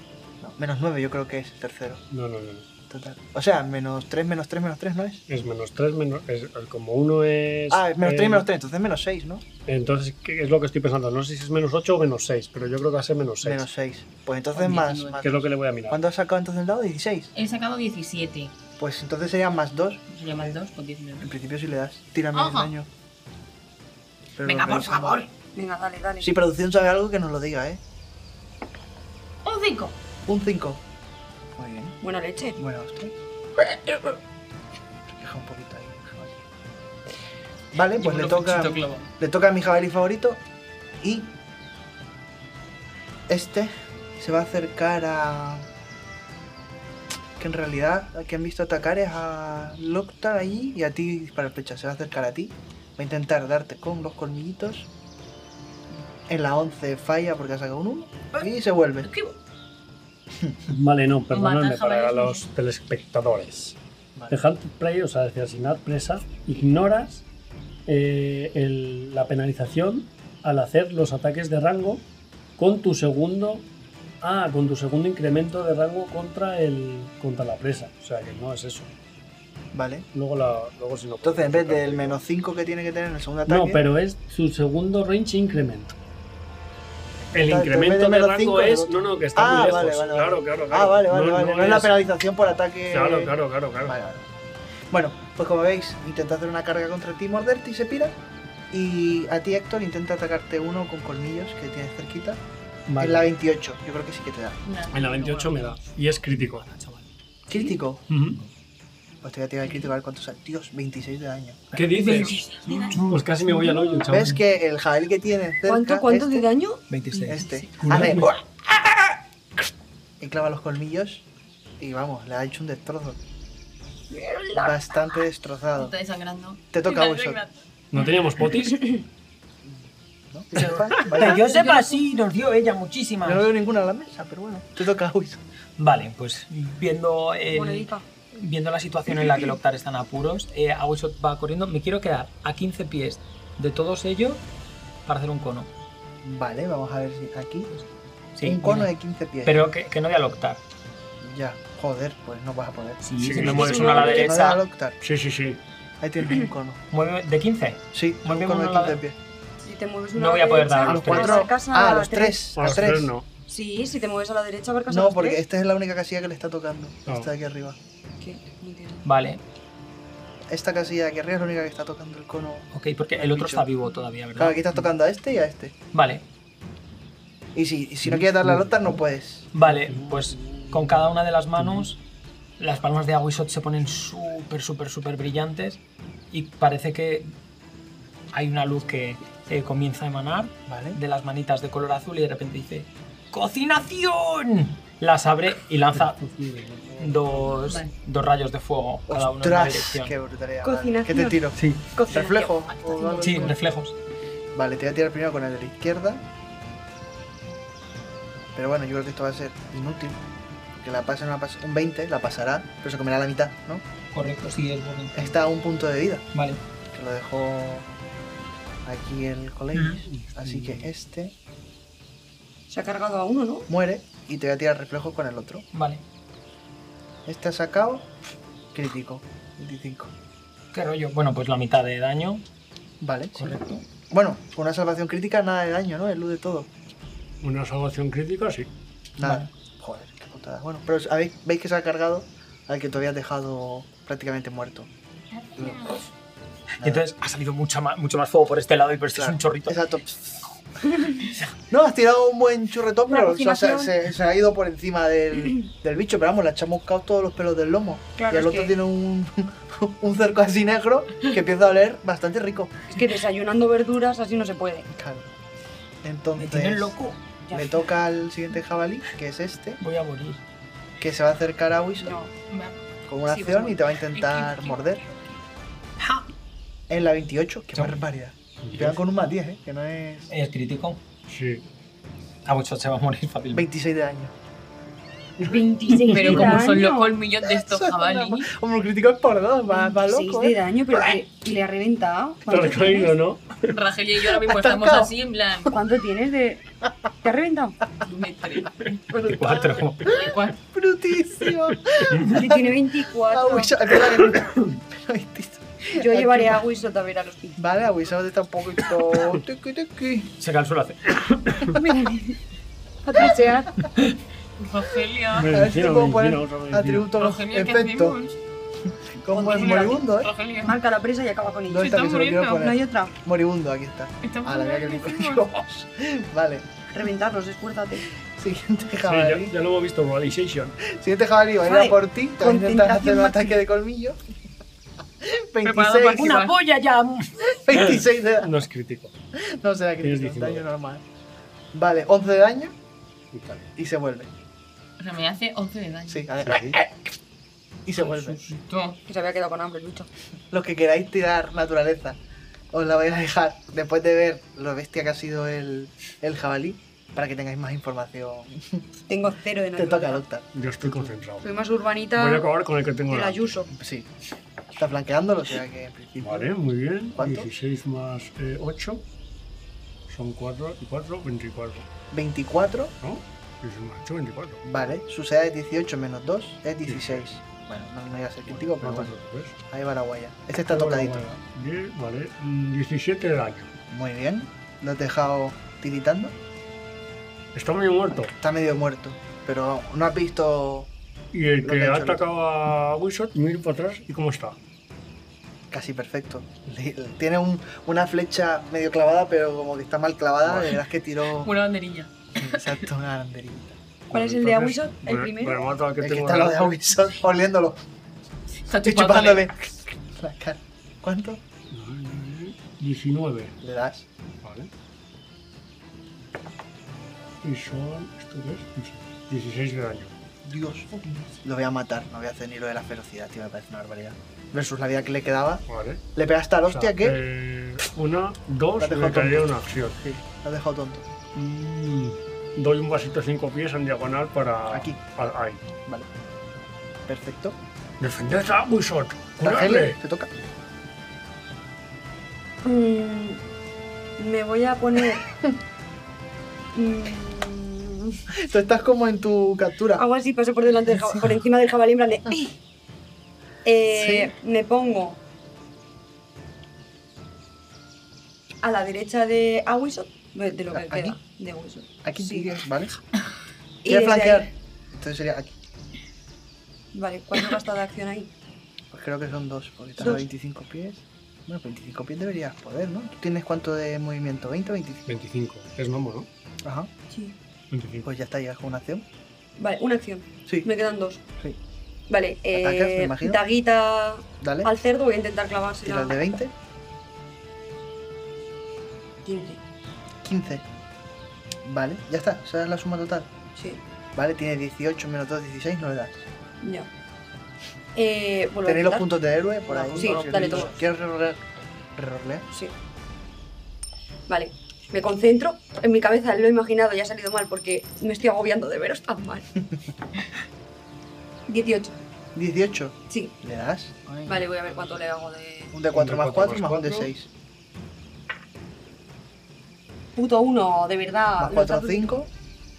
No, menos 9 yo creo que es el tercero.
no, no, no.
Total. O sea, menos 3, menos 3, menos 3, ¿no es?
Es menos 3, menos. es- como uno es.
Ah, es menos 3,
eh,
menos 3, entonces menos 6, ¿no?
Entonces, ¿qué es lo que estoy pensando? No sé si es menos 8 o menos 6, pero yo creo que va a ser menos 6.
Menos 6. Pues entonces
Con
más,
19.
más-
¿Qué es lo que le voy a mirar?
¿Cuánto has sacado entonces el dado? 16.
He sacado 17.
Pues entonces serían más 2.
Se llama el 2 con
En
19.
principio si le das, tírame el
pues Ajá.
daño. Pero
Venga, por
revisando.
favor.
Venga, dale, dale.
Si producción sabe algo que nos lo diga, ¿eh?
Un 5.
Un 5. Muy bien.
Buena leche.
Bueno, ostras. Se queja un poquito ahí. el jabalí. Vale, pues le toca, le toca a mi jabalí favorito. Y este se va a acercar a... Que en realidad a que han visto atacar es a Loctar allí y a ti dispara flecha. Se va a acercar a ti. Va a intentar darte con los colmillitos. En la 11 falla porque ha sacado un 1. Y se vuelve.
Vale, no, perdonadme
Matar
para
jabalíes, ¿no?
los telespectadores.
Vale.
Dejar play, o sea, decir, asignar presa, ignoras eh, el- la penalización al hacer los ataques de rango con tu segundo. Ah, con tu segundo incremento de rango contra el contra la presa. O sea que no es eso.
Vale.
Luego, la, luego si no.
Entonces, en vez del menos 5 que tiene que tener en el segundo
No,
ataque.
pero es su segundo range incremento. El
Entonces, en
incremento
vez de
de
menos
rango
cinco,
es.
menos-
No, no, que está
Ah,
muy lejos.
vale, vale, vale.
Claro, claro, claro.
Ah, vale, vale, vale. No, es la
es-
penalización por ataque.
Claro, claro, claro, claro.
Vale, vale. Bueno, pues como veis, intenta hacer una carga contra ti, morderte y se pira. Y a ti, Héctor, intenta atacarte uno con colmillos que tienes cerquita.
Vale.
En la 28, yo creo que sí que te da.
En la 28 me da. Y es crítico, chaval.
Crítico. Pues te voy a tirar el crítico a ver cuánto sale. Dios, 26 de daño.
¿Qué dices? Pues casi me voy al hoyo, chaval.
¿Ves que el jabalí que tiene cerca.
¿Cuánto, cuánto
este,
de daño?
26.
Este.
Curarme.
Hace. Y clava los colmillos. Y vamos, le ha hecho un destrozo. Bastante destrozado.
Está desangrando.
Te toca a vosotros.
¿No teníamos potis?
¿no? Ya está,
Que
vaya.
yo sepa, sí, nos dio ella muchísimas.
Yo no veo ninguna en la mesa, Ah, pero bueno. Te toca a Wiz.
Vale, pues viendo el-
Monedica.
viendo la situación en la que Loctar está en apuros, eh, Awishot va corriendo. Me quiero quedar a 15 pies de todos ellos para hacer un cono.
Vale, vamos a ver si aquí.
Sí,
un cono
mira.
de 15 pies.
Pero que, que no voy a Loctar.
Ya, joder, pues no vas a poder.
Si,
Sí,
si
sí,
me
sí,
mueves
sí,
uno a la
Que no le da
derecha,
al octar.
Sí, sí, sí.
Ahí tienes un cono.
mueve de 15.
Sí,
Muy
un
bien,
cono
uno a
de 15
la-
pies.
Si te mueves
No
una
voy a poder dar
A
A
los
los
cuatro.
abarcas
Ah, a los
tres.
tres.
A
A
los
tres.
tres no.
Sí, si te mueves a la derecha abarcas a
No,
los
porque
tres.
esta es la única casilla que le está tocando.
No.
Esta de aquí arriba.
¿Qué? No entiendo.
Vale,
Esta casilla de aquí arriba es la única que está tocando el cono.
ok, porque el otro está vivo todavía, ¿verdad?
Claro, aquí estás tocando a este y a este.
Vale,
Y si, y si no quieres darle al octar, no puedes.
Vale, pues con cada una de las manos, las palmas de Aguishot se ponen súper, súper, súper brillantes y parece que hay una luz que eh, comienza a emanar
Vale.
de las manitas de color azul y de repente dice ¡Cocinación! Las abre y lanza dos,
Vale.
dos rayos de fuego cada uno en una
¡Ostras!
dirección. Ah,
¡Qué brutalidad! Vale.
Cocinación.
¿Qué te tiro?
Sí.
Cocina.
¿Reflejo? o algo
Sí,
así?
reflejos.
Vale, te voy a tirar primero con el de la izquierda. Pero bueno, yo creo que esto va a ser inútil. Que la pase o no la pase. Un 20 la pasará, pero se comerá la mitad, ¿no?
Correcto, sí, es bueno.
Está a un punto de vida,
Vale.
que lo dejó aquí el colegio.
Mm.
Así que este
Se ha cargado a uno, ¿no?
muere y te voy a tirar reflejos con el otro.
Vale.
Este ha sacado crítico, 25.
¿Qué rollo? Bueno, pues la mitad de daño.
Vale, sí.
Correcto.
Bueno, con una salvación crítica nada de daño, ¿no? Elude todo.
Una salvación crítica, sí.
Nada. Joder, qué putada. Bueno, pero habéis- veis que se ha cargado al que te habías dejado prácticamente muerto.
Y entonces ha salido mucha ma- mucho más fuego por este lado y por este
Claro,
es un chorrito.
Exacto. No, has tirado un buen churretón,
Una
pero o sea, se, se-
cocinación.
se ha ido por encima del, del bicho. Pero vamos, le ha chamuscado todos los pelos del lomo.
Claro,
y el
es
otro
que-
tiene un, un cerco así negro que empieza a oler bastante rico.
Es que desayunando verduras así no se puede.
Claro. Entonces,
Me tienen loco.
Ya.
me toca al siguiente jabalí, que es este,
Voy a morir.
que se va a acercar a Wison
No.
con una
Sí, pues,
acción y
bueno.
te va a intentar morder. En la 28, qué
Chao.
barbaridad. Pegan con un más 10, ¿eh? que no es
Es crítico.
Sí.
A muchos se va a morir fácilmente.
26 de daño.
26
Pero
de
como
daño.
son los colmillos de estos jabalíes.
Hombre, el crítico es por dos, va, va
26
loco.
de
¿eh?
daño, pero que le ha reventado.
Te lo he
¿Cuánto tienes?
creído, ¿no?
Rachel y yo ahora mismo estamos
Atacao.
así en plan.
¿Cuánto tienes de...? ¿Te ha reventado?
me tre-
Cuatro.
me cua-
Brutísimo.
Que tiene
Ah,
24.
uy, yo- espera que- Brutísimo.
Yo llevaré a Wisdom a ver a los pies.
Vale, Aguisado está un poquito. tuqui, tuqui.
Se cansó la hace.
Patricia,
Rogelia.
A ver si te
Medicina,
puedo poner
medicina, otra medicina.
atributos
Rogelia, ¿qué
efecto.
hacemos?
Como es
Rogelia,
moribundo, ¿eh?
Rogelia.
marca la presa y acaba con ello.
¿Dónde está
está
que se lo quiero
muriendo.
poner?
No hay otra.
Moribundo, aquí está.
Estamos
Ah, la verdad que
hablando,
me
¿qué hacemos?
Dios. Vale,
Reventarlos, esfuérzate.
siguiente
Sí, ya,
jabalí.
ya lo hemos visto en Realization.
Siguiente jabalí, va a ir a
Vale,
por ti. Te va a intentar hacer
concentración
un
máxima.
ataque de colmillo.
Preparado para
26,
esquivar.
¡Una polla ya!
26 de daño.
No es crítico.
No será
Tienes
crítico,
19.
daño normal. Vale, 11 de daño
Y tal.
y se vuelve.
O sea, me hace 11 de daño.
Sí, a ver. Y se vuelve.
Tú.
Que se había quedado con hambre, el bicho.
Los que queráis tirar naturaleza, os la vais a dejar después de ver lo bestia que ha sido el, el jabalí, para que tengáis más información.
Tengo cero de
Te
nada.
toca, Doctor.
Yo estoy concentrado.
Soy
Voy
más
a
urbanita
acabar con el que tengo
que la
delante.
Ayuso.
Sí. Está flanqueándolo, o sea que en principio.
Vale, muy bien.
¿Cuánto?
16 más 8 son 4 y 4, 24.
24,
¿No? 16 más 8, 24.
vale. Su SEA es 18 menos 2, es 16. Bueno, no, no iba a ser crítico, pero
No te
bueno.
preocupes.
Ahí va la guaya. Este está tocadito.
Bien, vale. Mm, 17 de daño.
Muy bien. Lo has dejado tiritando.
Está medio muerto.
Está medio muerto, pero no has visto
Y el
Lo
que
que ha
ha
hecho el
atacado a Wishot, mira para atrás y cómo está.
casi perfecto. Le- Tiene un- una flecha medio clavada, pero como que está mal clavada.
Vale.
Verás que tiró.
Una banderilla.
Exacto, una banderita.
¿Cuál es el de Awisot? ¿El primero?
pues, Bueno, mato al que
El que
tengo
está al lado de
delante.
Wilson, oliéndolo
Está
y
chupándole.
chupándole la cara. ¿Cuánto?
19.
Le das.
Vale. Y son. ¿Esto qué es? 16 de daño.
Dios. Lo voy a matar, no voy a hacer ni lo de la ferocidad, tío, me parece una barbaridad. Versus la vida que le quedaba.
Vale.
Le pegaste al hostia
O sea,
que
eh, una, dos,
La
y
dejo
me caería
tonto.
una acción.
Sí, lo has dejado tonto.
Mm, Doy un vasito cinco pies en diagonal para.
Aquí.
a- ahí.
Vale. Perfecto.
Defended a Wishot.
Rangel,
¡Curarle!
te toca.
Mm, me voy a poner... Mm,
Tú estás como en tu captura.
hago así, paso por, delante del jaba- por encima del jabalí en plan de...
Ah.
Eh, Me pongo... A la derecha de Awisot. De de lo que
¿Aquí?
queda de Awisot.
Aquí
sí.
sigues, ¿vale?
Y
Quieres
desde ahí-
flanquear. Entonces sería aquí.
Vale, ¿cuánto gasta de acción ahí?
Pues creo que son dos, porque estás a
Dos.
25 pies. Bueno, 25 pies deberías poder, ¿no? ¿Tú tienes cuánto de movimiento? ¿20 o 25?
25. Es nombre, ¿no?
Ajá.
Sí.
25.
Pues ya está, llegas con una acción.
Vale, una acción.
Sí.
Me quedan dos.
Sí.
Vale,
Atacas, me
eh,
imagino.
daguita
Dale.
al cerdo, voy a intentar clavársela.
Tira el de 20.
15.
15. Vale, ya está. Esa es la suma total.
Sí, Pues
Vale, tiene 18 menos 2, 16. No le das.
ya. Eh, vuelvo
Tenéis los
a intentar.
puntos de héroe por ahí.
Sí,
por si
dale,
queréis.
toma.
¿Quieres rerolear? ¿Rerolear?
Sí. Vale, me concentro. En mi cabeza lo he imaginado y ha salido mal porque me estoy agobiando de veros tan mal. 18.
18.
Sí.
¿Le das?
Vale, voy a ver cuánto le hago de.
Un de 4
Un
más
D4
4
más
más un de
cuatro.
6.
Puto 1, de verdad.
Más
lo
4,
estás-
5.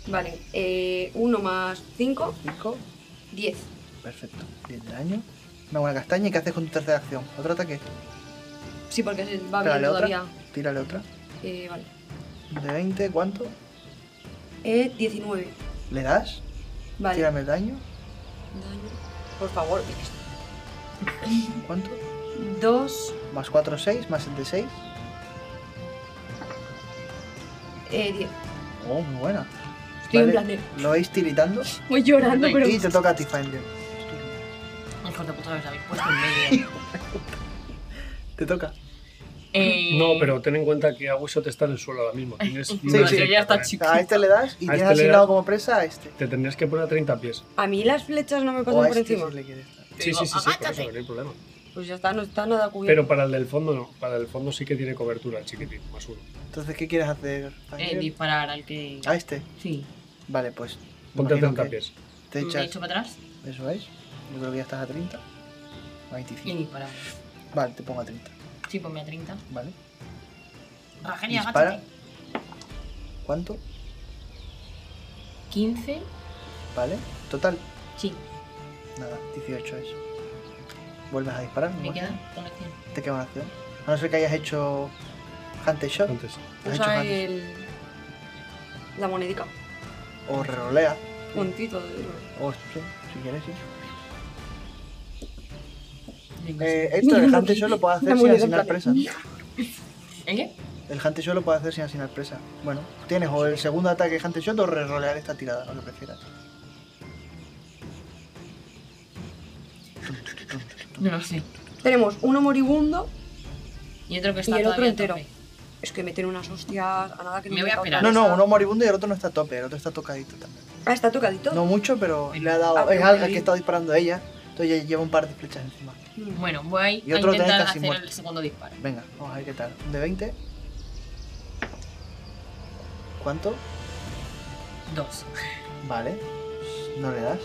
Vale, 1 más 5,
5.
10.
Perfecto. 10 de daño. Una buena castaña. ¿Y qué haces con tu tercera acción? ¿Otro ataque?
Sí, porque se va bien
Tírale
todavía.
otra. Tírale otra.
Eh, vale.
Un De 20, ¿cuánto?
Eh, 19.
¿Le das?
Vale.
Tírame el daño.
Daño. Por favor.
¿Cuánto?
2,
Más 4, 6, más el de 6.
eh, 10.
Oh, muy buena.
Estoy en
Vale,
plan de.
¿Lo vais tiritando?
Voy llorando, pero.
Y te toca a ti, Finder.
Hijos de puta, os habéis puesto en medio.
Te toca.
Eh,
No, pero ten en cuenta que a Wishot está en el suelo ahora mismo. Tienes
sí,
no,
sí.
yo ya está chiquito.
A este le das y tienes
A este le
asignado
das.
como presa a este.
Te tendrías que poner a 30 pies.
A mí las flechas no me
O
pasan
a
Pues por
este
encima.
si le quieres dar.
Sí,
digo,
sí, sí, sí, por eso
agáchate.
que no hay problema.
Pues ya está, no está nada cubierto.
Pero para el del fondo no. Para el fondo sí que tiene cobertura el chiquitín, más uno.
Entonces, ¿qué quieres hacer?
Eh,
Finder?
disparar al que.
A este.
Sí.
Vale, pues.
Ponte a
imagino
30
que
pies.
Te
Me
echas.
echo para atrás
Eso es. Yo creo que ya estás a 30. A
y
25.
ni para.
Vale, te pongo a 30.
Sí, ponme a 30.
Vale.
Rajeria,
Dispara.
agáchate.
¿Cuánto?
15.
Vale. Total.
Sí,
Nada, 18 es. Vuelves a disparar.
me
¿no?
queda una acción.
Te queda una acción. A no ser que hayas hecho Hunter Shot.
Antes.
Has hecho
Usa
Hunter Shot.
el... la monedica.
O rerolea.
Puntito de...
O sí, si quieres, sí.
Digo,
Eh, esto, el Hunter Shot lo puedes hacer sin asignar presa.
sí. ¿El qué?
El Hunter Shot lo puedes hacer sin asignar presa. Bueno, tienes o el segundo ataque Hunter Shot o rerolear esta tirada, lo que prefieras.
No lo sé.
Tenemos uno moribundo.
Y otro que está
Y el otro
todavía a
entero.
tope.
Es que meter unas hostias a nada que
Me
no
voy a
causa-
esperar.
No, no, uno moribundo y el otro no está a tope, el otro está tocadito también.
Ah, está tocadito.
No mucho, pero le ha
Ah,
dado. Es
pero
Alga
ahí-
que está disparando a ella, entonces ya lleva un par de flechas encima.
Bueno, voy a
Y otro
intentar
tenés casi
hacer
muerto.
el segundo disparo.
Venga, vamos a ver qué tal. Un de 20. ¿Cuánto?
Dos.
Vale. No le das.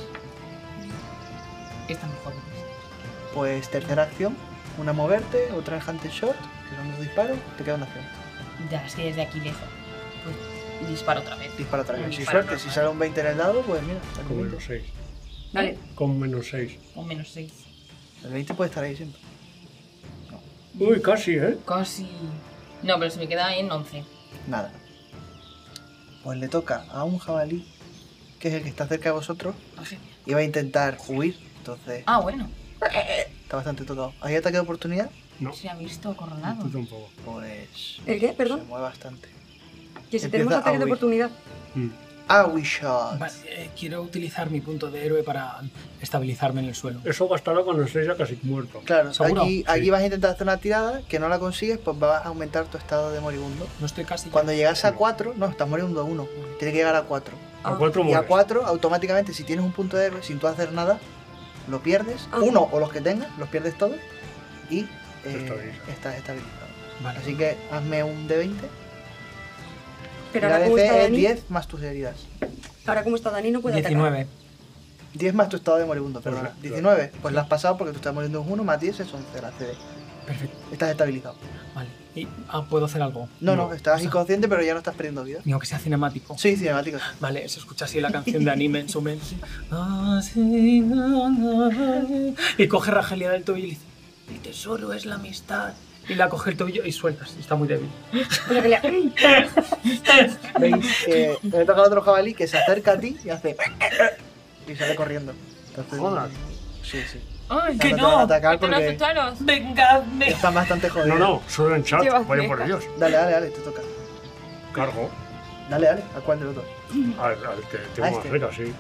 Esta mejor.
Pues tercera acción. Una moverte, otra el hunter shot, que son dos disparos, te queda una acción.
Ya, es que desde aquí lejos. Pues disparo otra vez.
Dispara otra vez. Si
Disparo
suerte, si
normal.
sale un 20 en el dado, pues mira, sale
Con
un
menos
20.
6.
Vale.
Con menos 6.
¿Eh? O menos seis.
El 20 puede estar ahí siempre.
Uy, casi, ¿eh?
Casi. No, pero se me queda en 11.
Nada. Pues le toca a un jabalí, que es el que está cerca de vosotros,
Ah,
Rajeria.
y va a intentar huir. Entonces,
Ah, bueno.
está bastante tocado. ¿Hay ataque de oportunidad?
Se ha visto acorralado.
Tú tampoco.
Pues.
¿El qué?
Se
Perdón.
mueve bastante.
Que si
Empieza
tenemos
a
ataque de
huir.
oportunidad.
Mm.
Ah, we shot.
Vale, eh, quiero utilizar mi punto de héroe para estabilizarme en el suelo.
Eso gastará cuando estés ya casi muerto.
Claro,
¿Seguro?
aquí, aquí
Sí.
vas a intentar hacer una tirada que no la consigues, pues vas a aumentar tu estado de moribundo.
No estoy casi.
Cuando llegas a
No.
4, no, estás moribundo 1, tiene que llegar a 4.
A
Ah.
cuatro
Y a
mueres.
4, automáticamente, si tienes un punto de héroe sin tú hacer nada, lo pierdes,
Ah.
uno o los que tengas, los pierdes todos y eh,
estabiliza.
estás estabilizado.
Vale,
Así que hazme un D20.
Pero
la
ahora como está
DC es
Dani.
10 más tus heridas.
Ahora como está Dani no puede atacar.
19.
10 más tu estado de moribundo,
Pues
perdona.
sí, claro.
19, pues la has pasado porque tú estás moribundo 1 más 10 es 11 la CD.
Perfecto.
Estás estabilizado.
Vale. Y, ah, puedo hacer algo.
No, no,
está
estabas inconsciente, pero ya no estás perdiendo vida.
Digo que sea cinemático.
Sí, cinemático.
Vale, se escucha así la canción de anime en su mente. Y coge Ragelia del tobillo y le dice: El tesoro es la amistad. Y la coge el tobillo y sueltas. Está muy débil.
O sea que le-
Veis que le toca al otro jabalí que se acerca a ti y hace. Y sale corriendo. Entonces,
Joder.
Sí, sí.
¡Ay,
Este No, no te van a atacar
¡Que no
porque
aceptaros!
¡Vengadme!
están bastante jodidos.
No, no, solo en chat.
Llevas
Vaya por
viejas.
Dios.
Dale, dale, dale, te toca.
Cargo.
Dale, dale, ¿a cuál de los dos?
Al,
Ah,
al que tengo
A
más
este.
cerca, sí.
Vale.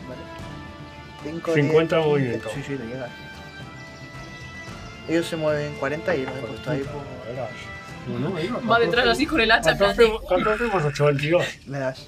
Cinco,
50
diez,
movimiento.
Sí, sí, te llegas. Ellos se mueven 40 y los he puesto ahí pues. por.
Verás. Bueno, venga,
Va
14.
detrás así con el hacha, en plan
14
de-
¿Cuántos hemos hecho? 22.
Le das.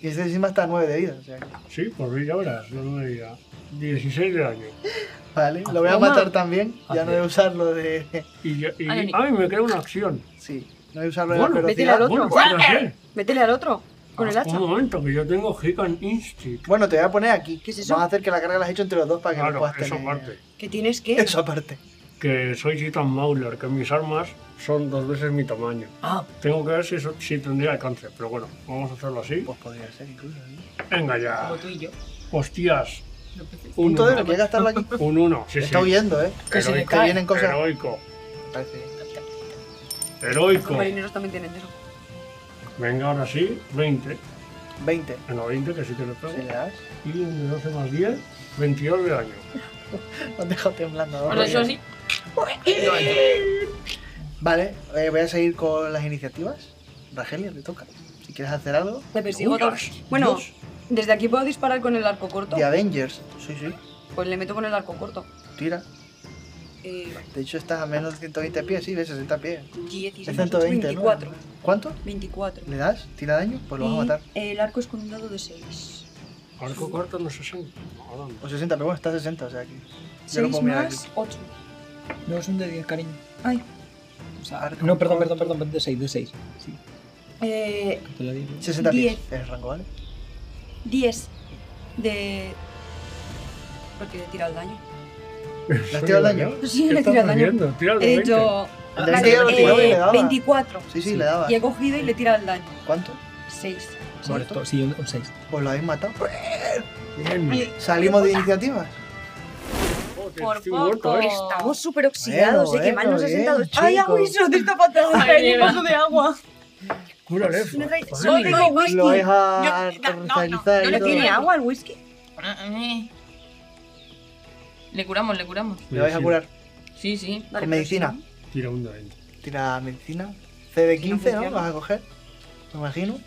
Y este encima está a 9 de vida, o sea. que-
Sí, pues mira, verás. No me diga. 16 de daño. Ah,
Vale, lo voy a matar también. Ya no voy a usarlo de.
Y, ya-
Ah,
y,
Ay,
ay, me queda una acción.
Sí, no voy a usarlo de la
Bueno,
velocidad.
al otro.
bueno, Ah, pues no sé.
Métele al otro. Con el hacha.
Un momento, que yo tengo Hikan Instinct.
Bueno, te voy a poner aquí.
¿Qué es eso?
Vamos a hacer que la carga la has hecho entre los dos para que no
Claro,
puedas tener.
eso aparte.
Que tienes que.
Eso aparte.
Que soy Titan Mauler, que mis armas son dos veces mi tamaño.
Ah,
Tengo que ver si, eso- si tendría alcance, pero bueno, vamos a hacerlo así.
Pues podría ser incluso. ¿eh?
Venga ya.
Como tú y yo.
Hostias.
No empecéis.
Un
Punto de lo
1.
que gastarlo aquí.
Un 1. Sí, sí.
Está huyendo, ¿eh?
que se le
Te
cae.
vienen cosas.
Heroico.
Parece.
Los
Heroico.
marineros también tienen eso.
Venga, ahora sí. 20.
20.
En la 20, que sí que le pego.
Si le das.
Y un de 12 más 10, 22 de daño.
Lo has dejado temblando.
Bueno,
ahora.
eso sí.
Vale, eh, voy a seguir con las iniciativas. Ragelia, te toca. Si quieres hacer algo.
Le persigo
Dios,
otro. Bueno,
Dios.
desde aquí puedo disparar con el arco corto.
The Avengers. Sí, sí.
Pues le meto con el arco corto.
Tira.
Eh,
De hecho, estás a menos de 120 pies. Sí, de 60 pies.
16,
Es 120,
24.
¿no? ¿Cuánto?
24.
¿Le das? ¿Tira daño? Pues lo vas a
Y
matar.
El arco es con un dado de 6.
Arco corto no 60. Ahora no.
O 60, pero bueno, está a 60, o sea que. Yo no
6
puedo mirar aquí.
más 8.
no es un de 10, cariño.
Ay.
O sea,
Ah,
Arco
no, perdón,
corto.
perdón, perdón, de 6, de 6. Sí,
Eh,
te lo digo.
60 pies.
Diez.
Es rango, ¿vale?
10 de Porque le tira el daño.
¿Le has tirado daño?
Sí,
¿Qué
le
estás
tira el daño.
haciendo? Tira el
He
20.
hecho
El
vale,
daño lo tiraba y
eh,
le daba.
24.
Sí, sí, le daba.
Y he cogido y le tira el daño.
¿Cuánto?
6.
Muerto, sí, un 6.
Pues lo habéis matado.
Bien.
Salimos de iniciativas.
Joder,
Por
estoy muerto,
poco.
¿eh?
Estamos súper oxidados,
Bueno,
eh, que mal nos ha
bueno,
sentado.
bien,
¡Ay,
chicos.
agua te está fatal!
Ay,
¡Ay, un
lleva.
vaso de agua!
Cura, Lef.
No traigo-
Joder.
solo tengo whisky.
Lo vais a
Yo- no, no, no,
revitalizar
yo
y
le
¿No
todo.
tiene agua el whisky?
Le curamos, le curamos.
Le vais a curar.
Sí, sí.
Vale,
Con
pero
medicina.
si no-
Tira un daño.
Tira medicina. CD15, ¿no?
funciona.
Vas a coger. Me imagino.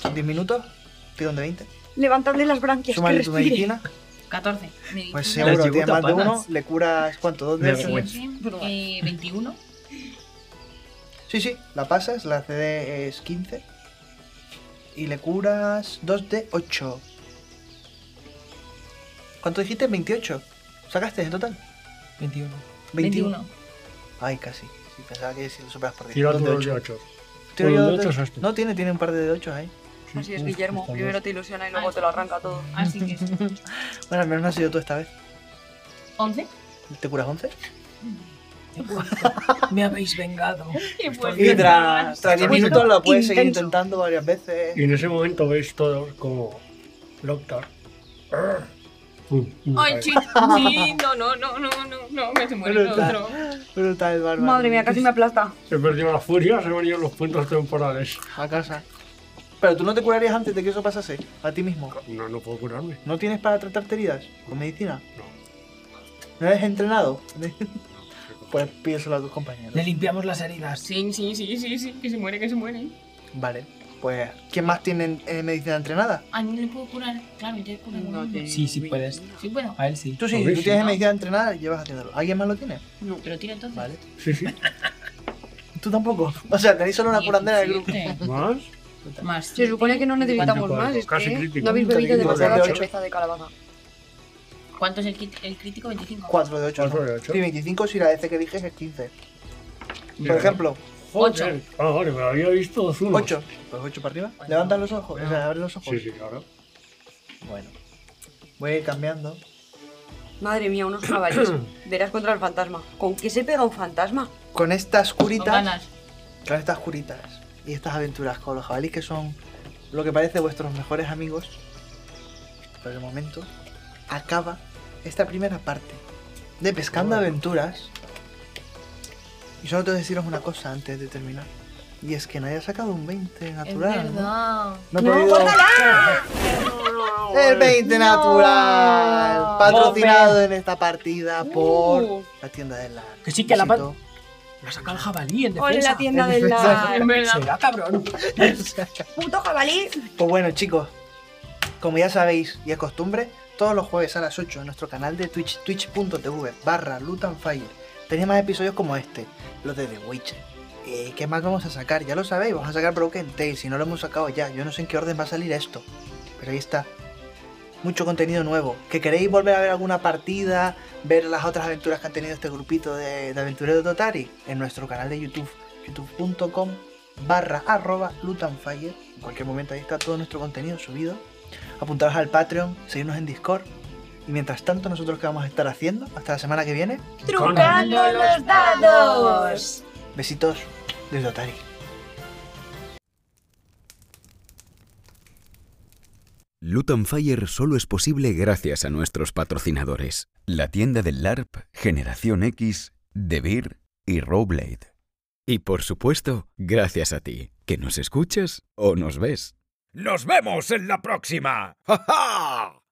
Son 10 minutos. Tira un de 20.
Levantadle las branquias, que
Súmale tu
respire.
medicina.
14. Medicina.
Pues
Las
seguro,
llevo
tienes más de
tapadas.
uno. Le curas, ¿cuánto? ¿Dos de
Me
ocho?
vergüenza.
Sí, sí. Eh, 21.
Sí, sí, la pasas, la CD es 15. Y le curas 2 de 8. ¿Cuánto dijiste? 28. ¿Sacaste en total?
21.
21.
Ay, casi. Sí, pensaba que si lo superas por 10.
Tira
Dos de
otro de
ocho.
8.
Tiro yo
Bueno, de
dos de-
ocho es este.
No tiene, tiene un par de 8 ahí.
Así es, Guillermo.
pues,
Primero te ilusiona y luego te lo arranca todo.
Así que.
Bueno, al menos no has sido tú esta vez.
11.
¿Te curas 11?
Me habéis vengado.
Y pues,
Y tras, tras 10 minutos lo puedes seguir
intenso.
intentando varias veces.
Y en ese momento veis todos como Doctor. Arr. Mm, mm,
Ay,
vale.
chico. Sí, no, no, no, no, no, no, me se muere el
Brutal.
otro.
Brutal, el bárbaro.
Madre mía, casi me aplasta.
He perdido la furia, se han venido los puntos temporales.
A casa. Pero tú no te curarías antes de que eso pasase. A ti mismo.
No, no puedo curarme.
¿No tienes para tratarte heridas? ¿Con medicina?
No.
¿No eres entrenado? pues pídeselo a tus compañeros.
Le limpiamos las heridas.
Sí, sí, sí, sí, sí, que se muere, que se muere.
Vale. Pues, ¿quién más tiene eh, medicina entrenada?
A mí le puedo curar. Claro, yo he curado. uno.
Sí, sí puedes.
Sí puedo.
A él sí.
Tú sí,
Pues
tú
sí,
tienes
¿no?
medicina entrenada y llevas haciéndolo. ¿Alguien más lo tiene?
No, pero tira entonces.
Vale.
Sí, sí.
Tú tampoco. O sea, tenéis solo una curandera del grupo.
Siete.
¿Más?
Más.
Se supone que no necesitamos
Cuatro,
más, es
casi
que
crítico.
no habéis bebido
Casi
demasiada
crítico.
cerveza de calabaza.
¿Cuánto es el, crit- el crítico? 25.
4 de 8.
Cuatro de ocho.
Sí, 25 si la DC que eliges es 15. Por
Mira.
ejemplo,
Joder. Ah, vale, me había visto dos unos.
8. Pues 8 para arriba. Levanta los ojos. O sea, abre los ojos.
Sí, sí, claro.
Bueno. Voy a ir cambiando.
Madre mía, unos caballos. Verás contra el fantasma. ¿Con qué se pega un fantasma?
Con estas
Con
curitas.
ganas.
Con estas curitas y estas aventuras con los jabalíes que son lo que parece vuestros mejores amigos, por el momento, acaba esta primera parte de Pescando Aventuras. Y solo tengo que deciros una cosa antes de terminar. Y es que nadie ha sacado un 20
Es
natural. ¿no?
verdad.
No he podido-
pues
El 20 natural. Patrocinado en esta partida por la tienda de la.
Uh. Que sí, que la
Visito.
Lo ha sacado el jabalí en
Con
defensa.
la tienda
de
del
la-
Es verdad.
Será cabrón.
puto jabalí.
Pues bueno, chicos, como ya sabéis y es costumbre, todos los jueves a las 8 en nuestro canal de Twitch, twitch.tv barra Loot and Fire, tenéis más episodios como este, los de The Witcher. Eh, ¿Qué más vamos a sacar? Ya lo sabéis, vamos a sacar Broken Tales, si no lo hemos sacado ya, yo no sé en qué orden va a salir esto, pero ahí está. Mucho contenido nuevo. ¿Que queréis volver a ver alguna partida? ¿Ver las otras aventuras que han tenido este grupito de, de aventureros Totari? En nuestro canal de YouTube, youtube.com barra arroba Loot and Fire. En cualquier momento ahí está todo nuestro contenido subido. Apuntaros al Patreon, seguirnos en Discord. Y mientras tanto, nosotros qué vamos a estar haciendo hasta la semana que viene.
Trucando los dados.
Besitos desde Otari.
Loot on Fire solo es posible gracias a nuestros patrocinadores. La tienda del LARP, Generación X, Devir y Rowblade. Y por supuesto, gracias a ti, que nos escuchas o nos ves. ¡Nos vemos en la próxima! ¡Ja, ja!